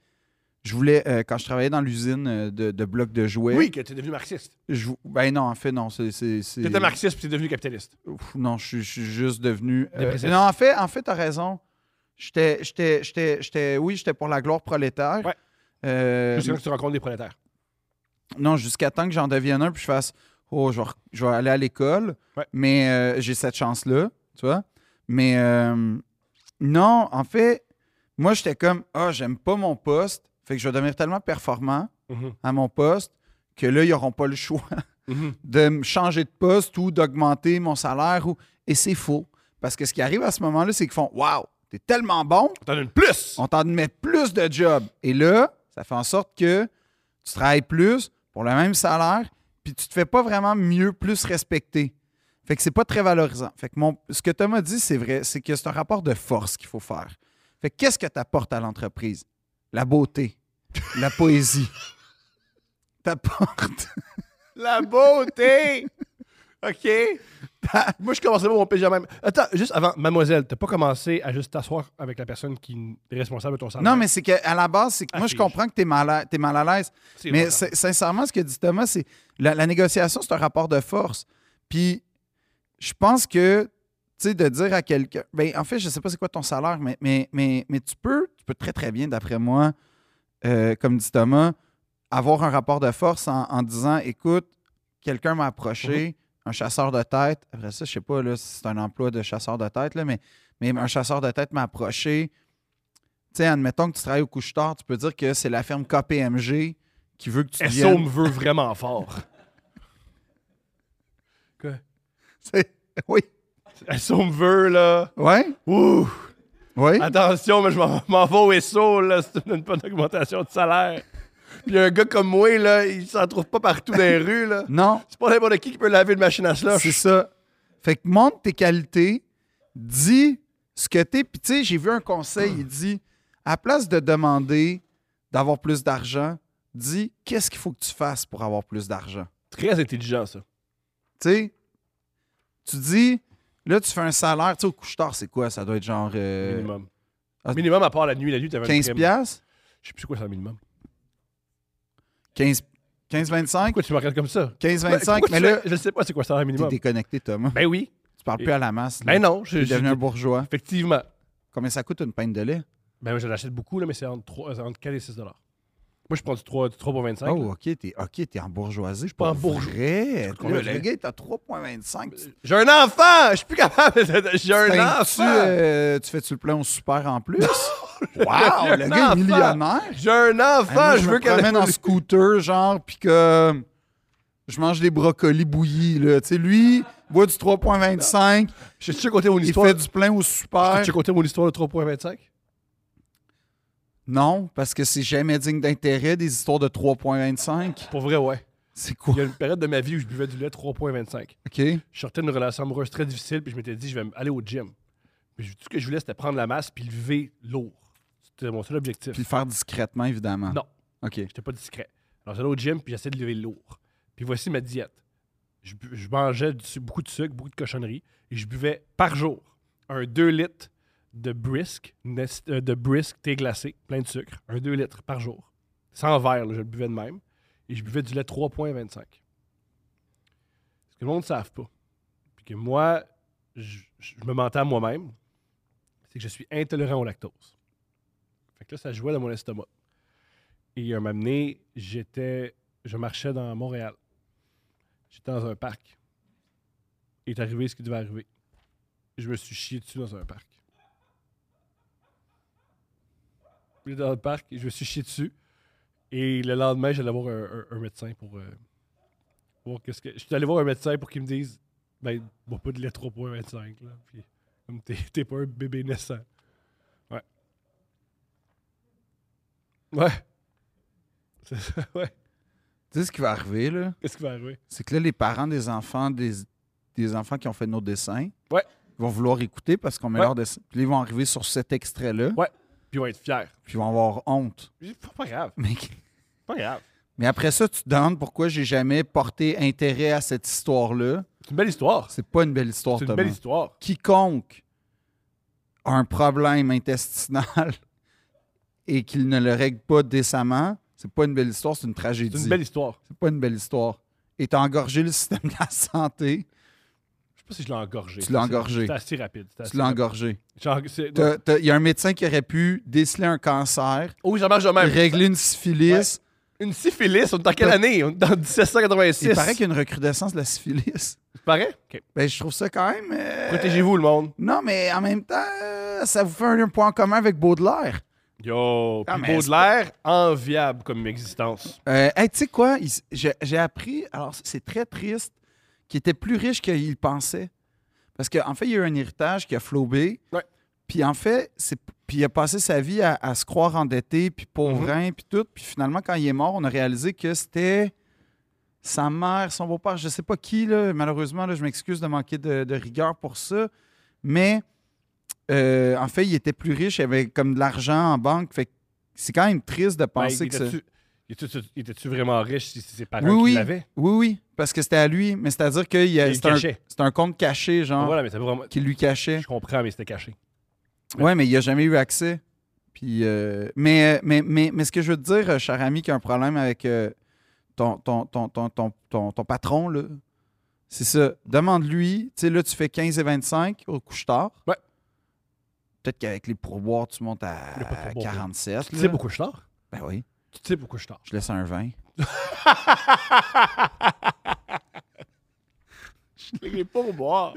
S2: Je voulais, euh, quand je travaillais dans l'usine euh, de, de blocs de jouets.
S1: Oui, que tu es devenu marxiste.
S2: je- ben non, en fait, non. c'est- c'est- c'est-
S1: Tu étais marxiste puis tu es devenu capitaliste.
S2: Ouf, non, je suis- je suis juste devenu. euh,
S1: Dépressif.
S2: non, en fait, en fait, t'as raison. J'étais, j'étais, j'étais, j'étais, oui, j'étais pour la gloire prolétaire.
S1: Ouais.
S2: euh,
S1: Jusqu'à ce que tu rencontres des prolétaires.
S2: non, jusqu'à temps que j'en devienne un, puis je fasse Oh, je vais, re- je vais aller à l'école,
S1: Ouais.
S2: mais euh, j'ai cette chance-là, tu vois. Mais euh, non, en fait, moi, j'étais comme Ah, j'aime pas mon poste, fait que je vais devenir tellement performant
S1: Mhm.
S2: à mon poste que là, ils n'auront pas le choix
S1: Mhm.
S2: de me changer de poste ou d'augmenter mon salaire. Ou... Et c'est faux. Parce que ce qui arrive à ce moment-là, c'est qu'ils font Waouh, t'es tellement bon,
S1: T'en as une plus!
S2: on t'en met plus de jobs. Et là, ça fait en sorte que tu travailles plus pour le même salaire, puis tu te fais pas vraiment mieux, plus respecter. Fait que c'est pas très valorisant. Fait que mon, ce que Thomas dit, c'est vrai, c'est que c'est un rapport de force qu'il faut faire. Fait que qu'est-ce que tu apportes à l'entreprise? La beauté, la poésie. T'apportes.
S1: La beauté! OK. Moi, je commencerai pas mon pyjama. Attends, juste avant, mademoiselle, t'as pas commencé à juste t'asseoir avec la personne qui est responsable de ton salaire.
S2: Non, mais c'est qu'à la base, c'est que moi, je
S1: Afflige.
S2: comprends que t'es mal à- t'es mal à l'aise.
S1: C'est
S2: Mais
S1: vrai.
S2: c'est- sincèrement, ce que dit Thomas, c'est la, la négociation, c'est un rapport de force. Puis je pense que, tu sais, de dire à quelqu'un, ben, en fait, je sais pas c'est quoi ton salaire, mais, mais, mais, mais tu peux, tu peux très, très bien, d'après moi, euh, comme dit Thomas, avoir un rapport de force en, en disant, écoute, quelqu'un m'a approché, un chasseur de tête, après ça, je sais pas là, si c'est un emploi de chasseur de tête, là, mais, mais un chasseur de tête m'a approché. Tu sais, admettons que tu travailles au couche-tard, tu peux dire que c'est la firme KPMG qui veut que tu
S1: SO
S2: viennes.
S1: me veut vraiment fort.
S2: C'est- Oui.
S1: SO me veut, là.
S2: Ouais.
S1: Ouh!
S2: Oui.
S1: Attention, mais je m'en m'en vais au SO, là, si tu me donnes pas d'augmentation de salaire. Puis un gars comme moi, là, il s'en trouve pas partout dans les rues, là.
S2: Non,
S1: C'est pas n'importe qui qui peut laver une machine à
S2: c'est
S1: slush.
S2: ça. Fait que montre tes qualités, dis ce que t'es. Puis tu sais, j'ai vu un conseil, il dit, à place de demander d'avoir plus d'argent, dis qu'est-ce qu'il faut que tu fasses pour avoir plus d'argent.
S1: Très intelligent, ça.
S2: tu sais, tu dis, là, tu fais un salaire, tu sais, au couche-tard, c'est quoi? Ça doit être genre euh,
S1: Minimum.
S2: ah,
S1: Minimum, à part la nuit, la nuit, t'avais
S2: 15
S1: une prime.
S2: piastres?
S1: Je sais plus c'est quoi, c'est un minimum.
S2: 15, 15, 25?
S1: Pourquoi tu me regardes comme ça?
S2: 15,
S1: Ouais,
S2: 25,
S1: pourquoi
S2: mais
S1: tu
S2: là,
S1: fais- Je sais pas c'est quoi le salaire
S2: t'es
S1: Ben, minimum.
S2: déconnecté, Thomas.
S1: Ben oui.
S2: Tu parles plus
S1: Et-
S2: à la masse. là.
S1: Ben non. Je,
S2: T'es
S1: je-
S2: devenu un bourgeois.
S1: Effectivement.
S2: Combien ça coûte une pinte de lait?
S1: Ben moi, je l'achète beaucoup, là, mais c'est entre, trois- euh, entre 4 et 6 dollars. Moi, je prends du 3, du 3,25.
S2: Oh, OK, t'es ok, t'es en bourgeoisie. Je suis
S1: pas en bourgeois.
S2: Vrai.
S1: combien,
S2: Là,
S1: je
S2: le
S1: vais?
S2: gars, il est à 3,25.
S1: J'ai un enfant! Je suis plus capable. de- J'ai un
S2: Teins-tu,
S1: enfant!
S2: euh, tu fais-tu le plein au super en plus?
S1: J'ai
S2: wow,
S1: un
S2: le gars est
S1: enfant.
S2: millionnaire.
S1: J'ai un enfant!
S2: Ah, moi,
S1: je,
S2: je
S1: veux
S2: me promène
S1: qu'elle
S2: en scooter, genre, puis que je mange des brocolis bouillis, là. Tu sais, lui, boit du 3,25,
S1: Je suis côté mon
S2: il
S1: histoire.
S2: fait du plein au super.
S1: Tu côté mon histoire de 3,25?
S2: Non, parce que c'est jamais digne d'intérêt, des histoires de 3,25.
S1: Pour vrai, ouais.
S2: C'est
S1: Il
S2: quoi?
S1: y a une période de ma vie où je buvais du lait 3,25.
S2: OK.
S1: Je sortais d'une relation amoureuse très difficile, puis je m'étais dit, je vais aller au gym. Puis je- tout ce que je voulais, c'était prendre la masse puis lever lourd. C'était mon seul objectif.
S2: Puis le faire discrètement, évidemment.
S1: Non.
S2: OK.
S1: J'étais pas discret. Alors, j'allais au gym, puis j'essayais de lever lourd. Puis voici ma diète. Je, bu- je mangeais du su- beaucoup de sucre, beaucoup de cochonneries, et je buvais par jour un 2 litres de brisk, nest- euh, de brisk thé glacé, plein de sucre, un 2 litres par jour. Sans verre, là, je le buvais de même. Et je buvais du lait 3,25. Ce que le monde ne savent pas, puis que moi, je, je- je me mentais à moi-même, c'est que je suis intolérant au lactose. Fait que là, ça jouait dans mon estomac. Et à un moment donné, j'étais, je marchais dans Montréal. J'étais dans un parc. Et est arrivé ce qui devait arriver. Je me suis chié dessus dans un parc. J'étais dans le parc et je me suis chié dessus. Et le lendemain, j'allais voir un, un- un médecin pour euh, voir qu'est-ce que. J'étais allé voir un médecin pour qu'il me dise Ben, bois pas de lait 3.25. Là, puis, comme t'es, t'es pas un bébé naissant. Ouais. Ouais. C'est ça, ouais.
S2: Tu sais ce qui va arriver, là?
S1: Qu'est-ce qui va arriver?
S2: C'est que là, les parents des enfants, des, des enfants qui ont fait nos dessins,
S1: Ouais.
S2: ils vont vouloir écouter parce qu'on met
S1: Ouais.
S2: leurs dessins. Puis là, ils vont arriver sur cet extrait-là,
S1: Ouais. Puis ils vont être fiers.
S2: puis ils vont avoir honte.
S1: J'ai dit, Pas, pas grave,
S2: Mais,
S1: pas grave.
S2: mais après ça, tu te demandes pourquoi j'ai jamais porté intérêt à cette histoire-là.
S1: C'est une belle histoire.
S2: C'est pas une belle histoire,
S1: C'est une
S2: Thomas.
S1: belle histoire.
S2: Quiconque a un problème intestinal et qu'il ne le règle pas décemment, c'est pas une belle histoire, c'est une tragédie.
S1: C'est une belle histoire.
S2: C'est pas une belle histoire. Et t'as engorgé le système de la santé.
S1: Je pas si je l'ai engorgé.
S2: Tu l'as engorgé.
S1: C'était assez rapide. c'était
S2: Tu
S1: assez
S2: l'as
S1: rapide.
S2: engorgé.
S1: J'ai eng- c'est-
S2: T'as- t'as- Il y a un médecin qui aurait pu déceler un cancer,
S1: oh Oui, ça marche de même.
S2: régler une syphilis.
S1: Une syphilis, on est dans quelle année? On est dans 1786.
S2: Il paraît qu'il y a une recrudescence de la syphilis.
S1: Paraît? OK.
S2: Ben, je trouve ça quand même. euh,
S1: Protégez-vous, le monde.
S2: Non, mais en même temps, euh, ça vous fait un, un point en commun avec Baudelaire.
S1: Yo,
S2: Ah,
S1: puis
S2: mais
S1: Baudelaire, enviable comme existence.
S2: Euh, hey, tu sais quoi? Il s- J'ai j'ai appris, alors c- c'est très triste, qu'il était plus riche qu'il pensait. Parce qu'en fait, il y a eu un héritage qui a flobé.
S1: Ouais.
S2: Puis en fait, c'est- puis il a passé sa vie à, à se croire endetté, puis
S1: Mm-hmm.
S2: pauvrin, puis tout. Puis finalement, quand il est mort, on a réalisé que c'était sa mère, son beau-père, je sais pas qui. Là. Malheureusement, là, je m'excuse de manquer de, de rigueur pour ça. Mais euh, en fait, il était plus riche, il avait comme de l'argent en banque. Fait que c'est quand même triste de penser
S1: Ben,
S2: que ça...
S1: était-tu- était-tu- Était-tu vraiment riche si c'est ses parents
S2: Oui,
S1: qui
S2: oui.
S1: l'avaient?
S2: Oui, oui, parce que c'était à lui, mais c'est-à-dire que il y a-
S1: Il le
S2: c'est un,
S1: cachait.
S2: c'est un compte caché, genre,
S1: Voilà, mais ça veut vraiment...
S2: qui lui cachait.
S1: Je comprends, mais c'était caché.
S2: Ouais, mais il n'a jamais eu accès. Puis, euh, mais, mais, mais, mais ce que je veux te dire, euh, cher ami, qui a un problème avec euh, ton, ton, ton, ton, ton, ton- ton patron, là, c'est ça. Demande-lui, tu sais, là, tu fais 15 et 25 au couche-tard.
S1: Ouais.
S2: Peut-être qu'avec les pourboires, tu montes
S1: Il y a pas de
S2: à
S1: pourboires,
S2: 47.
S1: Tu
S2: là.
S1: sais pourquoi je tard?
S2: Ben oui,
S1: Tu sais pourquoi je tard?
S2: je laisse un 20.
S1: Je l'ai pas pour boire.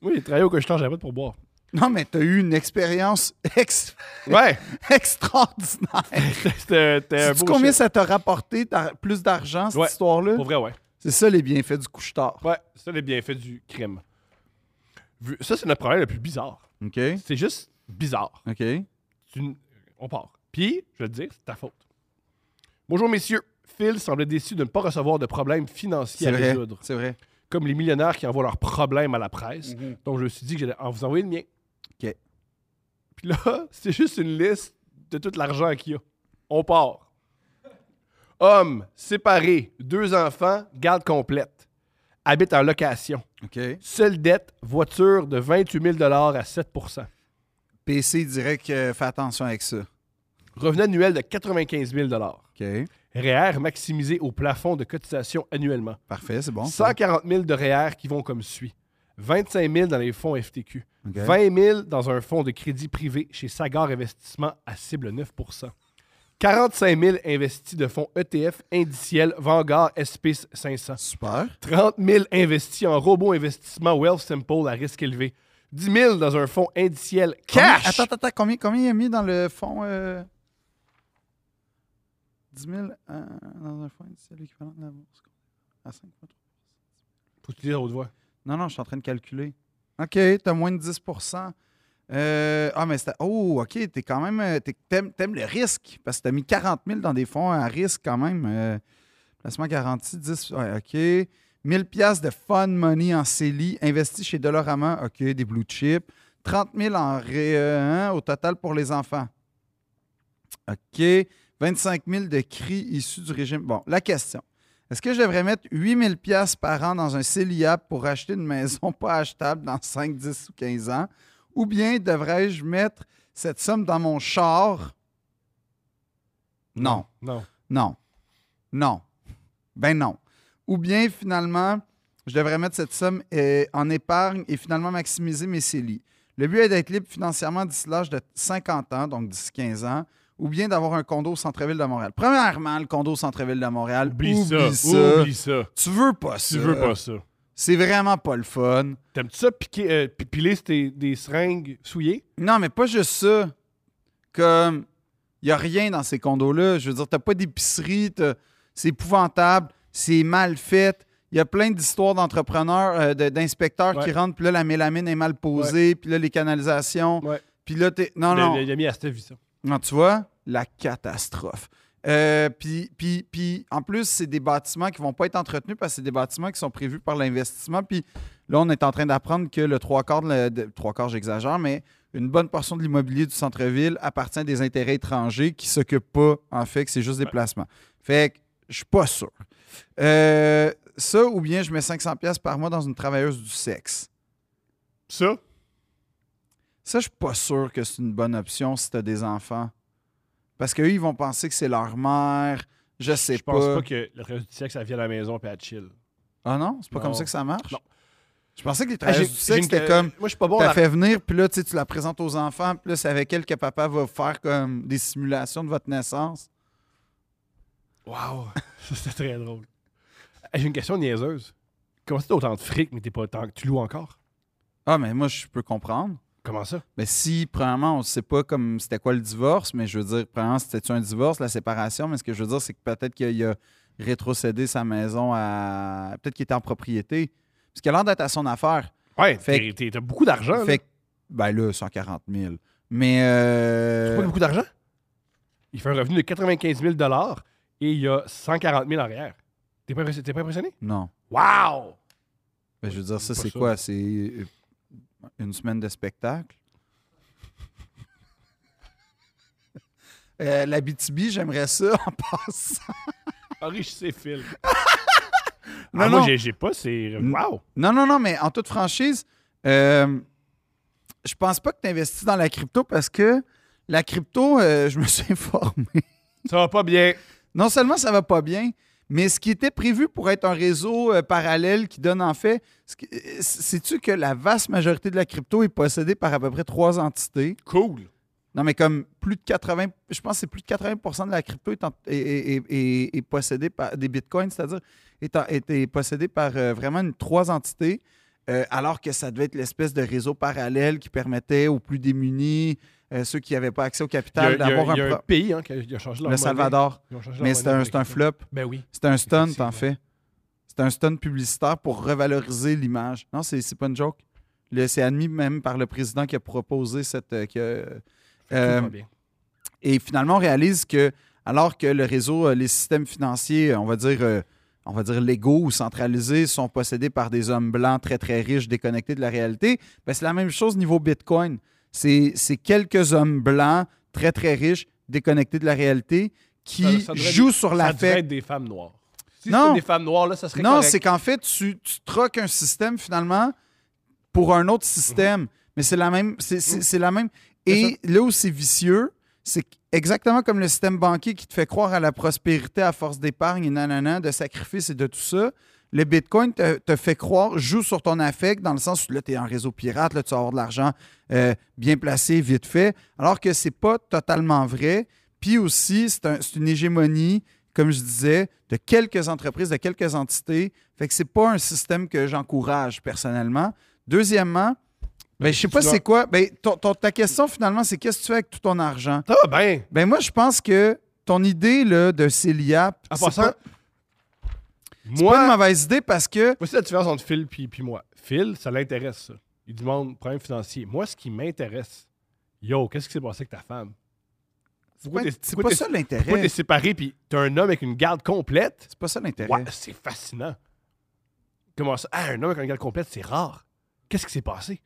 S1: Moi, j'ai travaillé au cochetage, j'avais pas de pour boire.
S2: Non, mais t'as eu une expérience ex-
S1: Ouais!
S2: extraordinaire.
S1: C'était c'était un
S2: Sais-tu
S1: beau
S2: combien
S1: shit.
S2: ça t'a rapporté d'ar- plus d'argent, cette
S1: Ouais.
S2: histoire-là?
S1: Pour vrai, ouais.
S2: C'est ça les bienfaits du couche-tard.
S1: Ouais, c'est ça les bienfaits du crime. Vu- Ça, c'est notre problème le plus bizarre.
S2: OK?
S1: C'est juste bizarre.
S2: OK.
S1: C'est une- On part. Puis, je vais te dire, c'est ta faute. Bonjour, messieurs. Phil semblait déçu de ne pas recevoir de problèmes financiers
S2: C'est
S1: à
S2: vrai.
S1: résoudre.
S2: C'est vrai.
S1: Comme les millionnaires qui envoient leurs problèmes à la presse. Donc, je me suis dit que j'allais en vous envoyer le mien.
S2: Mhm. OK.
S1: Puis là, c'est juste une liste de tout l'argent qu'il y a. On part. Homme, séparé, deux enfants, garde complète. Habite en location.
S2: OK.
S1: Seule dette, voiture de 28 000 à 7
S2: PC direct, que fais attention avec ça. OK.
S1: Revenu annuel de 95 000 REER E maximisé au plafond de cotisation annuellement.
S2: Parfait, c'est bon.
S1: 140 000 de REER qui vont comme suit. 25 000 dans les fonds FTQ.
S2: OK.
S1: 20 000 dans un fonds de crédit privé chez Sagar Investissement à cible 9 45 000 investis de fonds ETF indiciels Vanguard SP 500.
S2: Super.
S1: 30 000 investis en robots investissement Wealth Simple à risque élevé. 10 000 dans un fonds indiciel cash.
S2: Combien- Attends, attends, attends. Combien, combien il a mis dans le fond? euh, 10 000 euh, dans un fond, c'est l'équivalent de la bourse. À 5 fois trois.
S1: Faut que tu dises à haute voix.
S2: Non, non, je suis en train de calculer. OK, t'as moins de 10 Euh, Ah, mais c'était. Oh, OK, t'es quand même. euh, t'es- T'aimes t'aimes le risque parce que t'as mis 40 000 dans des fonds à risque quand même. Euh, placement garanti, 10 ouais, OK. 1000 piastres de fun money en CELI, investi chez Dolorama, OK, des blue chips. 30 000 en ré, euh, hein, au total pour les enfants. OK. 25 000 de cris issus du régime. Bon, la question. Est-ce que je devrais mettre 8000 pièces par an dans un CELIAP pour acheter une maison pas achetable dans 5, 10 ou 15 ans? Ou bien devrais-je mettre cette somme dans mon char? Non,
S1: Non.
S2: non, non. Ben non. Ou bien finalement, je devrais mettre cette somme euh, en épargne et finalement maximiser mes CELI. Le but est d'être libre financièrement d'ici l'âge de 50 ans, donc d'ici 15 ans, ou bien d'avoir un condo au centre-ville de Montréal. Premièrement, le condo au centre-ville de Montréal,
S1: Oublie, ça. Oublie ça.
S2: tu veux pas ça.
S1: Tu veux pas ça.
S2: C'est vraiment pas le fun.
S1: T'aimes-tu ça piquer, euh, pi- piler sur tes- des seringues souillées?
S2: Non, mais pas juste ça. Comme, il a rien dans ces condos-là. Je veux dire, t'as pas d'épicerie, t'as- c'est épouvantable, c'est mal fait. Il y a plein d'histoires d'entrepreneurs, euh, de- d'inspecteurs qui
S1: Ouais.
S2: rentrent, puis là, la mélamine est mal posée, puis là, les canalisations.
S1: Ouais.
S2: Puis là, t'es. Non,
S1: Le-
S2: non.
S1: le- Il a mis à cette vie, ça.
S2: Non, tu vois, la catastrophe. Euh, puis, puis, puis, en plus, c'est des bâtiments qui vont pas être entretenus parce que c'est des bâtiments qui sont prévus par l'investissement. Puis là, on est en train d'apprendre que le trois quarts, de la- de- trois quarts, j'exagère, mais une bonne portion de l'immobilier du centre-ville appartient à des intérêts étrangers qui s'occupent pas, en fait, que c'est juste des placements. Fait que je suis pas sûr. Euh, ça, ou bien je mets 500 pièces par mois dans une travailleuse du sexe.
S1: Ça?
S2: Ça, je suis pas sûr que c'est une bonne option si tu as des enfants. Parce qu'eux, ils vont penser que c'est leur mère. Je sais
S1: Je pense
S2: pas.
S1: pas que la traversée du sexe, ça vient à la maison puis elle chill.
S2: Ah non? C'est pas
S1: Non.
S2: comme ça que ça marche?
S1: Non.
S2: Je pensais que les
S1: Ah, j'ai-
S2: travailleuses du
S1: j'ai
S2: sexe,
S1: une-
S2: c'était comme.
S1: Moi, je suis pas bon à
S2: T'as
S1: la-
S2: fait venir, puis là, tu sais, tu la présentes aux enfants, puis là, c'est avec elle que papa va faire comme des simulations de votre naissance.
S1: Wow! Ça, c'était très drôle. Hey, J'ai une question niaiseuse. Comment ça t'as autant de fric, mais t'es pas autant que tu loues encore?
S2: Ah, mais moi, je peux comprendre.
S1: Comment ça?
S2: Mais si, premièrement, on ne sait pas comme c'était quoi le divorce, mais je veux dire, premièrement, c'était-tu un divorce, la séparation, mais ce que je veux dire, c'est que peut-être qu'il a- il a rétrocédé sa maison à. Peut-être qu'il était en propriété. Parce qu'il a l'air d'être à son affaire.
S1: Ouais,
S2: Fait
S1: t'es- t'es- t'as beaucoup d'argent. là.
S2: Fait que, ben là, 140 000. Mais.
S1: C'est
S2: euh,
S1: pas beaucoup d'argent? Il fait un revenu de 95 000 et il y a 140 000 arrière. T'es pas, impressionné- t'es pas impressionné?
S2: Non.
S1: Wow!
S2: Ben, je veux dire, ça,
S1: Pas
S2: c'est
S1: ça.
S2: quoi? C'est euh, une semaine de spectacle? Euh, la BTB, j'aimerais ça en passant.
S1: Enrichissez Ah, Phil.
S2: Non,
S1: Ah, moi,
S2: non.
S1: j'ai- j'ai pas, c'est.
S2: Mm.
S1: Wow!
S2: Non, non, non, mais en toute franchise, euh, je pense pas que tu investis dans la crypto parce que la crypto, euh, je me suis informé.
S1: Ça va pas bien.
S2: Non seulement ça va pas bien, mais ce qui était prévu pour être un réseau euh, parallèle qui donne en fait, ce qui- euh, sais-tu que la vaste majorité de la crypto est possédée par à peu près trois entités?
S1: Cool.
S2: Non, mais comme plus de 80, je pense que c'est plus de 80 de la crypto est, en- est- est- est- est possédée par des bitcoins, c'est-à-dire est, en- est- est possédée par euh, vraiment une- trois entités, euh, alors que ça devait être l'espèce de réseau parallèle qui permettait aux plus démunis, euh, ceux qui n'avaient pas accès au
S1: Il y a,
S2: capital,
S1: il y a-
S2: d'avoir un,
S1: il y a un
S2: pro-
S1: pays hein, qui a, il a changé leur
S2: le
S1: monnaie.
S2: Salvador.
S1: Ils ont changé leur
S2: Mais c'est
S1: monnaie
S2: un,
S1: avec
S2: c'est un
S1: ça.
S2: flop.
S1: Ben oui.
S2: C'est un stunt,
S1: Effectivement.
S2: en fait. C'est un stunt publicitaire pour revaloriser l'image. Non, c'est c'est pas une joke. Le- C'est admis même par le président qui a proposé cette. euh, qui a-
S1: Fait que tout
S2: Euh,
S1: va bien.
S2: et finalement, on réalise que, alors que le réseau, euh, les systèmes financiers, euh, on va dire, euh, on va dire légaux ou centralisés, sont possédés par des hommes blancs très, très riches, déconnectés de la réalité, ben, c'est la même chose niveau Bitcoin. C'est c'est quelques hommes blancs très, très riches, déconnectés de la réalité, qui
S1: Ça- ça devrait
S2: jouent sur
S1: Ça
S2: la
S1: devrait
S2: fête.
S1: être des femmes noires. Si
S2: Non.
S1: c'était des femmes noires, là, ça serait
S2: Non,
S1: correct.
S2: c'est qu'en fait, tu, tu troques un système finalement pour un autre
S1: Mhm.
S2: système. Mais c'est la même. C'est, c'est- c'est la même. Et là où c'est vicieux, c'est qu- exactement comme le système banquier qui te fait croire à la prospérité à force d'épargne et nanana, de sacrifices et de tout ça. Le Bitcoin te, te fait croire, joue sur ton affect dans le sens où là, tu es en réseau pirate, là, tu vas avoir de l'argent euh, bien placé, vite fait, alors que c'est pas totalement vrai. Puis aussi, c'est un- c'est une hégémonie, comme je disais, de quelques entreprises, de quelques entités. Fait que c'est pas un système que j'encourage personnellement. Deuxièmement, ben, je sais
S1: tu
S2: pas
S1: dois-
S2: c'est quoi. Ben, ton- ton- ta question finalement, c'est qu'est-ce que tu fais avec tout ton argent?
S1: Ça va bien.
S2: Ben moi, je pense que ton idée là, de Célia,
S1: En
S2: c'est
S1: passant,
S2: pas, c'est
S1: moi,
S2: pas une mauvaise idée parce que
S1: voici la différence entre Phil puis, puis moi. Phil, ça l'intéresse, ça. Il demande problème financier. Moi, ce qui m'intéresse, yo, qu'est-ce qui s'est passé avec ta femme?
S2: c'est
S1: Pourquoi
S2: pas,
S1: t'es-
S2: c'est
S1: pourquoi
S2: pas
S1: t'es-
S2: ça
S1: Pourquoi t'es
S2: l'intérêt.
S1: séparé puis t'as un homme avec une garde complète?
S2: C'est pas ça l'intérêt.
S1: Ouais, c'est fascinant. Comment ça? Ah, un homme avec une garde complète, c'est rare. Qu'est-ce qui s'est passé?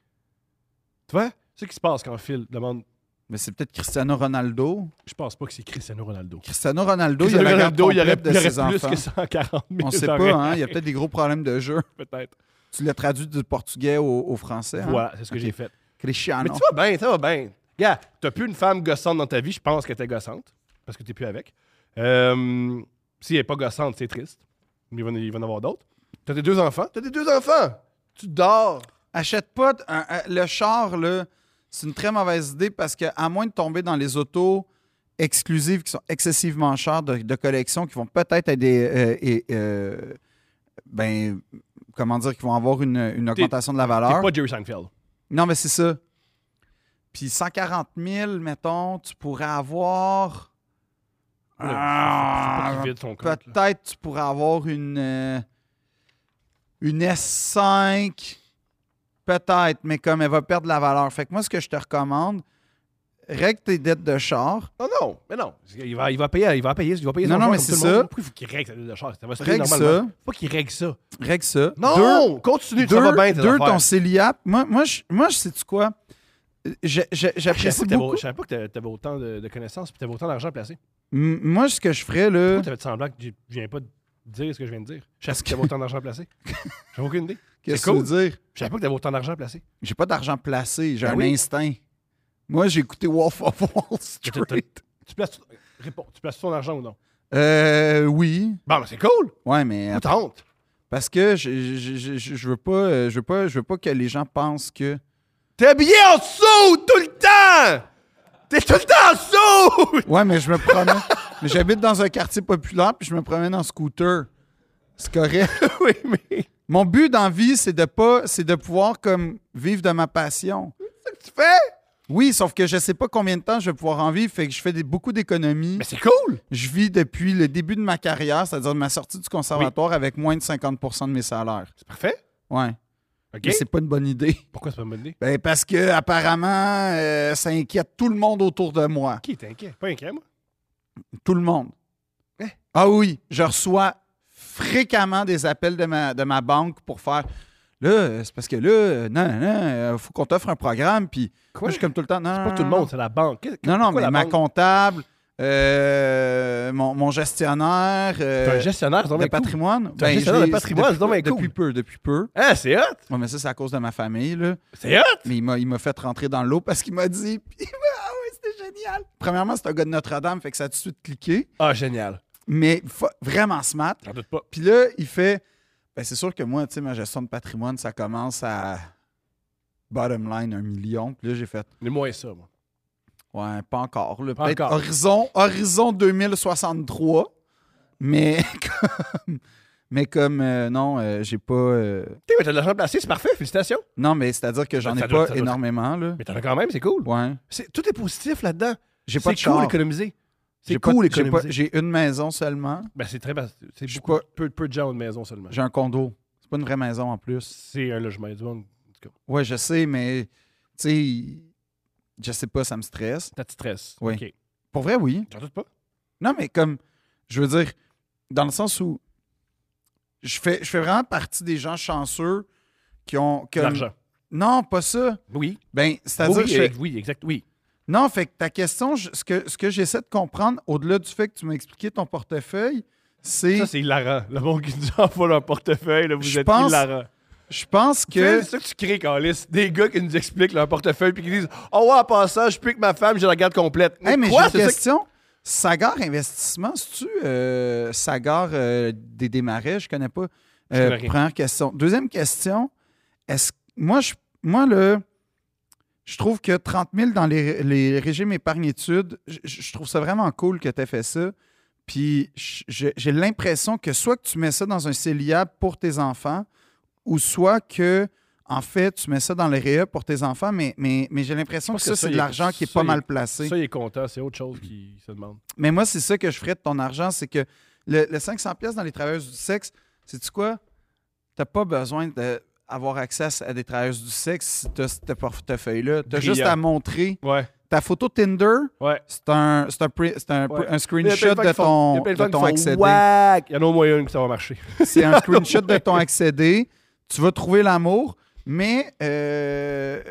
S1: Tu vois? C'est ce qui se passe quand Phil demande.
S2: Mais c'est peut-être Cristiano Ronaldo.
S1: Je pense pas que c'est Cristiano Ronaldo.
S2: Cristiano Ronaldo,
S1: Cristiano
S2: il a la garde
S1: Ronaldo, il y aurait,
S2: complète
S1: il y
S2: de
S1: aurait
S2: ses
S1: plus
S2: enfants.
S1: que 140 000
S2: On sait pas,
S1: aurait-
S2: hein, il y a peut-être des gros problèmes de jeu.
S1: Peut-être.
S2: Tu l'as traduit du portugais au, au français. hein? Ah
S1: Voilà, c'est ce que
S2: Ok.
S1: j'ai fait. Mais
S2: Cristiano.
S1: tu vas bien, ça va bien. Gars, t'as plus une femme gossante dans ta vie, je pense qu'elle était gossante, parce que t'es plus avec. Euh, si elle n'est pas gossante, c'est triste. Mais il va, en- il va en avoir d'autres. T'as tes deux enfants. T'as tes deux enfants. Tu dors.
S2: Achète pas t- un- un- le char, là. C'est une très mauvaise idée parce que, à moins de tomber dans les autos exclusives qui sont excessivement chères de, de collection, qui vont peut-être être des. euh, et, euh, ben, comment dire, qui vont avoir une, une
S1: T'es-
S2: augmentation de la
S1: T'es
S2: valeur.
S1: pas Jerry Seinfeld.
S2: Non, mais c'est ça. Puis 140 000, mettons, tu pourrais avoir.
S1: Là, faut- faut pas qu'il vide son compte, là.
S2: Ah, Peut-être tu pourrais avoir une, euh, une S5. Peut-être, mais comme elle va perdre la valeur. Fait que moi, ce que je te recommande, règle tes dettes de char.
S1: Non, non, mais non. Il va, il va payer, il va payer, il va payer.
S2: Non,
S1: son
S2: non,
S1: char
S2: mais
S1: comme
S2: c'est
S1: tout le monde.
S2: ça.
S1: Pourquoi il faut qu'il règle sa dette de char? Ça va se payer
S2: Règle
S1: normalement.
S2: ça.
S1: Faut pas qu'il règle ça.
S2: Règle ça. Deux-
S1: Non, continue,
S2: deux,
S1: ça va bien, tes
S2: deux,
S1: affaires.
S2: ton CELIAP. Moi, moi, je, moi, je- sais-tu quoi? Je- je-
S1: Je savais
S2: J'apprécie
S1: pas que t'avais-
S2: beaucoup. Euh.
S1: je savais pas que t'a- t'avais autant de, de connaissances puis t'avais autant d'argent placé.
S2: M- Moi, ce que je ferais, là.
S1: Pourquoi t'avais de semblant que je viens pas de dire ce que je viens de dire? Je savais pas que t'avais autant d'argent placé. J'ai aucune idée.
S2: Qu'est-ce
S1: c'est
S2: que tu veux dire?
S1: Je savais pas que t'avais autant d'argent placé.
S2: J'ai pas d'argent placé, j'ai
S1: Ben
S2: un
S1: oui.
S2: instinct. Moi, j'ai écouté Wolf of Wall Street.
S1: Tu places, tout- réponds, tu places ton argent ou non?
S2: Euh, oui.
S1: Bon, mais c'est cool!
S2: Ouais, mais.
S1: Ou tente!
S2: Parce que je, je, je- je- je veux pas, euh, je veux pas, je veux pas que les gens pensent que.
S1: T'es habillé en saut tout le temps! T'es tout le temps en saut!
S2: Ouais, mais je me promène. mais j'habite dans un quartier populaire puis je me promène en scooter. C'est correct.
S1: oui, mais
S2: Mon but dans la vie, c'est de pas, c'est de pouvoir comme vivre de ma passion.
S1: tu fais?
S2: Oui, sauf que je sais pas combien de temps je vais pouvoir en vivre, fait que je fais des- beaucoup d'économies.
S1: Mais c'est cool!
S2: Je vis depuis le début de ma carrière, c'est-à-dire de ma sortie du conservatoire avec moins de 50 de mes salaires.
S1: C'est parfait.
S2: Ouais.
S1: OK.
S2: Mais c'est pas une bonne idée.
S1: Pourquoi c'est pas une bonne idée?
S2: Ben parce que apparemment, euh, ça inquiète tout le monde autour de moi.
S1: Qui est inquiet? Pas inquiet, moi.
S2: Tout le monde.
S1: Hein?
S2: Ah oui, je reçois fréquemment des appels de ma, de ma banque pour faire Là, c'est parce que là, euh, non, non, euh, faut qu'on t'offre un programme. Puis moi,
S1: Quoi?
S2: je suis comme tout le temps. Non,
S1: C'est
S2: non,
S1: pas tout le
S2: non,
S1: monde, c'est la banque. Qu'est-
S2: Ah. Non, non,
S1: pourquoi
S2: mais
S1: la
S2: ma
S1: banque?
S2: comptable, euh, mon, mon gestionnaire
S1: T'es un
S2: euh,
S1: gestionnaire, c'est donc
S2: de
S1: bien cool.
S2: patrimoine.
S1: T'es un gestionnaire
S2: je
S1: de
S2: l'ai-
S1: patrimoine, c'est donc bien
S2: depuis, depuis
S1: cool.
S2: peu, depuis peu.
S1: Hein, c'est hot!
S2: Ouais, mais ça, c'est à cause de ma famille, là.
S1: C'est hot!
S2: Mais il m'a, il m'a fait rentrer dans l'eau parce qu'il m'a dit. puis il m'a- ah oui, c'était génial. Premièrement, c'est un gars de Notre-Dame, fait que ça a tout de suite cliqué.
S1: Ah, génial.
S2: Mais fa- vraiment smart.
S1: J'en doute pas.
S2: Puis là, il fait. Ben, c'est sûr que moi, tu sais, ma gestion de patrimoine, ça commence à. Bottom line, un million. Puis là, j'ai fait.
S1: Mais moins ça, moi.
S2: Ouais, pas encore. là.
S1: Pas
S2: Peut-être
S1: encore.
S2: Horizon, horizon 2063. Mais comme. Mais comme. euh, non, euh, j'ai pas. euh,
S1: T'es, mais t'as de l'argent placé, c'est parfait, félicitations.
S2: Non, mais c'est-à-dire que j'en
S1: Ça
S2: ai
S1: doit-
S2: pas
S1: ça doit-
S2: énormément, là.
S1: Mais t'en as quand même, c'est cool.
S2: Ouais.
S1: C'est- tout est positif là-dedans.
S2: J'ai pas
S1: C'est
S2: de
S1: cool
S2: char.
S1: d'économiser. C'est
S2: J'ai pas-
S1: cool
S2: j'ai pas-
S1: d'économiser.
S2: J'ai une maison seulement.
S1: Ben, c'est très. bas- C'est
S2: Je suis
S1: beaucoup-
S2: pas-
S1: peu, peu de gens ont une maison seulement.
S2: J'ai un condo. C'est pas une vraie maison en plus.
S1: C'est un logement. Du monde.
S2: Ouais, je sais, mais tu sais, je sais pas, ça me stresse.
S1: T'as de stress.
S2: Oui.
S1: OK.
S2: Pour vrai, oui.
S1: J'en doute pas.
S2: Non, mais comme, je veux dire, dans le sens où je fais, je fais vraiment partie des gens chanceux qui ont.
S1: De
S2: comme-
S1: L'argent.
S2: Non, pas ça.
S1: Oui.
S2: Ben, c'est-à-dire.
S1: oui,
S2: je fais-
S1: euh, oui, exact. Oui.
S2: Non, fait que ta question, je- ce que, ce que j'essaie de comprendre, au-delà du fait que tu m'as expliqué ton portefeuille, c'est.
S1: Ça, c'est hilarant. Le monde qui nous envoie leur portefeuille, là, vous
S2: Je
S1: êtes
S2: pense
S1: hilarant.
S2: Je pense
S1: Que...
S2: que.
S1: C'est ça que tu crées, Calis. Des gars qui nous expliquent leur portefeuille puis qui disent Oh, ouais, en passant, je pique ma femme, je la garde complète.
S2: Hey, mais j'ai
S1: quoi,
S2: une
S1: c'est ça
S2: question. Sagar Investissement, c'est-tu euh, Sagar euh, des démarrais? Je connais pas.
S1: Je connais
S2: Euh,
S1: rien.
S2: première question. Deuxième question. Est-ce moi, je, moi le, je trouve que 30 000 dans les, les régimes épargne-études, je, je trouve ça vraiment cool que tu aies fait ça. Puis je- je- j'ai l'impression que soit que tu mets ça dans un CELIA pour tes enfants, ou soit que, en fait, tu mets ça dans le REA pour tes enfants, mais, mais, mais j'ai l'impression que
S1: pense
S2: ça,
S1: que ça,
S2: c'est de
S1: il-
S2: l'argent qui est
S1: ça,
S2: pas
S1: il-
S2: mal placé.
S1: Ça, il est content. C'est autre chose qui se demande.
S2: Mais moi, c'est ça que je ferais de ton argent, c'est que le, le 500 pièces dans les travailleuses du sexe, c'est-tu quoi? T'as pas besoin d'avoir accès à- à des travailleuses du sexe si t'as ce portefeuille-là. T'as
S1: Brillant.
S2: juste à montrer
S1: Ouais.
S2: ta photo Tinder,
S1: Ouais.
S2: c'est un, c'est un, pri- c'est un,
S1: Ouais. Il
S2: un
S1: y a plein
S2: screenshot
S1: gens qui
S2: de
S1: font- il y
S2: ton,
S1: a plein
S2: de
S1: gens qui
S2: ton
S1: font
S2: accédé.
S1: Whack! Il y en a au moins une que ça va marcher.
S2: C'est un screenshot de ton accédé. Tu vas trouver l'amour, mais euh,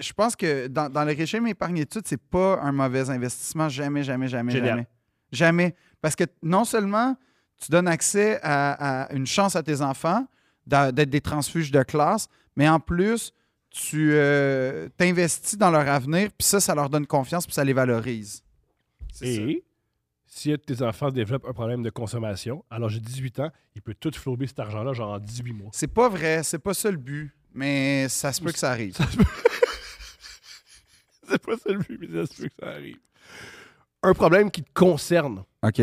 S2: je pense que dans, dans le régime épargne-études, c'est pas un mauvais investissement. Jamais, jamais, jamais,
S1: Génial.
S2: jamais. Jamais. Parce que non seulement tu donnes accès à, à une chance à tes enfants d'a- d'être des transfuges de classe, mais en plus, tu euh, t'investis dans leur avenir, puis ça, ça leur donne confiance, puis ça les valorise. C'est ça.
S1: Et si un de tes enfants développe un problème de consommation, alors j'ai 18 ans, il peut tout flouber cet argent-là, genre en 18 mois.
S2: C'est pas vrai, c'est pas ça le but, mais ça se peut que ça arrive.
S1: C'est pas ça le but, mais ça se peut que ça arrive. Un problème qui te concerne.
S2: OK.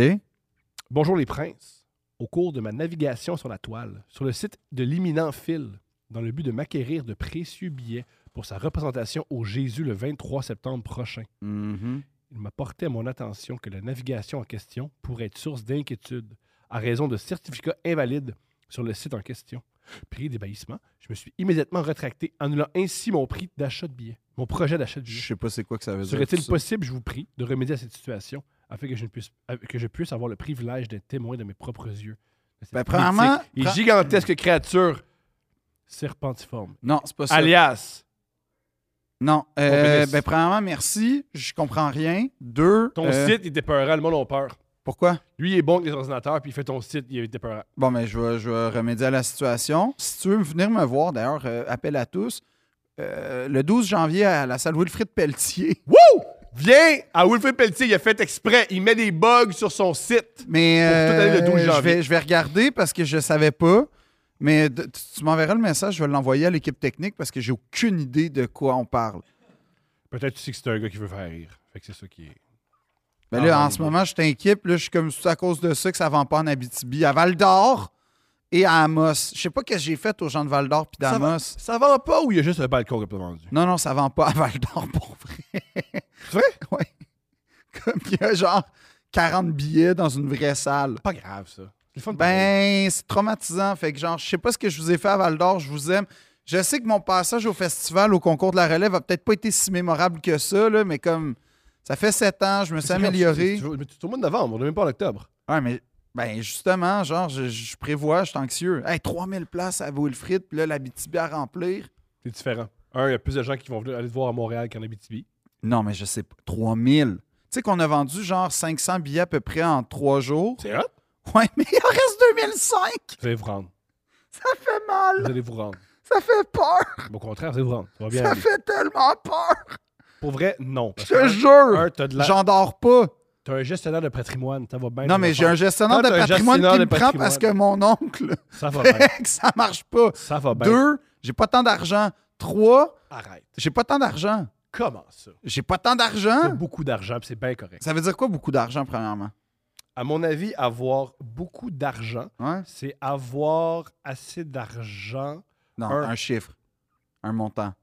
S1: Bonjour les princes. Au cours de ma navigation sur la toile, sur le site de l'imminent Phil, dans le but de m'acquérir de précieux billets pour sa représentation au Jésus le 23 septembre prochain,
S2: Mhm.
S1: il m'a porté à mon attention que la navigation en question pourrait être source d'inquiétude à raison de certificats invalides sur le site en question. Pris d'ébahissement, je me suis immédiatement retracté, annulant ainsi mon prix d'achat de billets, mon projet d'achat de billets.
S2: Je sais pas c'est quoi que ça veut dire.
S1: Serait-il
S2: tout ça.
S1: possible, je vous prie, de remédier à cette situation afin que je, ne puisse, euh, que je puisse avoir le privilège d'être témoin de mes propres yeux? de cette
S2: Ben, premièrement,
S1: mythique et
S2: pre-
S1: gigantesque créature serpentiforme,
S2: Non, c'est pas ça.
S1: alias
S2: Non. euh,
S1: pénis.
S2: ben, premièrement, merci. Je comprends rien. Deux.
S1: Ton
S2: euh,
S1: site, il était peurant, le monde a peur.
S2: Pourquoi?
S1: Lui, il est bon avec les ordinateurs, puis il fait ton site, il était peurant.
S2: Bon, mais je vais, je vais remédier à la situation. Si tu veux venir me voir, d'ailleurs, euh, appel à tous. euh, le 12 janvier à la salle Wilfrid Pelletier.
S1: Wouh! Viens à Wilfred Pelletier, il a fait exprès, il met des bugs sur son site.
S2: Mais
S1: Pour tout aller le 12
S2: euh, je,
S1: janvier.
S2: vais, je vais regarder parce que je savais pas. Mais de- tu tu m'enverras le message, je vais l'envoyer à l'équipe technique parce que j'ai aucune idée de quoi on parle.
S1: Peut-être tu sais que c'est un gars qui veut faire rire. Fait que c'est ça qui est.
S2: Mais
S1: Ah,
S2: Ben là, en
S1: mon
S2: ce
S1: Dieu.
S2: moment, je t'inquiète. Là, je suis comme c'est à cause de ça que ça vend pas en Abitibi, à Val d'Or et à Amos. Je sais pas ce que j'ai fait aux gens de Val d'Or puis
S1: Ça
S2: d'Amos.
S1: va, ça vend pas ou il y a juste un balcon qui est pas vendu?
S2: Non, non, ça vend pas à Val d'Or pour vrai.
S1: C'est vrai?
S2: Comme il y a genre 40 billets dans une vraie salle.
S1: Pas grave, ça. C'est le fun de parler.
S2: Ben, c'est traumatisant. Fait que genre, je sais pas ce que je vous ai fait à Val d'Or, je vous aime. Je sais que mon passage au festival, au concours de la relève, a peut-être pas été si mémorable que ça, là, mais comme ça fait sept ans, je me suis
S1: C'est grave,
S2: amélioré.
S1: c'est- c'est- Mais c'est au mois de novembre, on n'est même pas en octobre.
S2: Ouais, mais ben justement, genre, je, je prévois, je suis anxieux. Hey, 3000 places à Wilfrid, puis là, la BTB à remplir.
S1: C'est différent. Un, il y a plus de gens qui vont venir- aller te voir à Montréal qu'en Abitibi.
S2: Non, mais je sais pas. 3000. Tu sais qu'on a vendu genre 500 billets à peu près en trois jours.
S1: C'est hot.
S2: Ouais, mais il en reste 2005.
S1: Vous allez vous rendre.
S2: Ça fait
S1: Vous
S2: mal.
S1: allez vous rendre.
S2: Ça fait peur.
S1: Au contraire, vous allez vous rendre. Ça va bien
S2: Ça
S1: aller.
S2: fait tellement peur.
S1: Pour vrai, non.
S2: Je
S1: Parce
S2: te
S1: que,
S2: jure.
S1: un, t'as de la-
S2: J'en dors pas.
S1: t'as un gestionnaire de patrimoine. Ça va bien.
S2: Non,
S1: tu vas
S2: mais j'ai un
S1: faire.
S2: gestionnaire
S1: Quand
S2: de
S1: t'as un
S2: patrimoine
S1: gestionnaire
S2: qui
S1: de
S2: me prend parce que
S1: patrimoine. Ah, ben.
S2: mon oncle.
S1: Ça va bien.
S2: Fait que ça marche pas.
S1: Ça va bien.
S2: Deux, j'ai pas tant d'argent. Trois,
S1: Arrête.
S2: j'ai pas tant d'argent.
S1: Comment ça?
S2: J'ai pas tant
S1: T'as
S2: d'argent.
S1: beaucoup d'argent, puis c'est bien correct.
S2: Ça veut dire quoi beaucoup d'argent, premièrement?
S1: À mon avis, avoir beaucoup d'argent,
S2: Hein?
S1: c'est avoir assez d'argent.
S2: Non,
S1: Un.
S2: un, chiffre, un montant.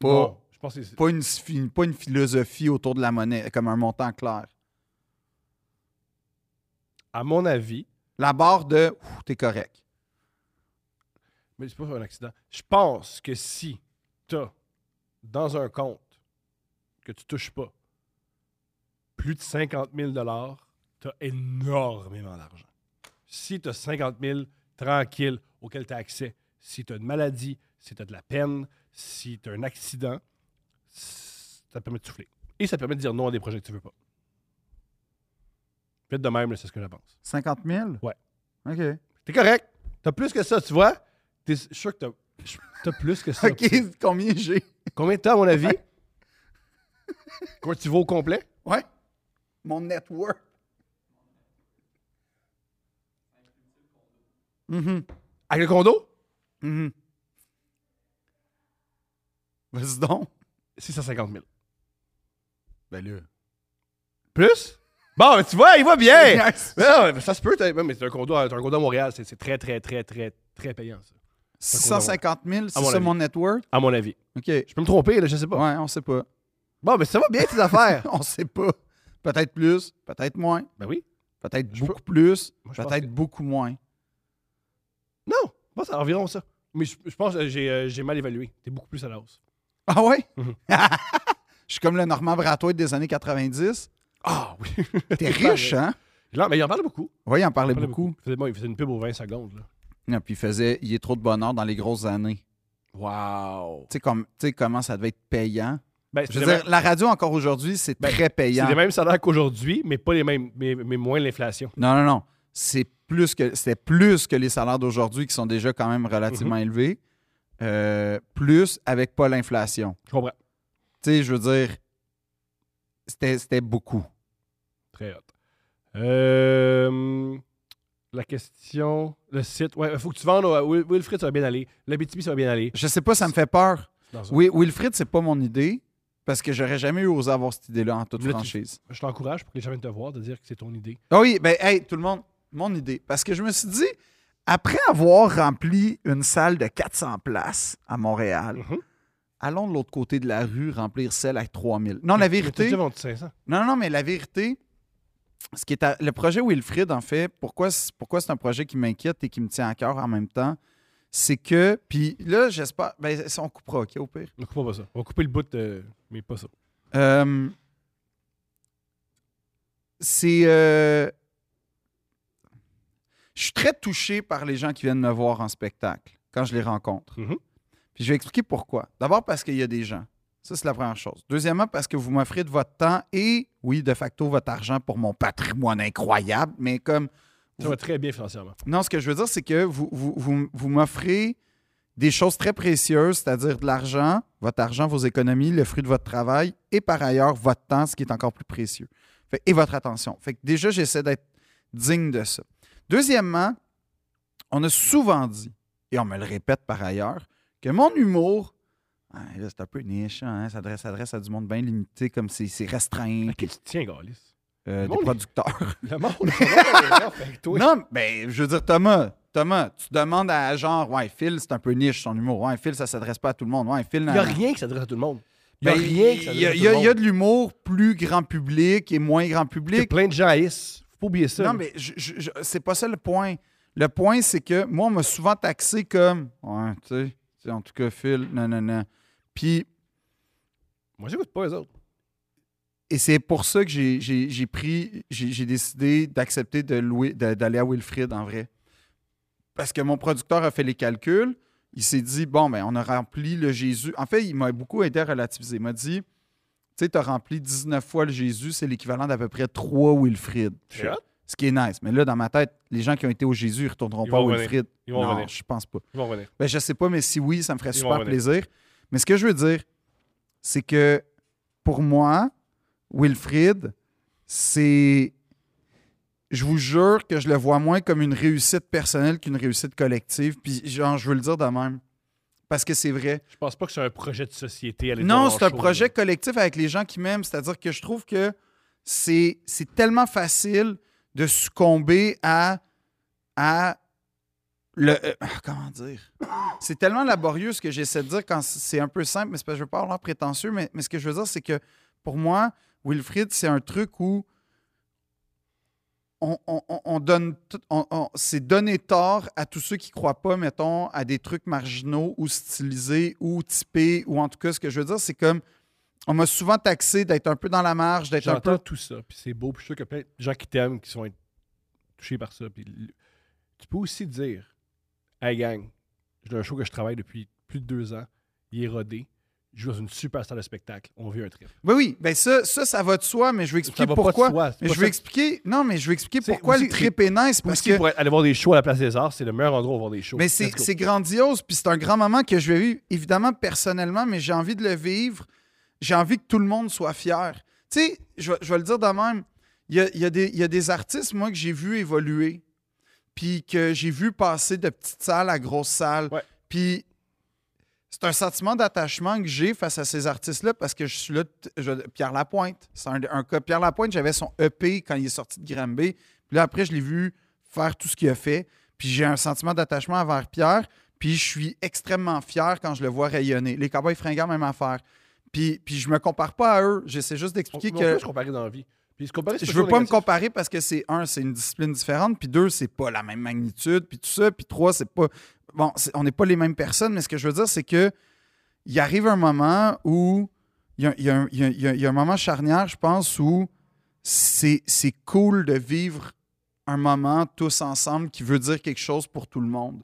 S2: Pas,
S1: Non, je pense que c'est.
S2: pas, une, spi- pas une philosophie autour de la monnaie, comme un montant clair.
S1: À mon avis,
S2: La barre de Ouh, t'es correct.
S1: mais c'est pas un accident. Je pense que si t'as dans un compte que tu touches pas plus de 50 000 t'as énormément d'argent. Si t'as 50 000 tranquille auquel t'as accès, si t'as une maladie, si t'as de la peine, si t'as un accident, ça te permet de souffler. Et ça te permet de dire non à des projets que tu veux pas. Faites de même, là, c'est ce que j'avance.
S2: 50 000?
S1: Ouais.
S2: OK.
S1: T'es correct. T'as plus que ça, tu vois. T'es je suis sûr que t'as. je- T'as plus que ça.
S2: OK, combien j'ai?
S1: Combien de temps, à mon avis? Quoi, tu vas au complet?
S2: Ouais. Mon network.
S1: Avec le condo? Mm-hmm.
S2: Vas-y donc.
S1: 650 000.
S2: Ben là.
S1: Plus? Bon, mais tu vois, il va bien!
S2: Yes.
S1: Mais non, mais ça se peut, t'as- mais c'est un condo, à- t'as un condo à Montréal, c'est c'est très, très, très, très, très payant, ça.
S2: 650 000,
S1: À
S2: c'est
S1: mon
S2: ça
S1: avis.
S2: mon network?
S1: À mon avis.
S2: OK. Ouais,
S1: Je peux me tromper, là, je sais pas.
S2: on sait pas.
S1: Bon, mais ça va bien, tes affaires.
S2: on sait pas. Peut-être plus, peut-être moins,
S1: ben oui.
S2: peut-être
S1: Je
S2: beaucoup plus,
S1: Moi, je pense
S2: peut-être
S1: que-
S2: beaucoup moins.
S1: Non, bon, c'est environ ça. Mais je, je pense que j'ai euh, j'ai mal évalué. T'es beaucoup plus à la hausse.
S2: Ah ouais?
S1: Mhm.
S2: Je suis comme le Normand Bratoit des années 90.
S1: Ah oui!
S2: T'es riche, hein?
S1: Non, mais il en parle beaucoup.
S2: Oui, il en parlait
S1: Il en parlait
S2: beaucoup.
S1: Il faisait, bon, il faisait une pub aux 20 secondes, là.
S2: Non, puis il faisait Il est trop de bonheur dans les grosses années.
S1: Wow!
S2: Tu sais, comme, tu sais comment ça devait être payant.
S1: Ben, c'est
S2: Je veux
S1: des
S2: dire,
S1: mêmes-
S2: la radio encore aujourd'hui, c'est
S1: Ben,
S2: très
S1: c'est
S2: payant.
S1: les mêmes salaires qu'aujourd'hui, mais pas les mêmes, mais, mais moins l'inflation.
S2: Non, non, non. C'est plus que c'était plus que les salaires d'aujourd'hui qui sont déjà quand même
S1: Mm-hmm.
S2: relativement élevés. Euh, plus avec pas l'inflation.
S1: Je comprends.
S2: Tu sais, je veux dire, c'était c'était beaucoup.
S1: Très hot. Euh, la question, le site. Ouais, il faut que tu vendes. au- Wil- Wilfrid, ça va bien aller. La BTB, ça va bien aller.
S2: Je sais pas, ça me fait peur.
S1: Dans un-
S2: Oui, Wilfrid, c'est pas mon idée parce que j'aurais jamais eu osé avoir cette idée-là en toute
S1: Là, tu-
S2: franchise.
S1: Je t'encourage pour que les gens viennent te voir, de dire que c'est ton idée.
S2: Ah oui, ben hey, tout le monde, mon idée. Parce que je me suis dit, après avoir rempli une salle de 400 places à Montréal,
S1: Mhm.
S2: allons de l'autre côté de la rue remplir celle à 3000. Non, la
S1: Mais t'as
S2: vérité,
S1: déjà vendu 500.
S2: non, non, mais la vérité, ce qui est à- le projet Wilfrid, en fait, pourquoi, c- pourquoi c'est un projet qui m'inquiète et qui me tient à cœur en même temps, c'est que, puis là, j'espère, ben, ça, on coupera, OK, au pire.
S1: Ne coupe pas ça. On va couper le bout, de- mais pas ça.
S2: Euh, c'est. euh, je suis très touché par les gens qui viennent me voir en spectacle quand je les rencontre.
S1: Mhm.
S2: Puis je vais expliquer pourquoi. D'abord parce qu'il y a des gens. Ça, c'est la première chose. Deuxièmement, parce que vous m'offrez de votre temps et, oui, de facto, votre argent pour mon patrimoine incroyable, mais comme
S1: Ça va très bien financièrement.
S2: non, ce que je veux dire, c'est que vous, vous, vous- vous m'offrez des choses très précieuses, c'est-à-dire de l'argent, votre argent, vos économies, le fruit de votre travail et par ailleurs votre temps, ce qui est encore plus précieux, Fait- et votre attention. Fait que déjà, j'essaie d'être digne de ça. Deuxièmement, on a souvent dit, et on me le répète par ailleurs, que mon humour, ah, là, c'est un peu niche, hein, ça adresse- s'adresse à du monde bien limité, comme c'est c'est restreint,
S1: À qui tu te tiens, Galis?
S2: euh, des
S1: monde est-
S2: producteurs.
S1: Le monde est toi.
S2: Non, ben, je veux dire, Thomas, Thomas, tu demandes à genre, ouais, Phil, c'est un peu niche son humour, ouais, Phil, ça s'adresse pas à tout le monde, ouais,
S4: Il
S2: Phil,
S4: n'y a
S2: nan-
S4: rien qui s'adresse à tout le monde. Il n'y a
S2: Ben,
S4: rien qui
S2: Il y,
S4: s'adresse
S2: a-
S4: à tout
S2: il y a-
S4: le
S2: il y a
S4: monde.
S2: de l'humour plus grand public et moins grand
S4: Il y a
S2: public.
S4: plein de gens haïssent. Faut pas oublier ça.
S2: Non,
S4: là.
S2: mais je- je- je- c'est pas ça le point. Le point, c'est que moi, on m'a souvent taxé comme Ouais, tu sais, tu sais, en tout cas, Phil, non, non, non. Puis,
S4: Moi, j'écoute pas les autres.
S2: et c'est pour ça que j'ai- j'ai j'ai pris, j'ai j'ai décidé d'accepter de louer- de- d'aller à Wilfrid en vrai. Parce que mon producteur a fait les calculs. Il s'est dit, bon, ben, on a rempli le Jésus. En fait, il m'a beaucoup aidé à relativiser. Il m'a dit, tu sais, tu as rempli 19 fois le Jésus, c'est l'équivalent d'à peu près 3 Wilfrid.
S1: Shit.
S2: Ce qui est nice. Mais là, dans ma tête, les gens qui ont été au Jésus, ils ne retourneront
S1: Ils
S2: pas
S1: vont
S2: au
S1: revenir.
S2: Wilfrid.
S1: Ils vont
S2: non,
S1: revenir.
S2: je pense pas.
S1: Ils vont revenir.
S2: Ben, je sais pas, mais si oui, ça me ferait
S1: Ils vont
S2: super
S1: revenir.
S2: plaisir. Mais ce que je veux dire, c'est que pour moi, Wilfrid, c'est. Je vous jure que je le vois moins comme une réussite personnelle qu'une réussite collective. Puis, genre, je veux le dire de même. Parce que c'est vrai.
S1: Je pense pas que c'est un projet de société. aller
S2: Non,
S1: voir
S2: c'est un
S1: show,
S2: projet collectif avec les gens qui m'aiment. C'est-à-dire que je trouve que c'est c'est tellement facile de succomber à. à le, euh, comment dire? C'est tellement laborieux ce que j'essaie de dire quand c- c'est un peu simple, mais c'est parce que je veux pas avoir l'air prétentieux, mais, mais ce que je veux dire, c'est que pour moi, Wilfrid, c'est un truc où on, on- on- on donne tout- on- on- c'est donner tort à tous ceux qui croient pas, mettons, à des trucs marginaux ou stylisés ou typés, ou en tout cas, ce que je veux dire, c'est comme on m'a souvent taxé d'être un peu dans la marge, d'être un peu.
S4: J'entends tout ça, puis c'est beau, puis je suis sûr qu'il y a plein de gens qui t'aiment qui sont être touchés par ça. Puis l- tu peux aussi dire Hey gang, j'ai un show que je travaille depuis plus de deux ans, il est rodé, je joue dans une super salle de spectacle, on vit un trip.
S2: Oui, oui, ben ça, ça, ça va de soi, mais je vais
S4: Ça
S2: expliquer
S4: va
S2: pourquoi.
S4: pas de soi. c'est
S2: Mais
S4: pas
S2: je vais
S4: ça-
S2: expliquer. Non, mais je vais expliquer
S4: C'est
S2: pourquoi
S4: aussi-
S2: le trip est nice parce
S1: Aussi,
S2: que.
S1: pour aller voir des shows à la Place des Arts, c'est le meilleur endroit où voir des shows.
S2: Mais c'est
S1: Let's go.
S2: c'est grandiose, puis c'est un grand moment que je vais vivre, évidemment, personnellement, mais j'ai envie de le vivre. J'ai envie que tout le monde soit fier. Tu sais, je, vais- je vais le dire de même. Il y a, il y a des, il y a des artistes, moi, que j'ai vu évoluer, puis que j'ai vu passer de petites salles à grosses salles.
S1: Ouais.
S2: Puis c'est un sentiment d'attachement que j'ai face à ces artistes-là parce que je suis là. t- je- Pierre Lapointe, c'est un, un cas. Pierre Lapointe, j'avais son EP quand il est sorti de Granby. Puis là, après, je l'ai vu faire tout ce qu'il a fait. Puis j'ai un sentiment d'attachement envers Pierre. Puis je suis extrêmement fier quand je le vois rayonner. Les Cowboys fringants, même affaire. Puis, puis je me compare pas à eux. J'essaie juste
S4: on-
S2: d'expliquer
S4: on
S2: que
S4: peut se comparer dans la vie. Puis se comparer, c'est
S2: je veux
S4: toujours
S2: pas me
S4: négatif.
S2: comparer parce que c'est un, c'est une discipline différente, puis deux, c'est pas la même magnitude, puis tout ça, puis trois, c'est pas bon, c'est- on n'est pas les mêmes personnes, mais ce que je veux dire, c'est que il arrive un moment où il y a, il y a un- il y a- il y a- il y a un moment charnière, je pense, où c'est c'est cool de vivre un moment tous ensemble qui veut dire quelque chose pour tout le monde.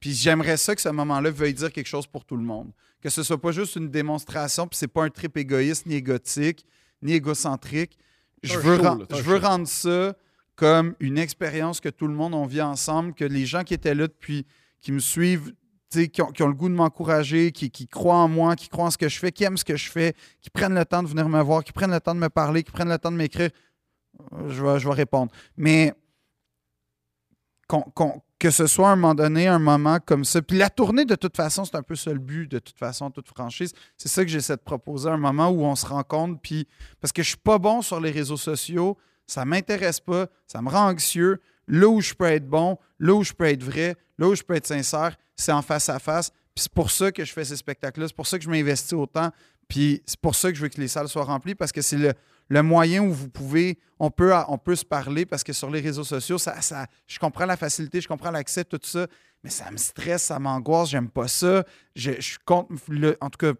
S2: Puis j'aimerais ça que ce moment-là veuille dire quelque chose pour tout le monde. Que ce soit pas juste une démonstration, puis c'est pas un trip égoïste, ni égotique, ni égocentrique.
S4: C'est
S2: Je
S4: un
S2: veux,
S4: show,
S2: ren-
S4: là, c'est
S2: je
S4: un
S2: veux
S4: show.
S2: rendre ça comme une expérience que tout le monde, on vit ensemble, que les gens qui étaient là depuis, qui me suivent, tu sais, qui ont, qui ont le goût de m'encourager, qui, qui croient en moi, qui croient en ce que je fais, qui aiment ce que je fais, qui prennent le temps de venir me voir, qui prennent le temps de me parler, qui prennent le temps de m'écrire, euh, je vais, je vais répondre. Mais qu'on- qu'on- que ce soit à un moment donné, un moment comme ça. Puis la tournée, de toute façon, c'est un peu ça le but, de toute façon, en toute franchise. C'est ça que j'essaie de proposer, un moment où on se rencontre. Puis parce que je suis pas bon sur les réseaux sociaux, ça m'intéresse pas, ça me rend anxieux. Là où je peux être bon, là où je peux être vrai, là où je peux être sincère, c'est en face à face. Puis c'est pour ça que je fais ces spectacles-là, c'est pour ça que je m'investis autant. Puis c'est pour ça que je veux que les salles soient remplies parce que c'est le, le moyen où vous pouvez, on peut, on peut se parler parce que sur les réseaux sociaux, ça, ça, je comprends la facilité, je comprends l'accès, tout ça, mais ça me stresse, ça m'angoisse, j'aime pas ça. Je, je suis contre, le- en tout cas,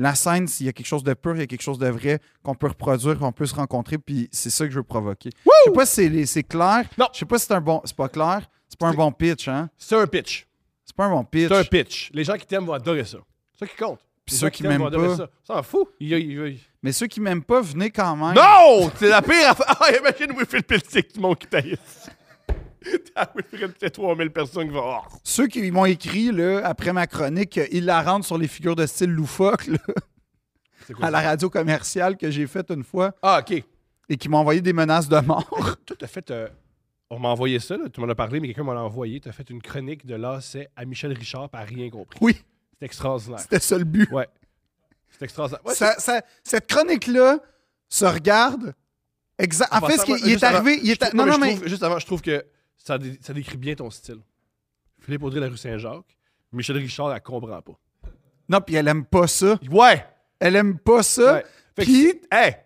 S2: la scène, s'il y a quelque chose de pur, il y a quelque chose de vrai qu'on peut reproduire, qu'on peut se rencontrer, puis c'est ça que je veux provoquer. Je sais pas si c'est les- c'est clair.
S1: Non.
S2: Je sais pas si c'est un bon, c'est pas clair. C'est pas un bon pitch, hein.
S1: C'est un pitch.
S2: C'est pas un bon pitch.
S1: C'est un pitch. Les gens qui t'aiment vont adorer ça. C'est ça qui compte.
S2: Puis
S1: Les
S2: ceux
S1: gens
S2: qui
S1: t'aiment
S2: m'aiment
S1: vont adorer
S2: pas.
S1: Ça Ça s'en fout. Il y a- il y a- il-
S2: Mais ceux qui m'aiment pas, venez quand même.
S1: Non! C'est la pire affaire. Ah, imagine Wilfred Peltier qui monte qui taillisse. T'as Ah, Wilfred peut-être 3000 personnes qui vont. Oh.
S2: Ceux qui m'ont écrit là, après ma chronique euh, hilarante sur les figures de style loufoque là,
S1: C'est quoi
S2: à la radio commerciale que j'ai faite une fois
S1: Ah, ok.
S2: et qui m'ont envoyé des menaces de mort.
S1: Toi, t'as fait euh, On m'a envoyé ça, là, tu m'en as parlé, mais quelqu'un m'a l'a envoyé. Tu as fait une chronique de l'AC à Michel Richard, par rien compris.
S2: Oui,
S1: C'est extraordinaire.
S2: c'était ça le but.
S1: Ouais. C'est extraordinaire. Ouais,
S2: Ça- ça- cette chronique-là se regarde. Exa- en fait,
S1: passant,
S2: ce qui
S1: moi,
S2: il est
S1: bah, juste avant,
S2: arrivé. il est
S1: je
S2: a-
S1: trouve-
S2: non,
S1: mais
S2: non,
S1: je
S2: mais.
S1: trouve- juste avant, je trouve que ça, dé- ça décrit bien ton style. Philippe Audrey, la rue Saint-Jacques. Michel Richard, elle comprend pas.
S2: Non, puis elle aime pas ça.
S1: Ouais!
S2: Elle aime pas ça.
S1: Ouais. Fait que
S2: Puis,
S1: Hey!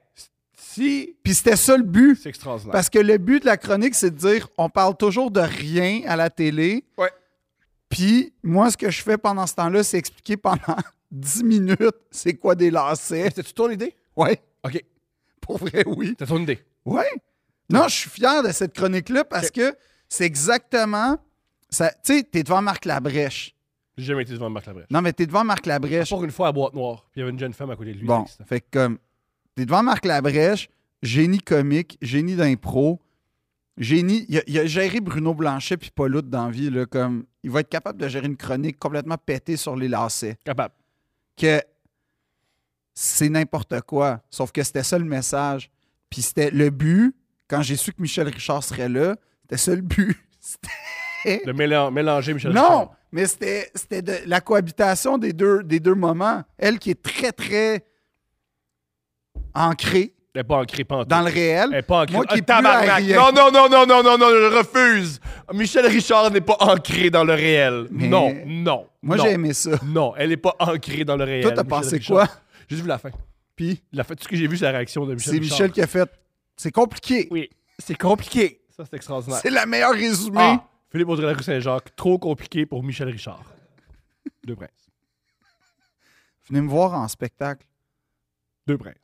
S1: Si.
S2: puis c'était ça le but.
S1: C'est extraordinaire.
S2: Parce que le but de la chronique, c'est de dire on parle toujours de rien à la télé.
S1: Ouais.
S2: Puis moi, ce que je fais pendant ce temps-là, c'est expliquer pendant 10 minutes c'est quoi des lacets.
S1: C'était-tu Eh, ton idée?
S2: Ouais.
S1: OK.
S2: Pour vrai, oui.
S1: C'était ton idée.
S2: Ouais. Non, je suis fier de cette chronique-là parce que c'est exactement. ça- Tu sais, t'es devant Marc Labrèche.
S1: J'ai jamais été devant Marc Labrèche.
S2: Non, mais t'es devant Marc Labrèche.
S1: Pour une fois à Boîte Noire, puis il y avait une jeune femme à côté de lui.
S2: Bon,
S1: c'était-
S2: fait que comme. T'es devant Marc Labrèche, génie comique, génie d'impro, génie. Il a, il a géré Bruno Blanchet puis Paul Hout dans la vie, là, comme. Il va être capable de gérer une chronique complètement pétée sur les lacets.
S1: Capable.
S2: Que c'est n'importe quoi. Sauf que c'était ça le message. Puis c'était le but, quand j'ai su que Michel Richard serait là, c'était ça le but. C'était-
S1: De mélan- mélanger Michel
S2: Non,
S1: Richard.
S2: mais c'était c'était de la cohabitation des deux, des deux moments. Elle qui est très, très ancrée
S1: Elle n'est pas ancrée pantoute.
S2: dans le
S1: Elle
S2: réel.
S1: n'est pas ancrée.
S2: Moi qui
S1: Ah,
S2: est plus
S1: tabarnak!
S2: aérien.
S5: Non, non, non, non, non, non, non, je refuse. Michel Richard n'est pas ancré dans le réel.
S2: Mais-
S5: Non, non.
S2: Moi,
S5: non.
S2: j'ai aimé ça.
S5: Non, elle n'est pas ancrée dans le réel.
S2: Toi, t'as
S5: Michel
S2: pensé
S5: Richard.
S2: quoi?
S1: J'ai juste vu la fin.
S2: Puis
S1: La fin. Tout ce que j'ai vu, c'est la réaction de Michel
S2: c'est
S1: Richard.
S2: Michel qui a fait c'est compliqué.
S1: Oui. C'est compliqué. Ça, c'est extraordinaire.
S2: C'est la meilleure résumée.
S1: Ah, Philippe Audrey la rue Saint-Jacques, trop compliqué pour Michel Richard. Deux princes.
S2: Venez me voir en spectacle.
S1: Deux princes.